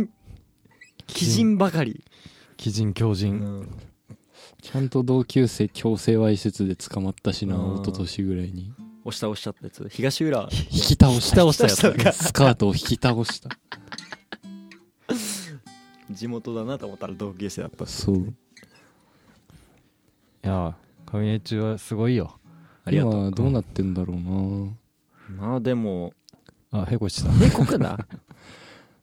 Speaker 1: 鬼人ばかり、
Speaker 3: 鬼人狂人
Speaker 2: ちゃんと同級生強制わいせつで捕まったしな
Speaker 1: うん
Speaker 2: 一昨年ぐらいに
Speaker 1: 押した押したってやつ東浦
Speaker 2: 引き倒した
Speaker 1: 引き倒したのか
Speaker 2: スカートを引き倒した
Speaker 1: 地元だなと思ったら同級生だった
Speaker 2: そう
Speaker 3: いや上市はすごいよ
Speaker 1: ありがとう
Speaker 2: 今どうなってんだろうな
Speaker 1: まあでも
Speaker 3: あへこした
Speaker 1: 猫か な、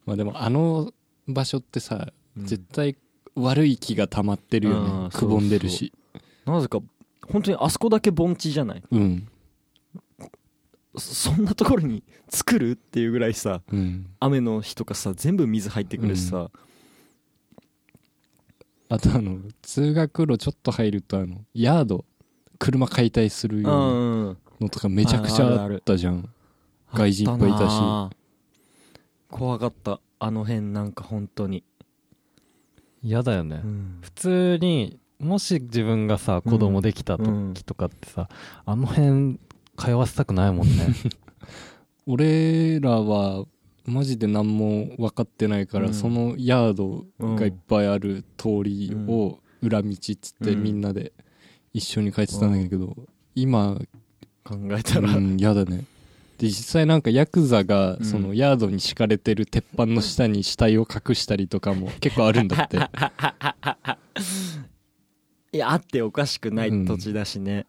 Speaker 2: まあでもあの場所ってさ絶対悪い気が溜まってるよね、
Speaker 1: うん
Speaker 2: くぼんでるし
Speaker 1: なぜか本当にあそこだけ盆地じゃない
Speaker 2: うん
Speaker 1: そそんなところに作るっていうぐらいさ
Speaker 2: うん
Speaker 1: 雨の日とかさ全部水入ってくるしさ、
Speaker 2: あとあの通学路ちょっと入るとあのヤード車解体する
Speaker 1: うん、
Speaker 2: よう
Speaker 1: うん
Speaker 2: なのとかめちゃくちゃあったじゃん外人いっぱいいたし
Speaker 1: あったなあ怖かったあの辺なんか本当に、
Speaker 3: 嫌だよね
Speaker 1: うん
Speaker 3: 普通にもし自分がさ子供できた
Speaker 1: うん
Speaker 3: 時とかってさ、あの辺通わせたくないもんね
Speaker 2: 俺らはマジで何も分かってないから、
Speaker 1: うん
Speaker 2: そのヤードがいっぱいある通りを裏道っつって
Speaker 1: うん
Speaker 2: みんなで一緒に帰ってたんだけど、今
Speaker 1: 考えたら、
Speaker 2: うん、やだねで実際なんかヤクザが
Speaker 1: うん
Speaker 2: そのヤードに敷かれてる鉄板の下に死体を隠したりとかも 結構あるんだって
Speaker 1: いやあっておかしくない土地だしね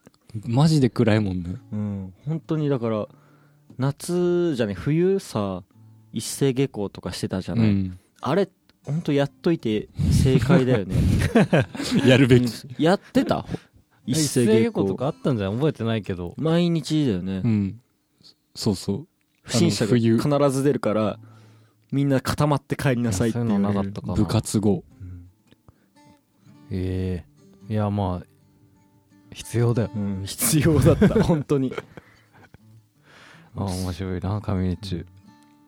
Speaker 2: マジで暗いもんね
Speaker 1: うん、本当にだから夏じゃね冬さ一斉下校とかしてたじゃ
Speaker 2: う
Speaker 1: ない、
Speaker 2: ん
Speaker 1: あれ本当やっといて正解だよ ね
Speaker 2: やるべき
Speaker 1: やってたほ一斉
Speaker 3: 斉
Speaker 1: 下校
Speaker 3: とかあったんじゃん覚えてないけど
Speaker 1: 毎日だよね、
Speaker 2: うんそうそう
Speaker 1: 不審者が
Speaker 2: 冬
Speaker 1: 必ず出るからみんな固まって帰りなさいっていう
Speaker 3: そういうのなかったかな
Speaker 2: 部活後
Speaker 3: ええいやまあ必要だよ
Speaker 1: うん、必要だった本当に
Speaker 3: あ面白いな上市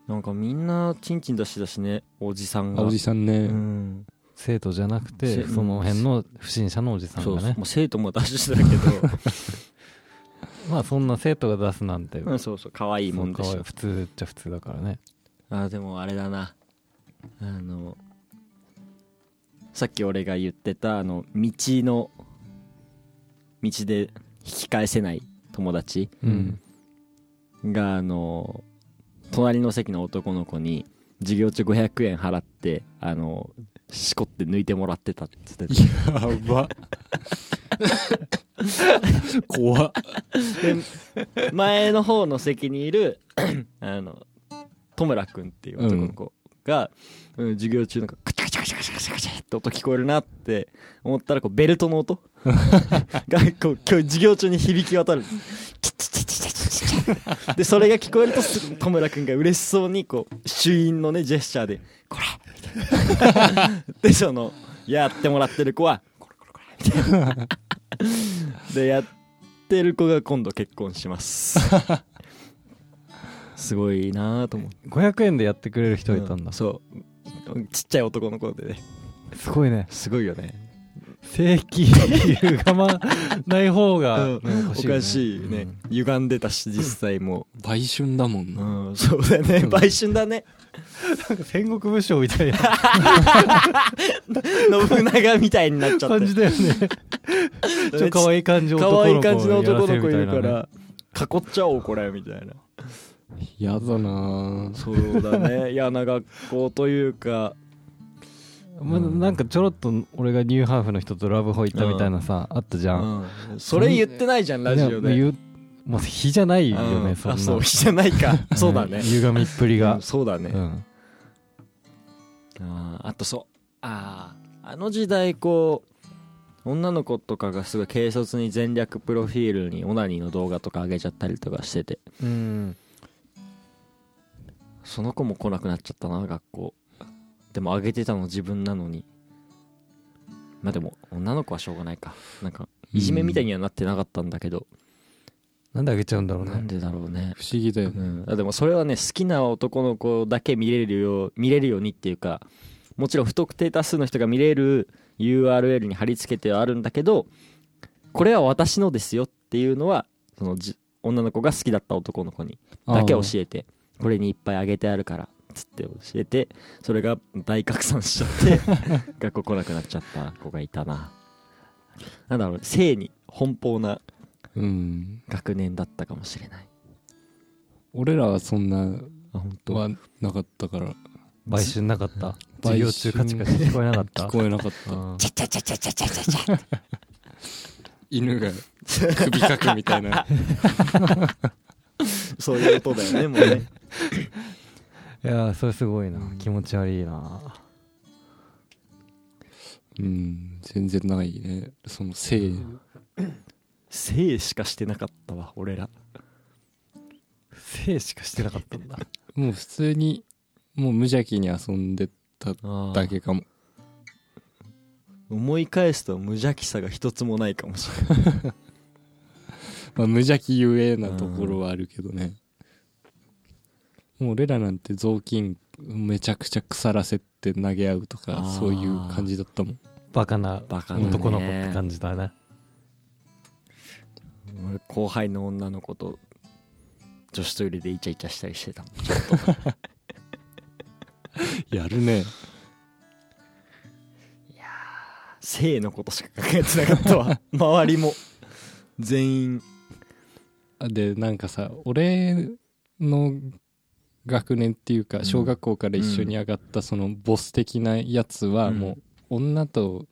Speaker 1: なんかみんなチンチン出してたしねおじさんが
Speaker 2: あおじさん
Speaker 1: う
Speaker 2: ね
Speaker 1: ん
Speaker 3: 生徒じゃなく
Speaker 1: せ
Speaker 3: て
Speaker 1: うん
Speaker 3: その辺の不審者のおじさん
Speaker 1: そう
Speaker 3: が
Speaker 1: そう
Speaker 3: ね
Speaker 1: もう生徒も出してたけ
Speaker 3: まあそんな生徒が出すなんて、
Speaker 1: ど、うん、そうそう可愛いもんで
Speaker 3: そう
Speaker 1: し
Speaker 3: か
Speaker 1: ょ
Speaker 3: 普通っちゃ普通だからね
Speaker 1: あでもあれだなあのさっき俺が言ってたあの道の道で引き返せない友達
Speaker 2: うん
Speaker 1: があの隣の席の男の子に授業中500円払ってあのしこって抜いてもらってたって言ってた
Speaker 2: やば怖っ
Speaker 1: で前の方の席にいる あの戸村君っていう男の子が、うん授業中なんかカチャカチャカチャカチャカチャカチャって音聞こえるなって思ったらこうベルトの音がこう今日授業中に響き渡るチッチッチッチッチッチッチッチッでそれが聞こえるとすぐ戸村君が嬉しそうにこう主因のねジェスチャーで「これ!」みたいなでそのやってもらってる子は「これこれこれ」みたいなでやってる子が今度結婚します すごいなぁと思って
Speaker 3: 500円でやってくれる人いたんだ、
Speaker 1: うそうちっちゃい男の子でね
Speaker 3: すごいね
Speaker 1: すごいよね
Speaker 3: 正規歪まない方が、ね
Speaker 1: うんおかしい
Speaker 3: よ
Speaker 1: ね歪んでたし実際も
Speaker 2: 売春だもん
Speaker 1: う
Speaker 2: な、
Speaker 1: うんそうだね
Speaker 2: うん
Speaker 1: 売春だね
Speaker 3: なんか戦国武将みたいな
Speaker 1: 信長みたいに なっちゃって
Speaker 3: 感じだよねちょ可愛い感じの
Speaker 1: 可
Speaker 3: 男の子
Speaker 1: 愛い感じの男の子いる
Speaker 3: やら
Speaker 1: か
Speaker 3: せみたいなね
Speaker 1: ら囲っちゃおうこれみたいな
Speaker 2: やだな
Speaker 1: そうだね嫌な学校というか
Speaker 3: まあなんかちょろっと俺がニューハーフの人とラブホ行ったみたいなさ、あったじゃん、
Speaker 1: うんそれ言ってないじゃんラジオ
Speaker 3: ね
Speaker 1: で
Speaker 3: 言うもう日じゃないよ
Speaker 1: う
Speaker 3: ね、
Speaker 1: ん
Speaker 3: そんな
Speaker 1: あそうじゃない かそうだね
Speaker 3: 歪みっぷり
Speaker 1: う
Speaker 3: が
Speaker 1: ん、そうだね
Speaker 3: うん
Speaker 1: あーあとそうあああの時代こう女の子とかがすごい軽率に全略プロフィールにオナニーの動画とか上げちゃったりとかしてて
Speaker 3: うん
Speaker 1: その子も来なくなっちゃったな学校でも上げてたの自分なのにまあでも女の子はしょうがないかなんかいじめみたいにはなってなかったんだけど、
Speaker 3: なんであげちゃうんだろう
Speaker 1: なん
Speaker 3: ね
Speaker 1: でだろうね
Speaker 2: 不思議だよ
Speaker 1: う
Speaker 2: ね
Speaker 1: ん、あでもそれはね好きな男の子だけ見れるよう見れるようにっていうかもちろん不特定多数の人が見れる URL に貼り付けてはあるんだけどこれは私のですよっていうのはそのじ女の子が好きだった男の子にだけ教えてこれにいっぱいあげてあるからつって教えてそれが大拡散しちゃって学校来なくなっちゃった子がいたななんだろう性に奔放な
Speaker 2: うん
Speaker 1: 学年だったかもしれない
Speaker 2: 俺らはそんな
Speaker 1: あ本当
Speaker 2: はなかったから
Speaker 3: 買収なかった
Speaker 2: 買
Speaker 3: 授
Speaker 2: 収
Speaker 3: 業中カチカチ聞こえな かった
Speaker 2: 聞こえなかった
Speaker 3: うん
Speaker 1: ちゃちゃちゃちゃちゃちゃちゃちゃ
Speaker 2: 犬が首かくみたいな
Speaker 1: そういう音だよねもうね
Speaker 3: いやーそれすごいな気持ち悪いな
Speaker 2: うん全然ないねその性
Speaker 1: 性しかしてなかったわ俺ら
Speaker 3: 生しかしてなかったんだ
Speaker 2: もう普通にもう無邪気に遊んでただけかも
Speaker 1: 思い返すと無邪気さが一つもないかもしれない
Speaker 2: まあ、無邪気ゆえなところはあるけどね、もう俺らなんて雑巾めちゃくちゃ腐らせて投げ合うと
Speaker 1: あ
Speaker 2: か
Speaker 1: ー
Speaker 2: そういう感じだったもん
Speaker 3: バカな
Speaker 1: バカだね
Speaker 3: 男の子って感じだね
Speaker 1: 俺後輩の女の子と女子トイレでイチャイチャしたりしてたもん
Speaker 2: やるね
Speaker 1: 性のことしか考えてなかった わ周りも全員
Speaker 2: でなんかさ俺の学年っていうか小学校から一緒に上がったそのボス的なやつは
Speaker 1: うん
Speaker 2: もう女と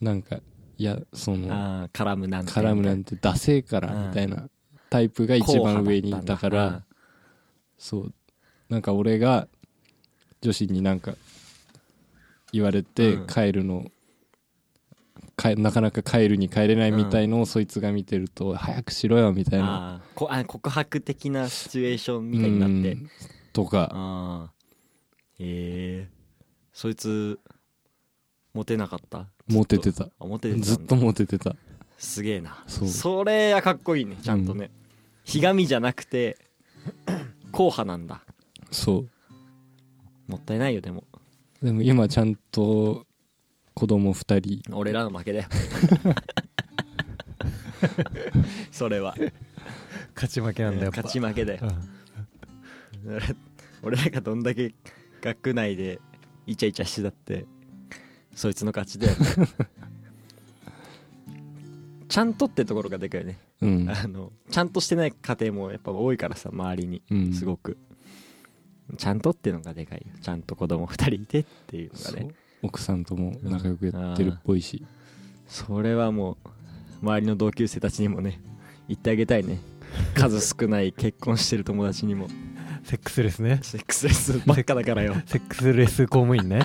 Speaker 2: なんかいやその
Speaker 1: あー絡むなんて
Speaker 2: 絡むなんてダセえからみたいなタイプが一番上にいたからそうなんか俺が女子になんか言われて
Speaker 1: うん
Speaker 2: 帰るの、帰なかなか帰るに帰れないみたいのをそいつが見てると「早くしろよ」みたいな
Speaker 1: あーこあ告白的なシチュエーションみたいになって
Speaker 2: うんとか
Speaker 1: ああええそいつモテなかった
Speaker 2: モテてた
Speaker 1: あモテてたんだ
Speaker 2: ずっとモテてた
Speaker 1: すげえな
Speaker 2: そ
Speaker 1: そうれはかっこいいねちゃんとね、ひがみじゃなくて硬派なんだ
Speaker 2: そ
Speaker 1: もったいないよでも
Speaker 2: うでも今ちゃんと子供二人
Speaker 1: 俺らの負けだよそれは
Speaker 3: 勝ち負けなんだやっぱ
Speaker 1: 勝ち負けだよ
Speaker 3: うん
Speaker 1: 俺らがどんだけ学内でイチャイチャしてたってそいつの勝ちだよちゃんとってところがでかいよね
Speaker 2: うん、
Speaker 1: あのちゃんとしてない家庭もやっぱ多いからさ周りに
Speaker 2: うん、
Speaker 1: すごく、ちゃんとっていうのがでかいよちゃんと子供2人いてっていうのが
Speaker 2: そう
Speaker 1: ね
Speaker 2: 奥さんとも仲良くやってるっぽいし
Speaker 1: それはもう周りの同級生たちにもね言ってあげた いね数少ない結婚してる友達にも
Speaker 3: セックスレスね
Speaker 1: セックスレスばっかだからよ
Speaker 3: セックスレス公務員ね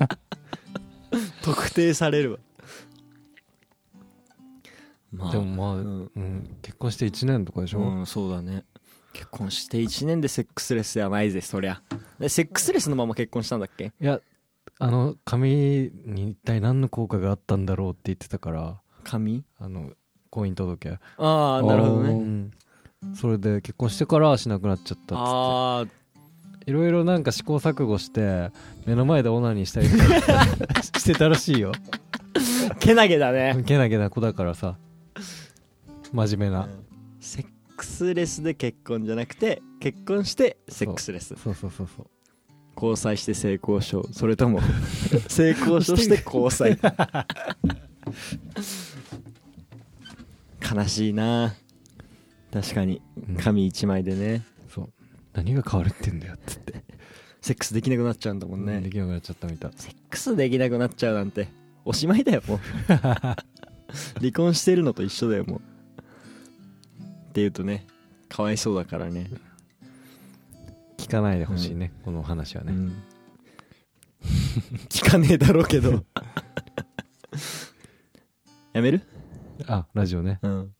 Speaker 1: 特定されるわまあ
Speaker 3: でもま あ、
Speaker 1: う
Speaker 3: うん
Speaker 1: ん、
Speaker 3: 結婚して1年とかでしょ、
Speaker 1: うんそうだね結婚して1年でセックスレスではないぜそりゃでセックスレスのまま結婚したんだっけ
Speaker 3: いやあの紙に一体何の効果があったんだろうって言ってたから
Speaker 1: 髪
Speaker 3: あの婚姻届、
Speaker 1: ああなるほど
Speaker 2: う
Speaker 1: ね
Speaker 3: うん、それで結婚してからしなくなっちゃったっつって
Speaker 1: あ
Speaker 3: いろいろなんか試行錯誤して目の前でオナニーしたりと かしてたらしいよ
Speaker 1: あけなげだね
Speaker 3: けなげな子だからさ真面目な
Speaker 1: セックスレスで結婚じゃなくて結婚してセックスレス
Speaker 3: そうそうそうそう
Speaker 1: 交際して性交渉それとも性交渉して交際悲しいな確かに
Speaker 3: うん
Speaker 1: 紙一枚でね
Speaker 3: そう何が変わるってんだよっつって
Speaker 1: セックスできなくなっちゃうんだもんね、
Speaker 3: できなくなっちゃったみたい
Speaker 1: セックスできなくなっちゃうなんておしまいだよもう離婚してるのと一緒だよもうっていうとねかわいそうだからね
Speaker 3: 聞かないでほしいね、この話はね、
Speaker 1: うん聞かねえだろうけど やめる
Speaker 3: あラジオね
Speaker 1: うん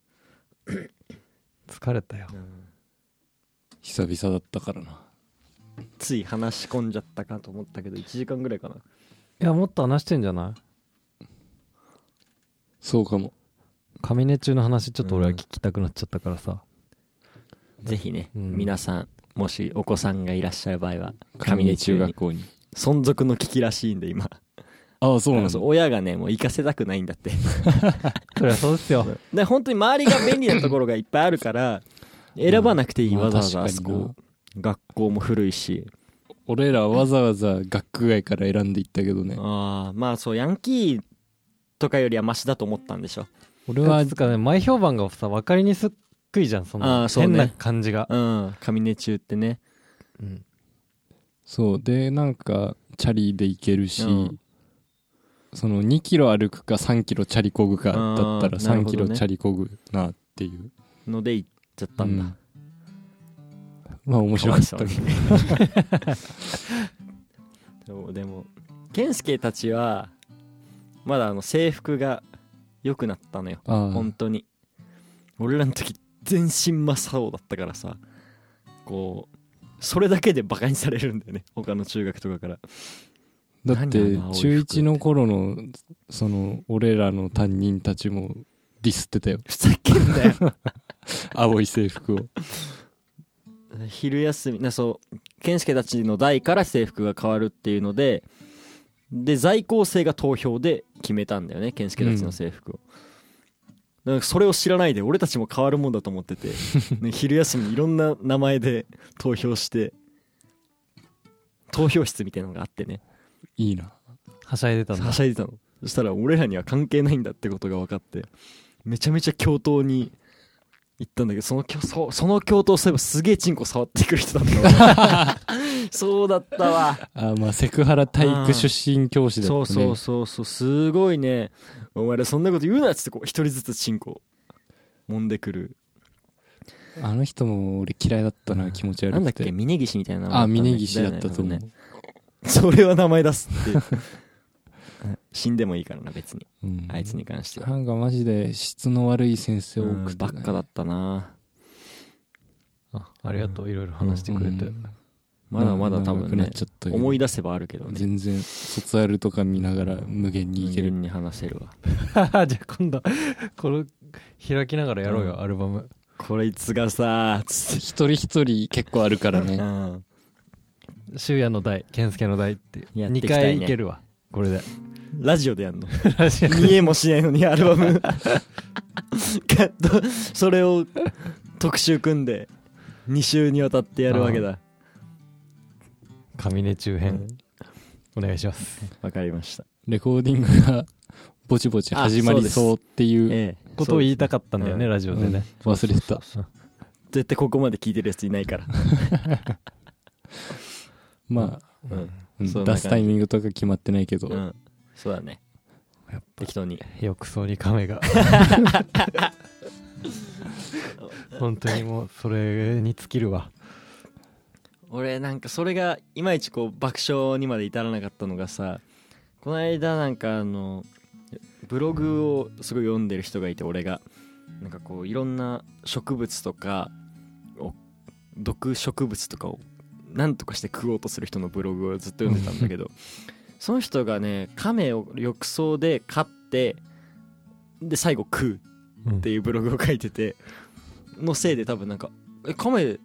Speaker 3: 疲れたよ
Speaker 2: 久々だったからな
Speaker 1: つい話し込んじゃったかと思ったけど1時間ぐらいかない
Speaker 3: やもっと話してんじゃない
Speaker 2: そうかも
Speaker 3: カミネ中の話ちょっと俺は聞きたくなっちゃったからさ、
Speaker 1: ぜひね、
Speaker 3: うん
Speaker 1: 皆さんもしお子さんがいらっしゃる場合は
Speaker 2: 上根中学
Speaker 1: に
Speaker 2: 校に
Speaker 1: 存続の危機らしいんで今
Speaker 2: ああそう
Speaker 1: な
Speaker 2: な
Speaker 1: か
Speaker 2: んんだ
Speaker 1: そう親がねもう行かせたくないんだって
Speaker 3: そりゃそうですよ
Speaker 1: で本当に周りが便利なところがいっぱいあるから選ばなくていい、
Speaker 2: まあ
Speaker 1: わざわざあ
Speaker 2: 確
Speaker 1: そ
Speaker 2: かにな
Speaker 1: こ学校も古いし
Speaker 2: 俺らわざわざ学区外から選んでいったけどね
Speaker 1: ああまあそうヤンキーとかよりはマシだと思ったんでしょ
Speaker 3: 俺はつうかね前評判がさ分かりにくいじゃんそ
Speaker 1: あ
Speaker 3: の
Speaker 1: ーそうね
Speaker 3: 変な感じが、
Speaker 1: うん上根中ってね
Speaker 3: うん
Speaker 2: そうでなんかチャリで行けるし、
Speaker 1: うん
Speaker 2: その2キロ歩くか3キロチャリこぐかだったら
Speaker 1: あーなるほ
Speaker 2: 3キ
Speaker 1: どね
Speaker 2: ロチャリこぐなっていう、
Speaker 1: ので行っちゃったんだ、
Speaker 2: うんまあ面白かったけど
Speaker 1: でもでも健介たちはまだあの制服が良くなったのよ
Speaker 2: あー
Speaker 1: 本当に俺らの時全身真っ青だったからさこうそれだけでバカにされるんだよね他の中学とかから
Speaker 2: だって
Speaker 1: 何あの青い服
Speaker 2: 中1の頃のその俺らの担任たちもディ スってたよ
Speaker 1: ふざけんなよ
Speaker 2: 青い制服を
Speaker 1: 昼休みなそう健介たちの代から制服が変わるっていうのでで在校生が投票で決めたんだよね健介たちの制服を、だからそれを知らないで俺たちも変わるもんだと思ってて、ね昼休みいろんな名前で投票して投票室みたいなのがあってね
Speaker 2: いいな
Speaker 3: はしゃいでたんだ
Speaker 1: はしゃいでたのそしたら俺らには関係ないんだってことが分かってめちゃめちゃ教頭に行ったんだけどその教そその教頭そういえばすげえチンコ触ってくる人だった わそうだったわ
Speaker 2: あーまあセクハラ体育出身教師だった
Speaker 1: そ
Speaker 2: ね
Speaker 1: うそうそうそうすごいねお前らそんなこと言うなっつってこう一人ずつチンコ揉んでくる
Speaker 2: あの人も俺嫌いだったな気持ち悪くて
Speaker 1: なんだっけ峯岸みたいな名前
Speaker 2: あ
Speaker 1: だ
Speaker 2: ー
Speaker 1: たんだよ
Speaker 2: 峯
Speaker 1: ね
Speaker 2: 岸だったと思う、
Speaker 1: 多分ねそれは名前出すって 死んでもいいからな別に
Speaker 2: うん
Speaker 1: あいつに関しては
Speaker 2: なんかマジで質の悪い先生多く
Speaker 1: うん
Speaker 2: て、
Speaker 1: ばっかだったな
Speaker 3: あありがとういろいろ話してくれて、
Speaker 2: うん
Speaker 1: まだまだ多
Speaker 2: 長
Speaker 1: 分
Speaker 2: くなっ
Speaker 1: ね
Speaker 2: ちゃったけど
Speaker 1: 思い出せばあるけどね
Speaker 2: 全然卒アルとか見ながら無限にいけ
Speaker 1: 人
Speaker 2: る
Speaker 1: 間に話せるわ
Speaker 3: じゃあ今度これ開きながらやろうよ、アルバム
Speaker 1: こいつがさつっ
Speaker 2: 一人一人結構あるから
Speaker 1: て、う
Speaker 2: ね
Speaker 1: ん、
Speaker 3: 「修也の代健介の代」って
Speaker 1: やってい
Speaker 3: 2
Speaker 1: きたいね
Speaker 3: 回いけるわこれ で
Speaker 1: ラジオでやんの見えもしないのにアルバムカットそれを特集組んで2週にわたってやるわけだ
Speaker 3: 上根中
Speaker 1: う
Speaker 3: 編
Speaker 1: ん
Speaker 3: お願いします
Speaker 1: わかりました
Speaker 2: レコーディングがぼちぼち始まりそうっていう
Speaker 1: ええ
Speaker 3: ことを言い
Speaker 1: そう
Speaker 3: たかったんだよね、
Speaker 1: うん
Speaker 3: ラジオでね、
Speaker 2: うん忘れてた
Speaker 1: 絶対ここまで聞いてるやついないから、
Speaker 2: まあ
Speaker 1: うん
Speaker 2: うん
Speaker 1: そんな感
Speaker 2: 出
Speaker 1: じ
Speaker 2: すタイミングとか決まってないけど
Speaker 1: うん、そうだね適当に
Speaker 3: 浴槽に亀 が本当にもうそれに尽きるわ
Speaker 1: 俺なんかそれがいまいちこう爆笑にまで至らなかったのがさこの間なんかあのブログをすごい読んでる人がいて俺がなんかこういろんな植物とかを毒植物とかをなんとかして食おうとする人のブログをずっと読んでたんだけどその人がね亀を浴槽で飼ってで最後食うっていうブログを書いててのせいで多分なんか「え亀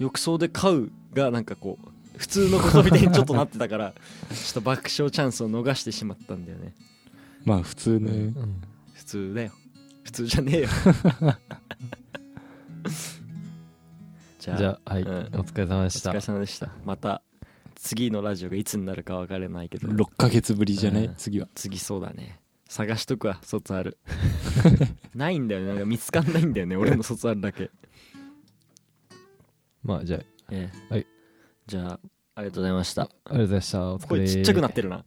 Speaker 1: 浴槽で飼う」がなんかこう普通のことみたいにちょっとなってたから ちょっと爆笑チャンスを逃してしまったんだよね
Speaker 2: まあ普通ね
Speaker 3: うん
Speaker 1: 普通だよ普通じゃねえよじゃあ
Speaker 3: じゃあはい、
Speaker 1: うん
Speaker 3: お疲れ様で
Speaker 1: お
Speaker 3: した
Speaker 1: 疲れ様でしたまた次のラジオがいつになるか分からないけど
Speaker 2: 6ヶ月ぶりじゃな
Speaker 1: う
Speaker 2: い
Speaker 1: ん
Speaker 2: 次は
Speaker 1: 次そうだね探しとくわ卒アル ないんだよねなんか見つかんないんだよね俺の卒アルだけ
Speaker 3: まあじゃあ
Speaker 1: ええ
Speaker 3: はい
Speaker 1: じゃあありがとうございました
Speaker 3: ありがとうございましたお疲れ
Speaker 1: 声ちっちゃくなってるな